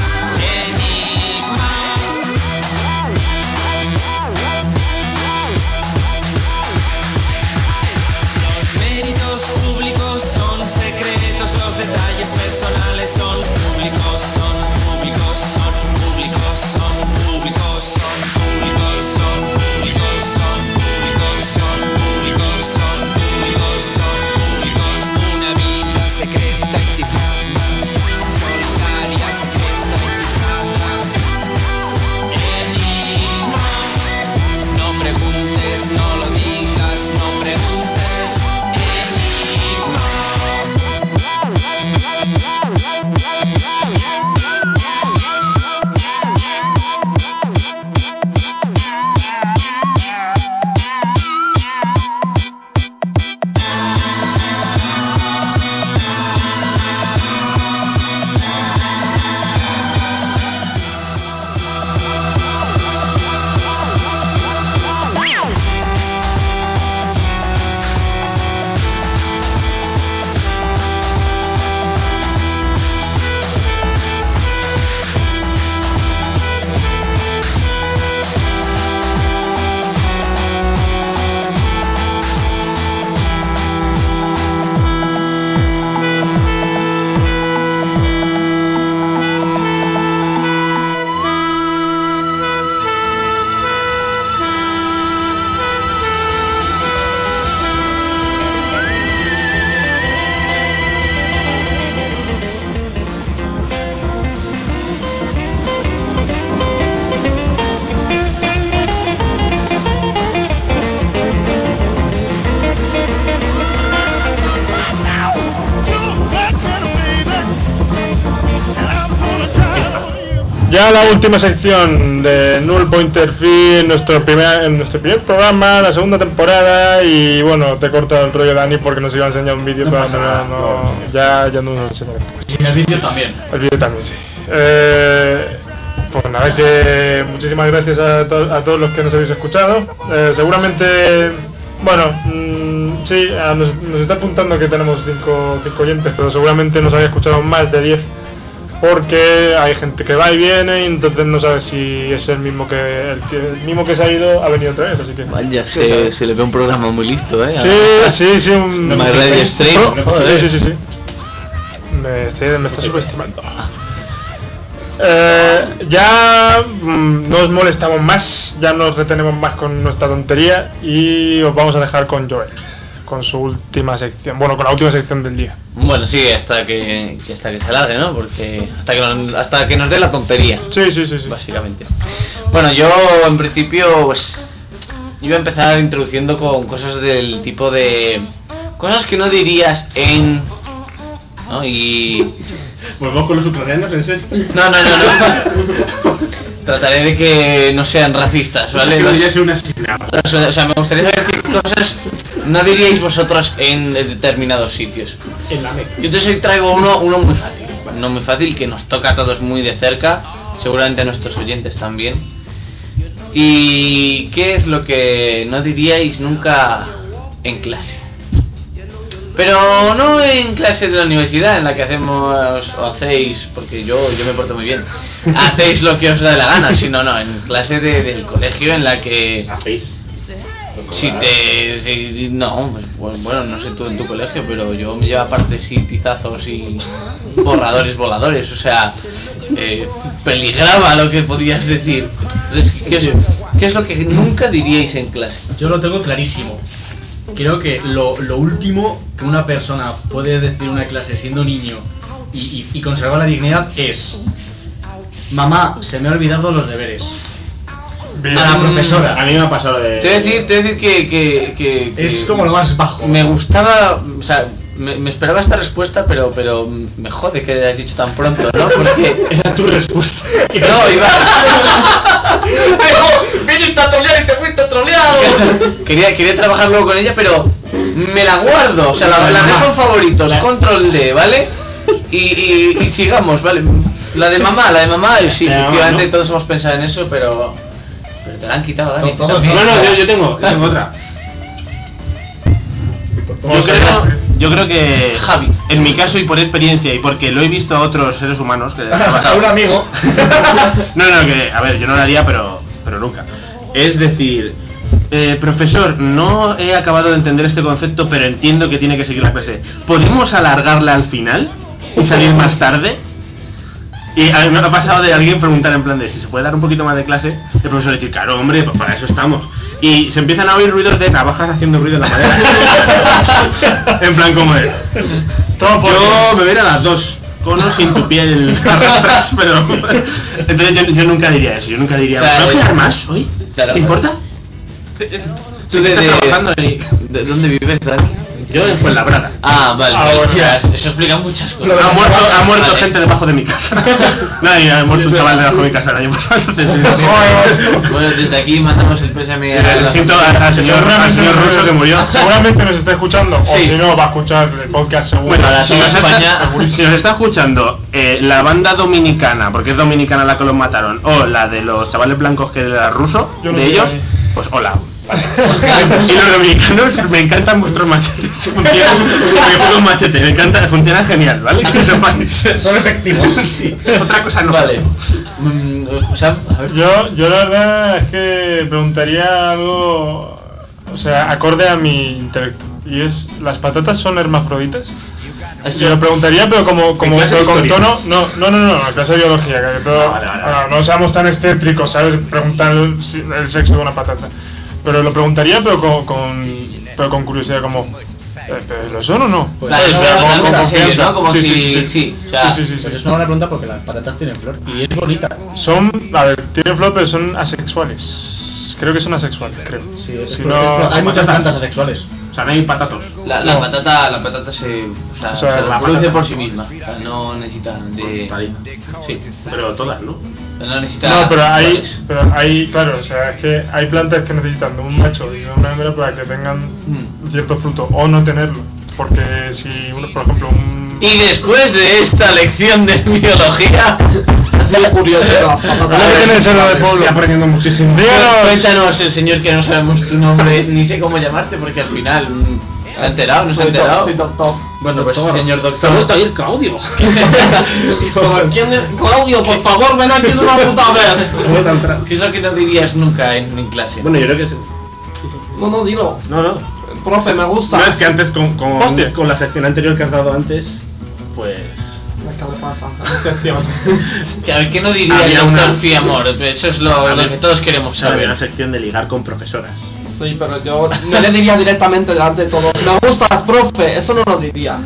equivoca. Los méritos públicos son secretos, los detalles personales son públicos, son públicos, son públicos, son públicos, son públicos, son públicos, son públicos, son públicos, son públicos, son públicos. Una vida secreta y cifrada, solitaria, secreta y cifrada. Enigma. No preguntes, no lo digas, no preguntes. Ya la última sección de Null Pointer Free en nuestro primer en nuestro primer programa, la segunda temporada y bueno, te he cortado el rollo Dani porque nos iba a enseñar un vídeo toda la semana, no, ya, ya no nos enseñaré. Y el vídeo también. El vídeo también, sí. Eh, pues nada, que muchísimas gracias a, to- a todos los que nos habéis escuchado. Eh, seguramente, bueno, mm, sí, a- nos, nos está apuntando que tenemos 5 oyentes, pero seguramente nos habéis escuchado más de 10 porque hay gente que va y viene y entonces no sabes si es el mismo que el, que, el mismo que se ha ido ha venido otra vez, así que... Ya Sí, se, se le ve un programa muy listo, ¿eh? Sí, sí, sí, un... My Radio Stream. Sí, sí, sí, sí. Me, estoy- me está subestimando. Eh, ya mm, no os molestamos más, ya nos retenemos más con nuestra tontería y os vamos a dejar con Joel, con su última sección, bueno, con la última sección del día. Bueno, sí, hasta que, que hasta que se alargue, ¿no? Porque hasta que, nos- hasta que nos dé la tontería. Sí, sí, sí, Básicamente. Bueno, yo en principio, pues, iba a empezar introduciendo con cosas del tipo de cosas que no dirías en, ¿no? Y Volvemos Pues con los ucranianos en serio. no, no, no, no. Trataré de que no sean racistas, ¿vale? Que no Los- haya sido un los- o sea, me gustaría saber qué cosas no diríais vosotros en determinados sitios. En la Meca. Yo entonces hoy traigo uno, uno muy fácil, no muy fácil, que nos toca a todos muy de cerca, seguramente a nuestros oyentes también. ¿Y qué es lo que no diríais nunca en clase? Pero no en clase de la universidad, en la que hacemos o hacéis, porque yo, yo me porto muy bien, hacéis lo que os da la gana, sino no, en clase de- del colegio en la que... ¿Hacéis? Si te... si- si- no, pues, bueno, no sé tú en tu colegio, pero yo me llevo partes y tizazos y borradores voladores, o sea, eh, peligraba lo que podías decir. Entonces, ¿qué os- ¿Qué es lo que nunca diríais en clase? Yo lo tengo clarísimo. Creo que lo, lo último que una persona puede decir en una clase siendo niño y, y- y conservar la dignidad es... Mamá, se me ha olvidado los deberes. A la profesora. A mí me ha pasado de... Te voy a decir, te voy a decir que, que- que- que- Es como lo más bajo. Me gustaba, o sea, me, me esperaba esta respuesta, pero pero me jode que la hayas dicho tan pronto, ¿no? Porque era tu respuesta. No, iba. ¡Viniste a trolear y te fuiste troleado! quería, quería trabajar luego con ella, pero me la guardo, o sea, la, la dejo en favoritos, control D, ¿vale? Y, y- y sigamos, ¿vale? La de mamá, la de mamá, eh, sí, La de mamá, efectivamente ¿no? todos hemos pensado en eso, pero... Pero te la han quitado, Dani. No, también. no, yo, yo tengo, yo tengo otra. Yo creo, yo creo que Javi, en mi caso y por experiencia y porque lo he visto a otros seres humanos que les ha pasado. A un amigo. No, no, que a ver, yo no lo haría, pero, pero nunca. Es decir, eh, profesor, no he acabado de entender este concepto, pero entiendo que tiene que seguir la clase. ¿Podemos alargarla al final y salir más tarde? Y a mí me ha pasado de alguien preguntar en plan de si se puede dar un poquito más de clase, el profesor decir, claro, hombre, pues para eso estamos. Y se empiezan a oír ruidos de navajas haciendo ruido en la madera. en plan como de... Yo me voy a ir a las dos, con o sin tu piel atrás, pero... Entonces yo, yo nunca diría eso, yo nunca diría... Claro. ¿Puedo quedar más hoy? Claro. ¿Te importa? ¿Tú de, estás de- trabajando de dónde vives, Dani? Yo en Fuenlabrada. Ah, vale. Ah, bueno. ostras, eso explica muchas cosas. Ha muerto, ha muerto Vale. gente debajo de mi casa. no, y ha muerto un chaval debajo de mi casa el año pasado. entonces, Bueno, desde aquí mandamos el pésame a Eh, la siento al- al señor- Ah, al señor ruso que murió. Seguramente nos está escuchando, o Sí. si no, va a escuchar el podcast seguro. Bueno, si nos, España. está, si nos está escuchando eh, la banda dominicana, porque es dominicana la que los mataron, o la de los chavales blancos que era ruso, Yo no de sé ellos, nadie. pues hola. y los dominicanos me encantan vuestros machetes. Funcionan, me pongo un machete, me encanta, funciona genial, ¿vale? Que sepáis. Son efectivos. Sí, otra cosa no. Vale. Mm, Yo, yo la verdad es que preguntaría algo, o sea, acorde a mi intelecto. Y es, ¿las patatas son hermafroditas? Yo lo preguntaría, pero como, como clase pero de con historia? Ah, tono... No, no, no, no, la clase de biología, que todo- bueno, no seamos tan excéntricos, ¿sabes? Preguntar el, si- el sexo de una patata. Pero lo preguntaría, pero con, con, pero con curiosidad, como... eh, pero ¿Lo son o no? Vale, Pero pero con- la con pregunta confianza. sigue, ¿no? Como si- sí, o sea- Sí, sí, sí, Pero sí. es una buena pregunta porque las patatas tienen flor y es bonita. Son, a ver, tienen flor, pero son asexuales. Creo que son asexuales, creo. si no, hay muchas plantas asexuales. O sea, no hay patatos. La, la No. patata, la patata se, o sea, O sea, se la reproduce patata. por sí misma. O sea, no necesita de. Sí. Pero todas, ¿no? No necesita. No, pero hay, flores. pero hay, claro, o sea, es que hay plantas que necesitan de un macho y de una hembra para que tengan cierto fruto o no tenerlo. Porque si, uno, por ejemplo, un... Y después de esta lección de biología. Es muy curioso. Estoy aprendiendo muchísimo. Cuéntanos el señor que no sabemos tu nombre, ni sé cómo llamarte, porque al final. mm, ¿Se ha enterado? ¿No se ha Soy doc- enterado? soy doctor. Bueno, pues Doctor. señor Te doctor. gusta ir Claudio. ¿Quién es? Claudio, por favor, ven aquí de una puta vez. ¿Qué es lo que no dirías nunca en, en clase? Bueno, yo creo que es- No, no, dilo. No, no. Profe, me gusta. No, es que antes con, con, Hostia. con la sección anterior que has dado antes, pues... Es que le pasa. Que, a ver, ¿Qué no diría el Había una- doctor Fiamor? Eso es lo, lo que todos queremos Había saber. una sección de ligar con profesoras. Sí, pero yo no le diría directamente delante de todos. Me gustas, profe. Eso no lo diría.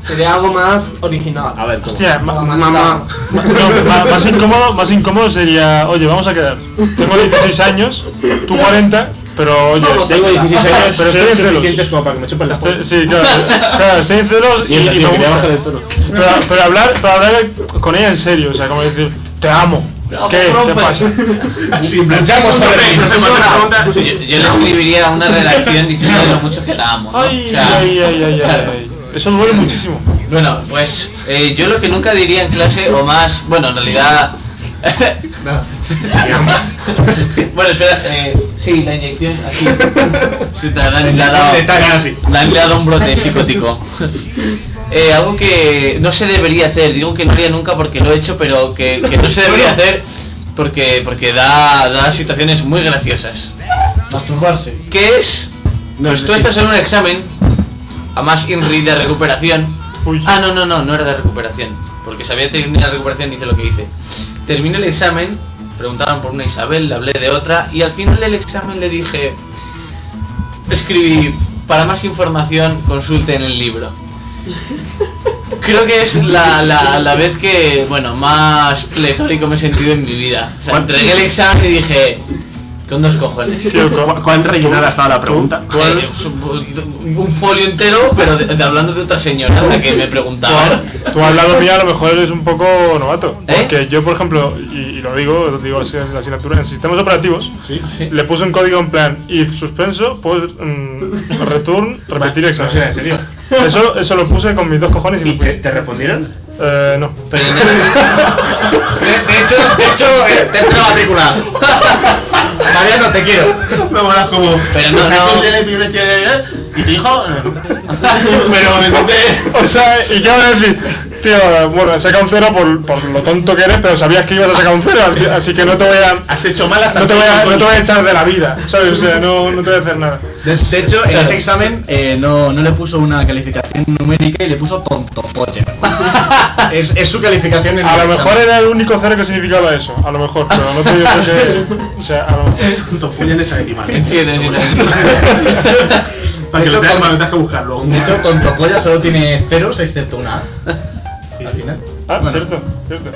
Sería algo más original. A ver, Hostia, ma- pues, mamá. No, ma- más, incómodo, más incómodo sería, oye, vamos a quedar. Tengo 16 años, tú 40, pero oye, Vamos a Tengo quedar. 16 años, pero estoy soy en celos. suficientes como para que me chupen las Estoy- sí, claro, claro, estoy en celos y, Y el y me tío, quería gusta. bajar el tono. Pero, pero hablar, pero hablar con ella en serio, o sea, como decir, te amo. ¿Qué? ¿Qué pasa? Yo, yo le escribiría una redacción diciendo lo mucho que la amo. ¿no? O Ay, sea, ay, ay, ay, ay. Eso duele muchísimo. Bueno, pues eh, yo lo que nunca diría en clase, o más, bueno, en realidad. bueno, espera, eh, sí, la inyección aquí. Sí, te la han- le ha dado- le han dado un brote psicótico. Eh, algo que no se debería hacer, digo que no haría nunca porque lo he hecho, pero que, que no se debería hacer porque porque da, da situaciones muy graciosas. Masturbarse. ¿Qué es? Pues tú estás en un examen, además INRI de recuperación. Ah, no, no, no, no era de recuperación, porque sabía terminar la recuperación, hice lo que hice. Terminé el examen, preguntaban por una Isabel, le hablé de otra, y al final del examen le dije, escribí, para más información consulten el libro. Creo que es la, la, la vez que, bueno, más pletórico me he sentido en mi vida. O sea, entregué el examen y dije, Con dos cojones. Sí, ¿cu- ¿Cuán rellenada estaba la pregunta? Eh, un- un folio entero, pero de- de hablando de otra señora la que me preguntaba. Tú has hablado mía, a lo mejor eres un poco novato. Porque yo, por ejemplo, y, y lo digo, lo digo así en la asignatura, en sistemas operativos, le puse un código en plan if suspenso, pues mm, return, repetir examen. no sea en serio. Eso, eso lo puse con mis dos cojones y, te, respondieron? Eh, no. De hecho, de hecho, eh, te espero matricular. Mariano, te quiero. Me molas como. Pero no, no. Y tu hijo. Pero me O sea, y qué van a decir, tío, bueno, he sacado un cero por, por lo tonto que eres, pero sabías que ibas a sacar un cero, así- así que no te voy a. Has hecho mal hasta no te el voy a, punto. no te voy a echar de la vida, ¿sabes? O sea, no, no te voy a hacer nada. De, de hecho, en ese examen eh, no, no le puso una calificación numérica y le puso tonto, polla. es, es su calificación en A lo el examen. mejor era el único cero que significaba eso, a lo mejor, pero no te digo que. O sea, a lo mejor. Junto follan ese animal. Para que lo tengas más, tendrás que buscarlo. De hecho, Tontopolla solo tiene ceros excepto una A. Al final. Ah, cierto, cierto.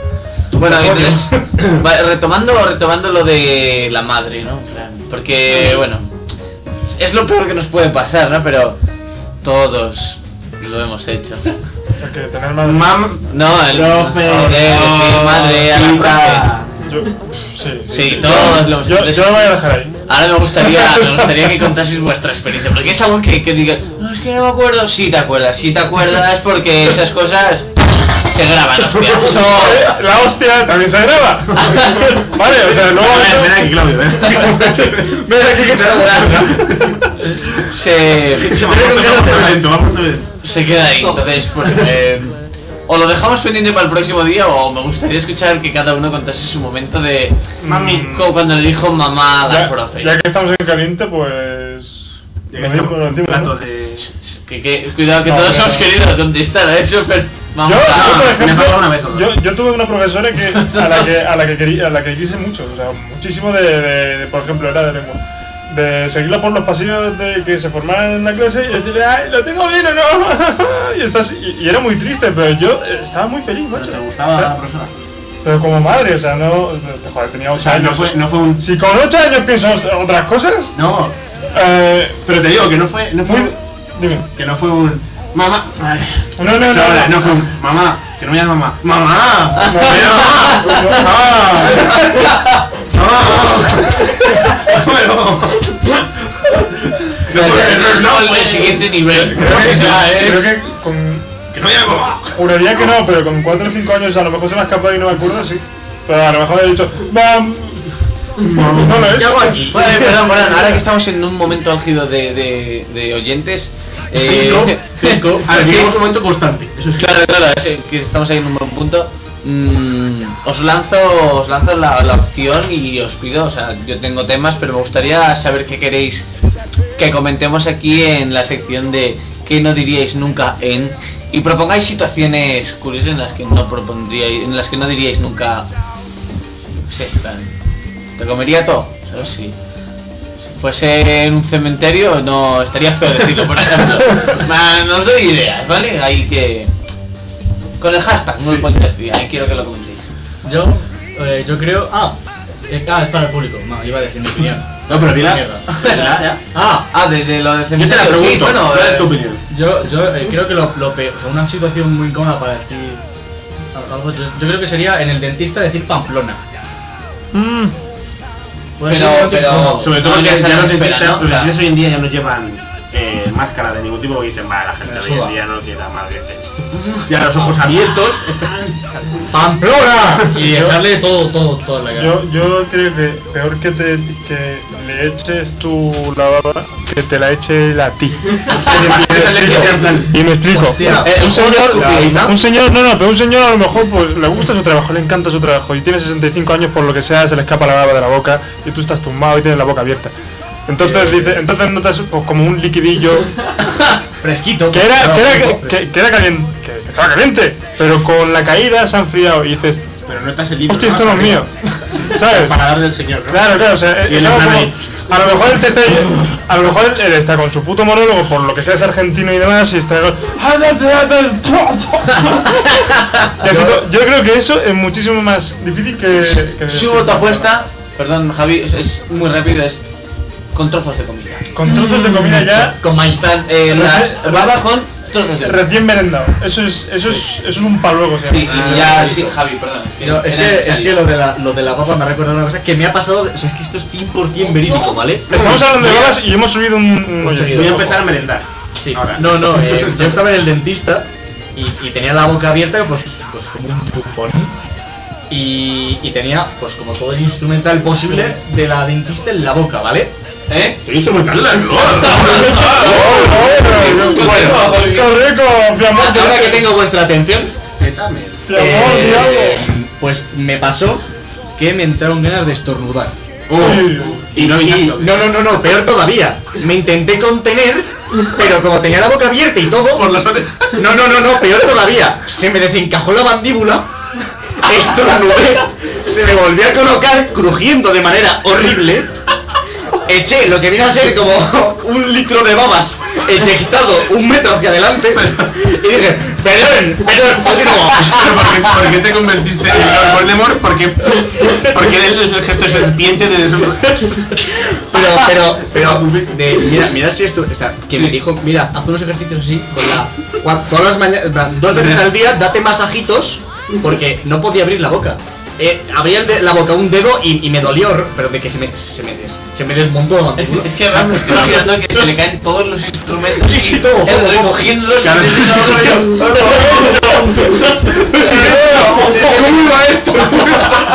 Bueno, entonces, va- retomando, retomando lo de la madre, ¿no? En plan, Porque, bueno, es lo peor que nos puede pasar, ¿no? Pero todos lo hemos hecho. Porque tener madre. No, el Profe, el- el- el madre a la tita. profe. Yo, sí, Sí, todos los- Yo, yo lo voy a dejar ahí. Ahora me gustaría, me gustaría que contases vuestra experiencia, porque es algo que, que digas, no, es que no me acuerdo. Sí te acuerdas, sí te acuerdas, porque esas cosas se graban, hostia. Eso- Eh, La hostia también se graba. vale, o sea, no. Ven, ven aquí, Claudio, ven. Ven aquí que te hago se, se, queda ahí. Entonces, pues, eh, o lo dejamos pendiente para el próximo día o me gustaría escuchar que cada uno contase su momento de Mami. como cuando le dijo mamá a la Ya, profe. ya que estamos en caliente, pues. que lo digo, lo decimos, ¿no? Que, que- cuidado que No, todos no, hemos no. querido contestar a eso, pero Yo, mamá. yo, por me ejemplo, pasó una vez. yo, yo tuve una profesora que, a la que a la que quería, a la que quise mucho, o sea, muchísimo de, de- de, por ejemplo, era de lengua, de seguirla por los pasillos de que se formaran en la clase y decirle, ay, lo tengo bien o no, y, estás- y- y era muy triste, pero yo eh, estaba muy feliz, macho. ¿Te gustaba la profesora? Pero como madre, o sea, no, joder, tenía ocho sea, Ah, no años. fue- no fue un- Si con ocho años pienso otras cosas, No, eh, pero te digo que no fue. No fue dime. Que no fue un. Mamá. Ah, No, no, no, No, no. fue un. Mamá, que no me llames mamá. ¡Mamá! No, ¡Mamá! no, no. no, el siguiente nivel. Pues, eh. Creo que con. Juraría que no, pero con 4 o 5 años a lo mejor se me ha escapado y no me acuerdo, sí. Pero a lo mejor he dicho. ¡Bam! No lo es. ¿Qué hago aquí? Bueno, eh, perdón, perdón, ahora que estamos en un momento álgido de, de, de oyentes. Eh, Cinco. A ver, sí, vivimos Ah, un momento constante. Eso es Claro, claro, es que estamos ahí en un buen punto. Mm, os lanzo, os lanzo la, la opción y os pido, o sea, yo tengo temas, pero me gustaría saber qué queréis que comentemos aquí en la sección de qué no diríais nunca en y propongáis situaciones curiosas en las que no propondríais, en las que no diríais nunca. no sé, en plan, te comería todo, ¿sabes? Sí. Si fuese en un cementerio, no estaría feo decirlo, por ejemplo. Ma, no os doy ideas, ¿vale? Ahí que. Con el hashtag, no lo podéis decir, ahí quiero que lo comentéis. Yo, eh, yo creo. Ah, eh, ah, es para el público. No, iba a decir mi opinión. No, pero dila. Mierda. Dila, ya. Ah, ah, desde lo de Yo te cementerio, la sí, pregunto. bueno, ¿Cuál eh, es tu opinión? Yo, yo eh, creo que lo, lo peor, o sea, una situación muy incómoda para decir algo, yo, yo creo que sería en el dentista decir Pamplona. Puede Pero- ser un momento pero- incómodo. Sobre todo No, porque ya se ya los espera, dentistas, ¿no? los Claro. dentistas hoy en día ya no llevan eh, máscara de ningún tipo porque dicen, va, la gente Me de hoy en suda. día no tiene la madre. Ya los ojos abiertos. ¡Pamplona! Y Yo- echarle todo, todo, todo en la cara. Yo, yo creo que peor que te que le eches tu lavada, que te la eche la ti. y me explico. Hostia. Eh, un señor, Hostia. un señor, no, no, pero un señor a lo mejor pues le gusta su trabajo, le encanta su trabajo y tiene 65 años por lo que sea, se le escapa la baba de la boca y tú estás tumbado y tienes la boca abierta. Entonces dice, entonces notas pues, como un liquidillo Fresquito. que era, Pero que era, fresco. que- que era calien- que- que estaba caliente, pero con la caída se ha enfriado y dices, Pero no estás el libro. hostia, ¿no? esto no es mío, ¿sabes? Para darle el señor, ¿no? Claro, claro, o sea, Y es el algo hermano como- a lo mejor él te está- a lo mejor él- él está con su puto monólogo por lo que sea es argentino y demás y está "Ah, Y así to- yo creo que eso es muchísimo más difícil que, que Subo tu apuesta Perdón, Javi, es, es muy rápido, es con trozos de comida. Con trozos de comida Mm. ya. Con maizal, eh, la Reci- baba con trozos de comida. Recién merendado. Eso es, eso es, eso es un paluego, se Sí, llama. y ya, sí, Javi, perdón. Es que, Ah, No, es era que, es necesario. que lo, de la, lo de la papa me ha recordado una cosa que me ha pasado. O sea, es que esto es 100% verídico, ¿vale? Estamos hablando de Voy Pues a- babas y hemos subido un. un- Voy a empezar a merendar. Sí. No, no, eh, yo estaba en el dentista y, y tenía la boca abierta, pues, pues como un pulpón. Y, y tenía, pues como todo el instrumental posible de la dentista en la boca, ¿vale? ¿Eh? instrumental ¡Qué rico! mi amor, Ahora gracias. que tengo vuestra atención, Mi amor, eh, di algo. pues me pasó que me entraron ganas de estornudar. Uh, y no, y- no, no, no, no, peor todavía. Me intenté contener, pero como tenía la boca abierta y todo. Por las No, no, no, no, peor todavía. Se me desencajó la mandíbula. Estornudé. Se me volvió a colocar crujiendo de manera horrible. Eché lo que viene a ser como un litro de babas eyectado un metro hacia adelante y dije, perdón, perdón, ¿Por qué, por qué te convertiste en Lord Voldemort? Porque, porque él es el jefe serpiente de Pero, pero, pero, de- mira, mira si esto, o sea, que me dijo, mira, haz unos ejercicios así, con la, cua- todas las mañanas, en plan, dos veces al día, date masajitos, porque no podía abrir la boca. Eh, abría el de- la boca un dedo y, y me dolió, pero de que se me, se me, des- se me desmontó la mandíbula. Es que vamos, estoy imaginando que se le caen todos los instrumentos y Ah. todo. él recogiéndolos. Claro. y todo rollo. ¿Cómo iba esto?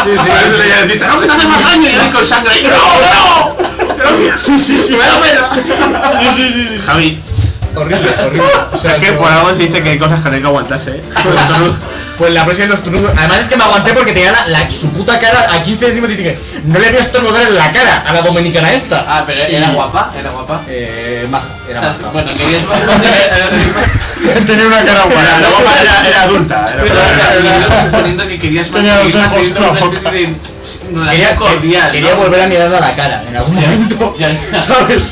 Sí, sí. ¡No, que te hace más daño! Y yo ahí con sangre ahí, ¡No, no! Sí, sí, sí, me da pena. Javi. Horrible, horrible. O sea, es que por algo se dice que hay cosas que no hay que aguantarse. ¿eh? Pues la próxima los turnos. Además es que me aguanté porque tenía la, la- su puta cara a 15 decimos y dije, no le voy a estornudar en la cara a la dominicana esta. Ah, pero era Y- guapa, era guapa. Eh, maja, era maja. Bueno, querías tenía una cara Era- la guapa era- era adulta, era- Pero poniendo que querías Tenía los mantener una ojos teniendo una rojos. especie de una Quería, cordial. quería ¿no? volver a mirarla a la cara en algún momento. Ya, ya. ¿Sabes?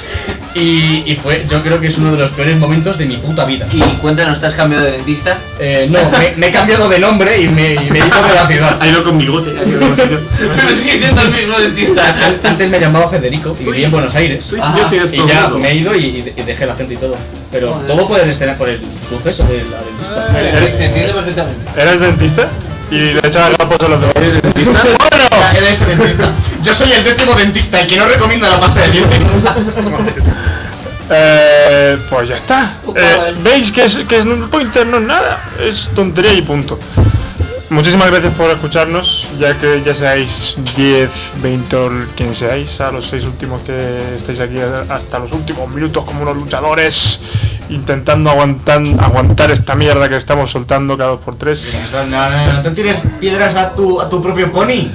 Y, y fue, yo creo que es uno de los peores momentos de mi puta vida. Y cuéntanos, ¿te has cambiado de dentista? Eh, no, me, me he cambiado de nombre y me, y me he ido de la ciudad. Ha ido con bigote. ha ido con bigote. Pero sí, es el mismo dentista. An- Antes me llamaba Federico y vivía en Buenos Aires. Ah, soy- yo soy y ya estornudo. me he ido y, y de- y dejé la gente y todo. Pero todo puede esperar por el suceso de la dentista. Te entiendo perfectamente. ¿Eres dentista? Y le echaba gapos a los demás. ¿Eres dentista? Bueno, eres este dentista. Yo soy el décimo dentista, el que no recomienda la pasta de dientes. Eh, pues ya está. Eh, ¿Veis que es, que es un pointer? No es nada. Es tontería y punto. Muchísimas gracias por escucharnos, ya que ya seáis 10, 20 o quien seáis, a los seis últimos que estáis aquí hasta los últimos minutos como unos luchadores, intentando aguantar, aguantar esta mierda que estamos soltando cada dos por tres. No, no, no, no te tires piedras a tu, a tu propio pony.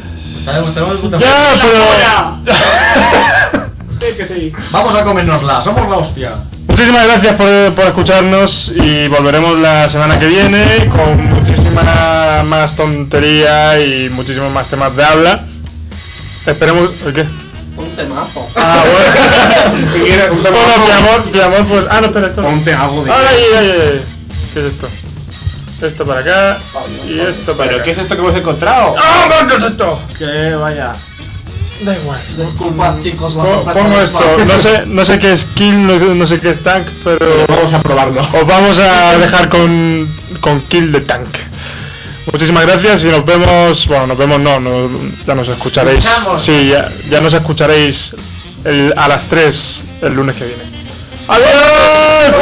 Pues Ya, Vamos a comérnosla, somos la hostia. Muchísimas gracias por, por escucharnos y volveremos la semana que viene con muchísima más tontería y muchísimos más temas de habla. Esperemos... ¿el ¿Qué? Un temazo. Ah, bueno. Bueno, mi amor, mi amor, pues... Ah, no, espera, esto no. algo Ay, ay, ay, ay. ¿Qué es esto? Esto para acá y esto para acá. ¿Pero qué es esto que hemos encontrado? ¡Ah, no, ¿qué es esto? Que vaya... Da igual. Disculpad, chicos. la Po- oferta Pongo que esto, os no sé, no sé qué es kill, no, no sé qué es tank, pero vamos a probarlo. Os vamos a dejar con, con kill de tank. Muchísimas gracias y nos vemos, bueno, nos vemos no, no- ya nos escucharéis. Escuchamos. Sí, ya, ya nos escucharéis el- a las 3 el lunes que viene. ¡Adiós!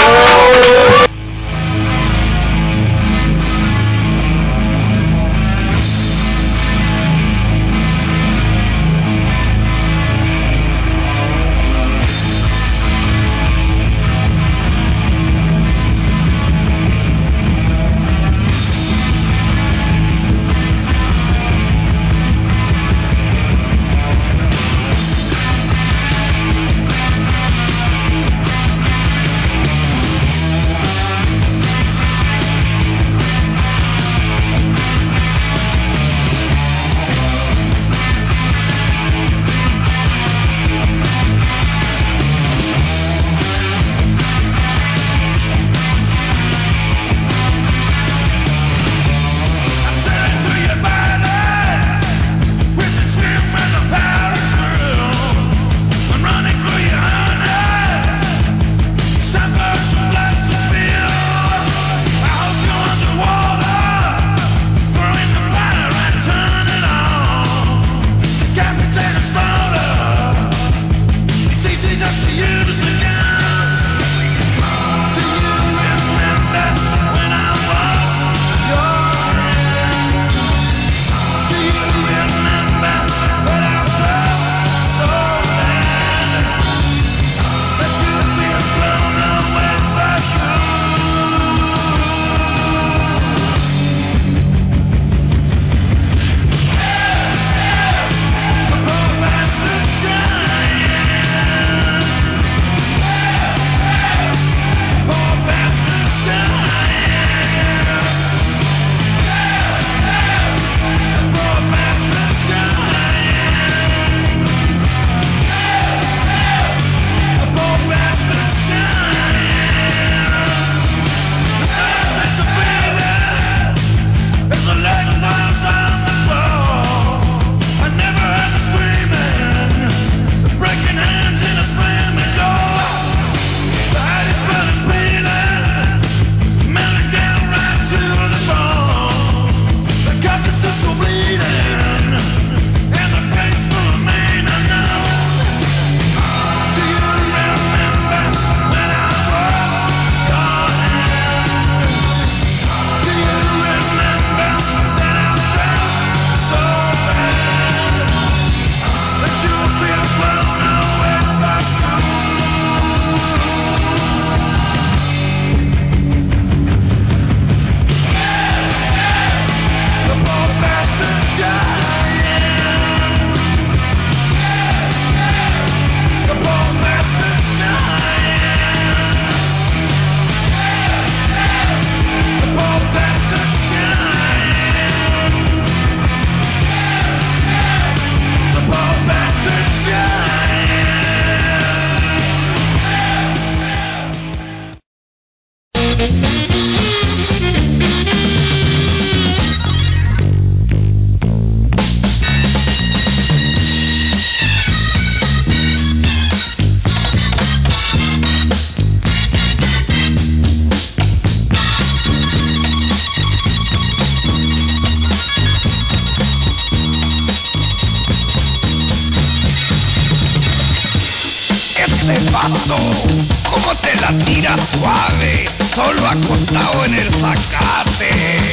Thank Este paso, ¿cómo te la tiras suave? Solo acostado en el zacate.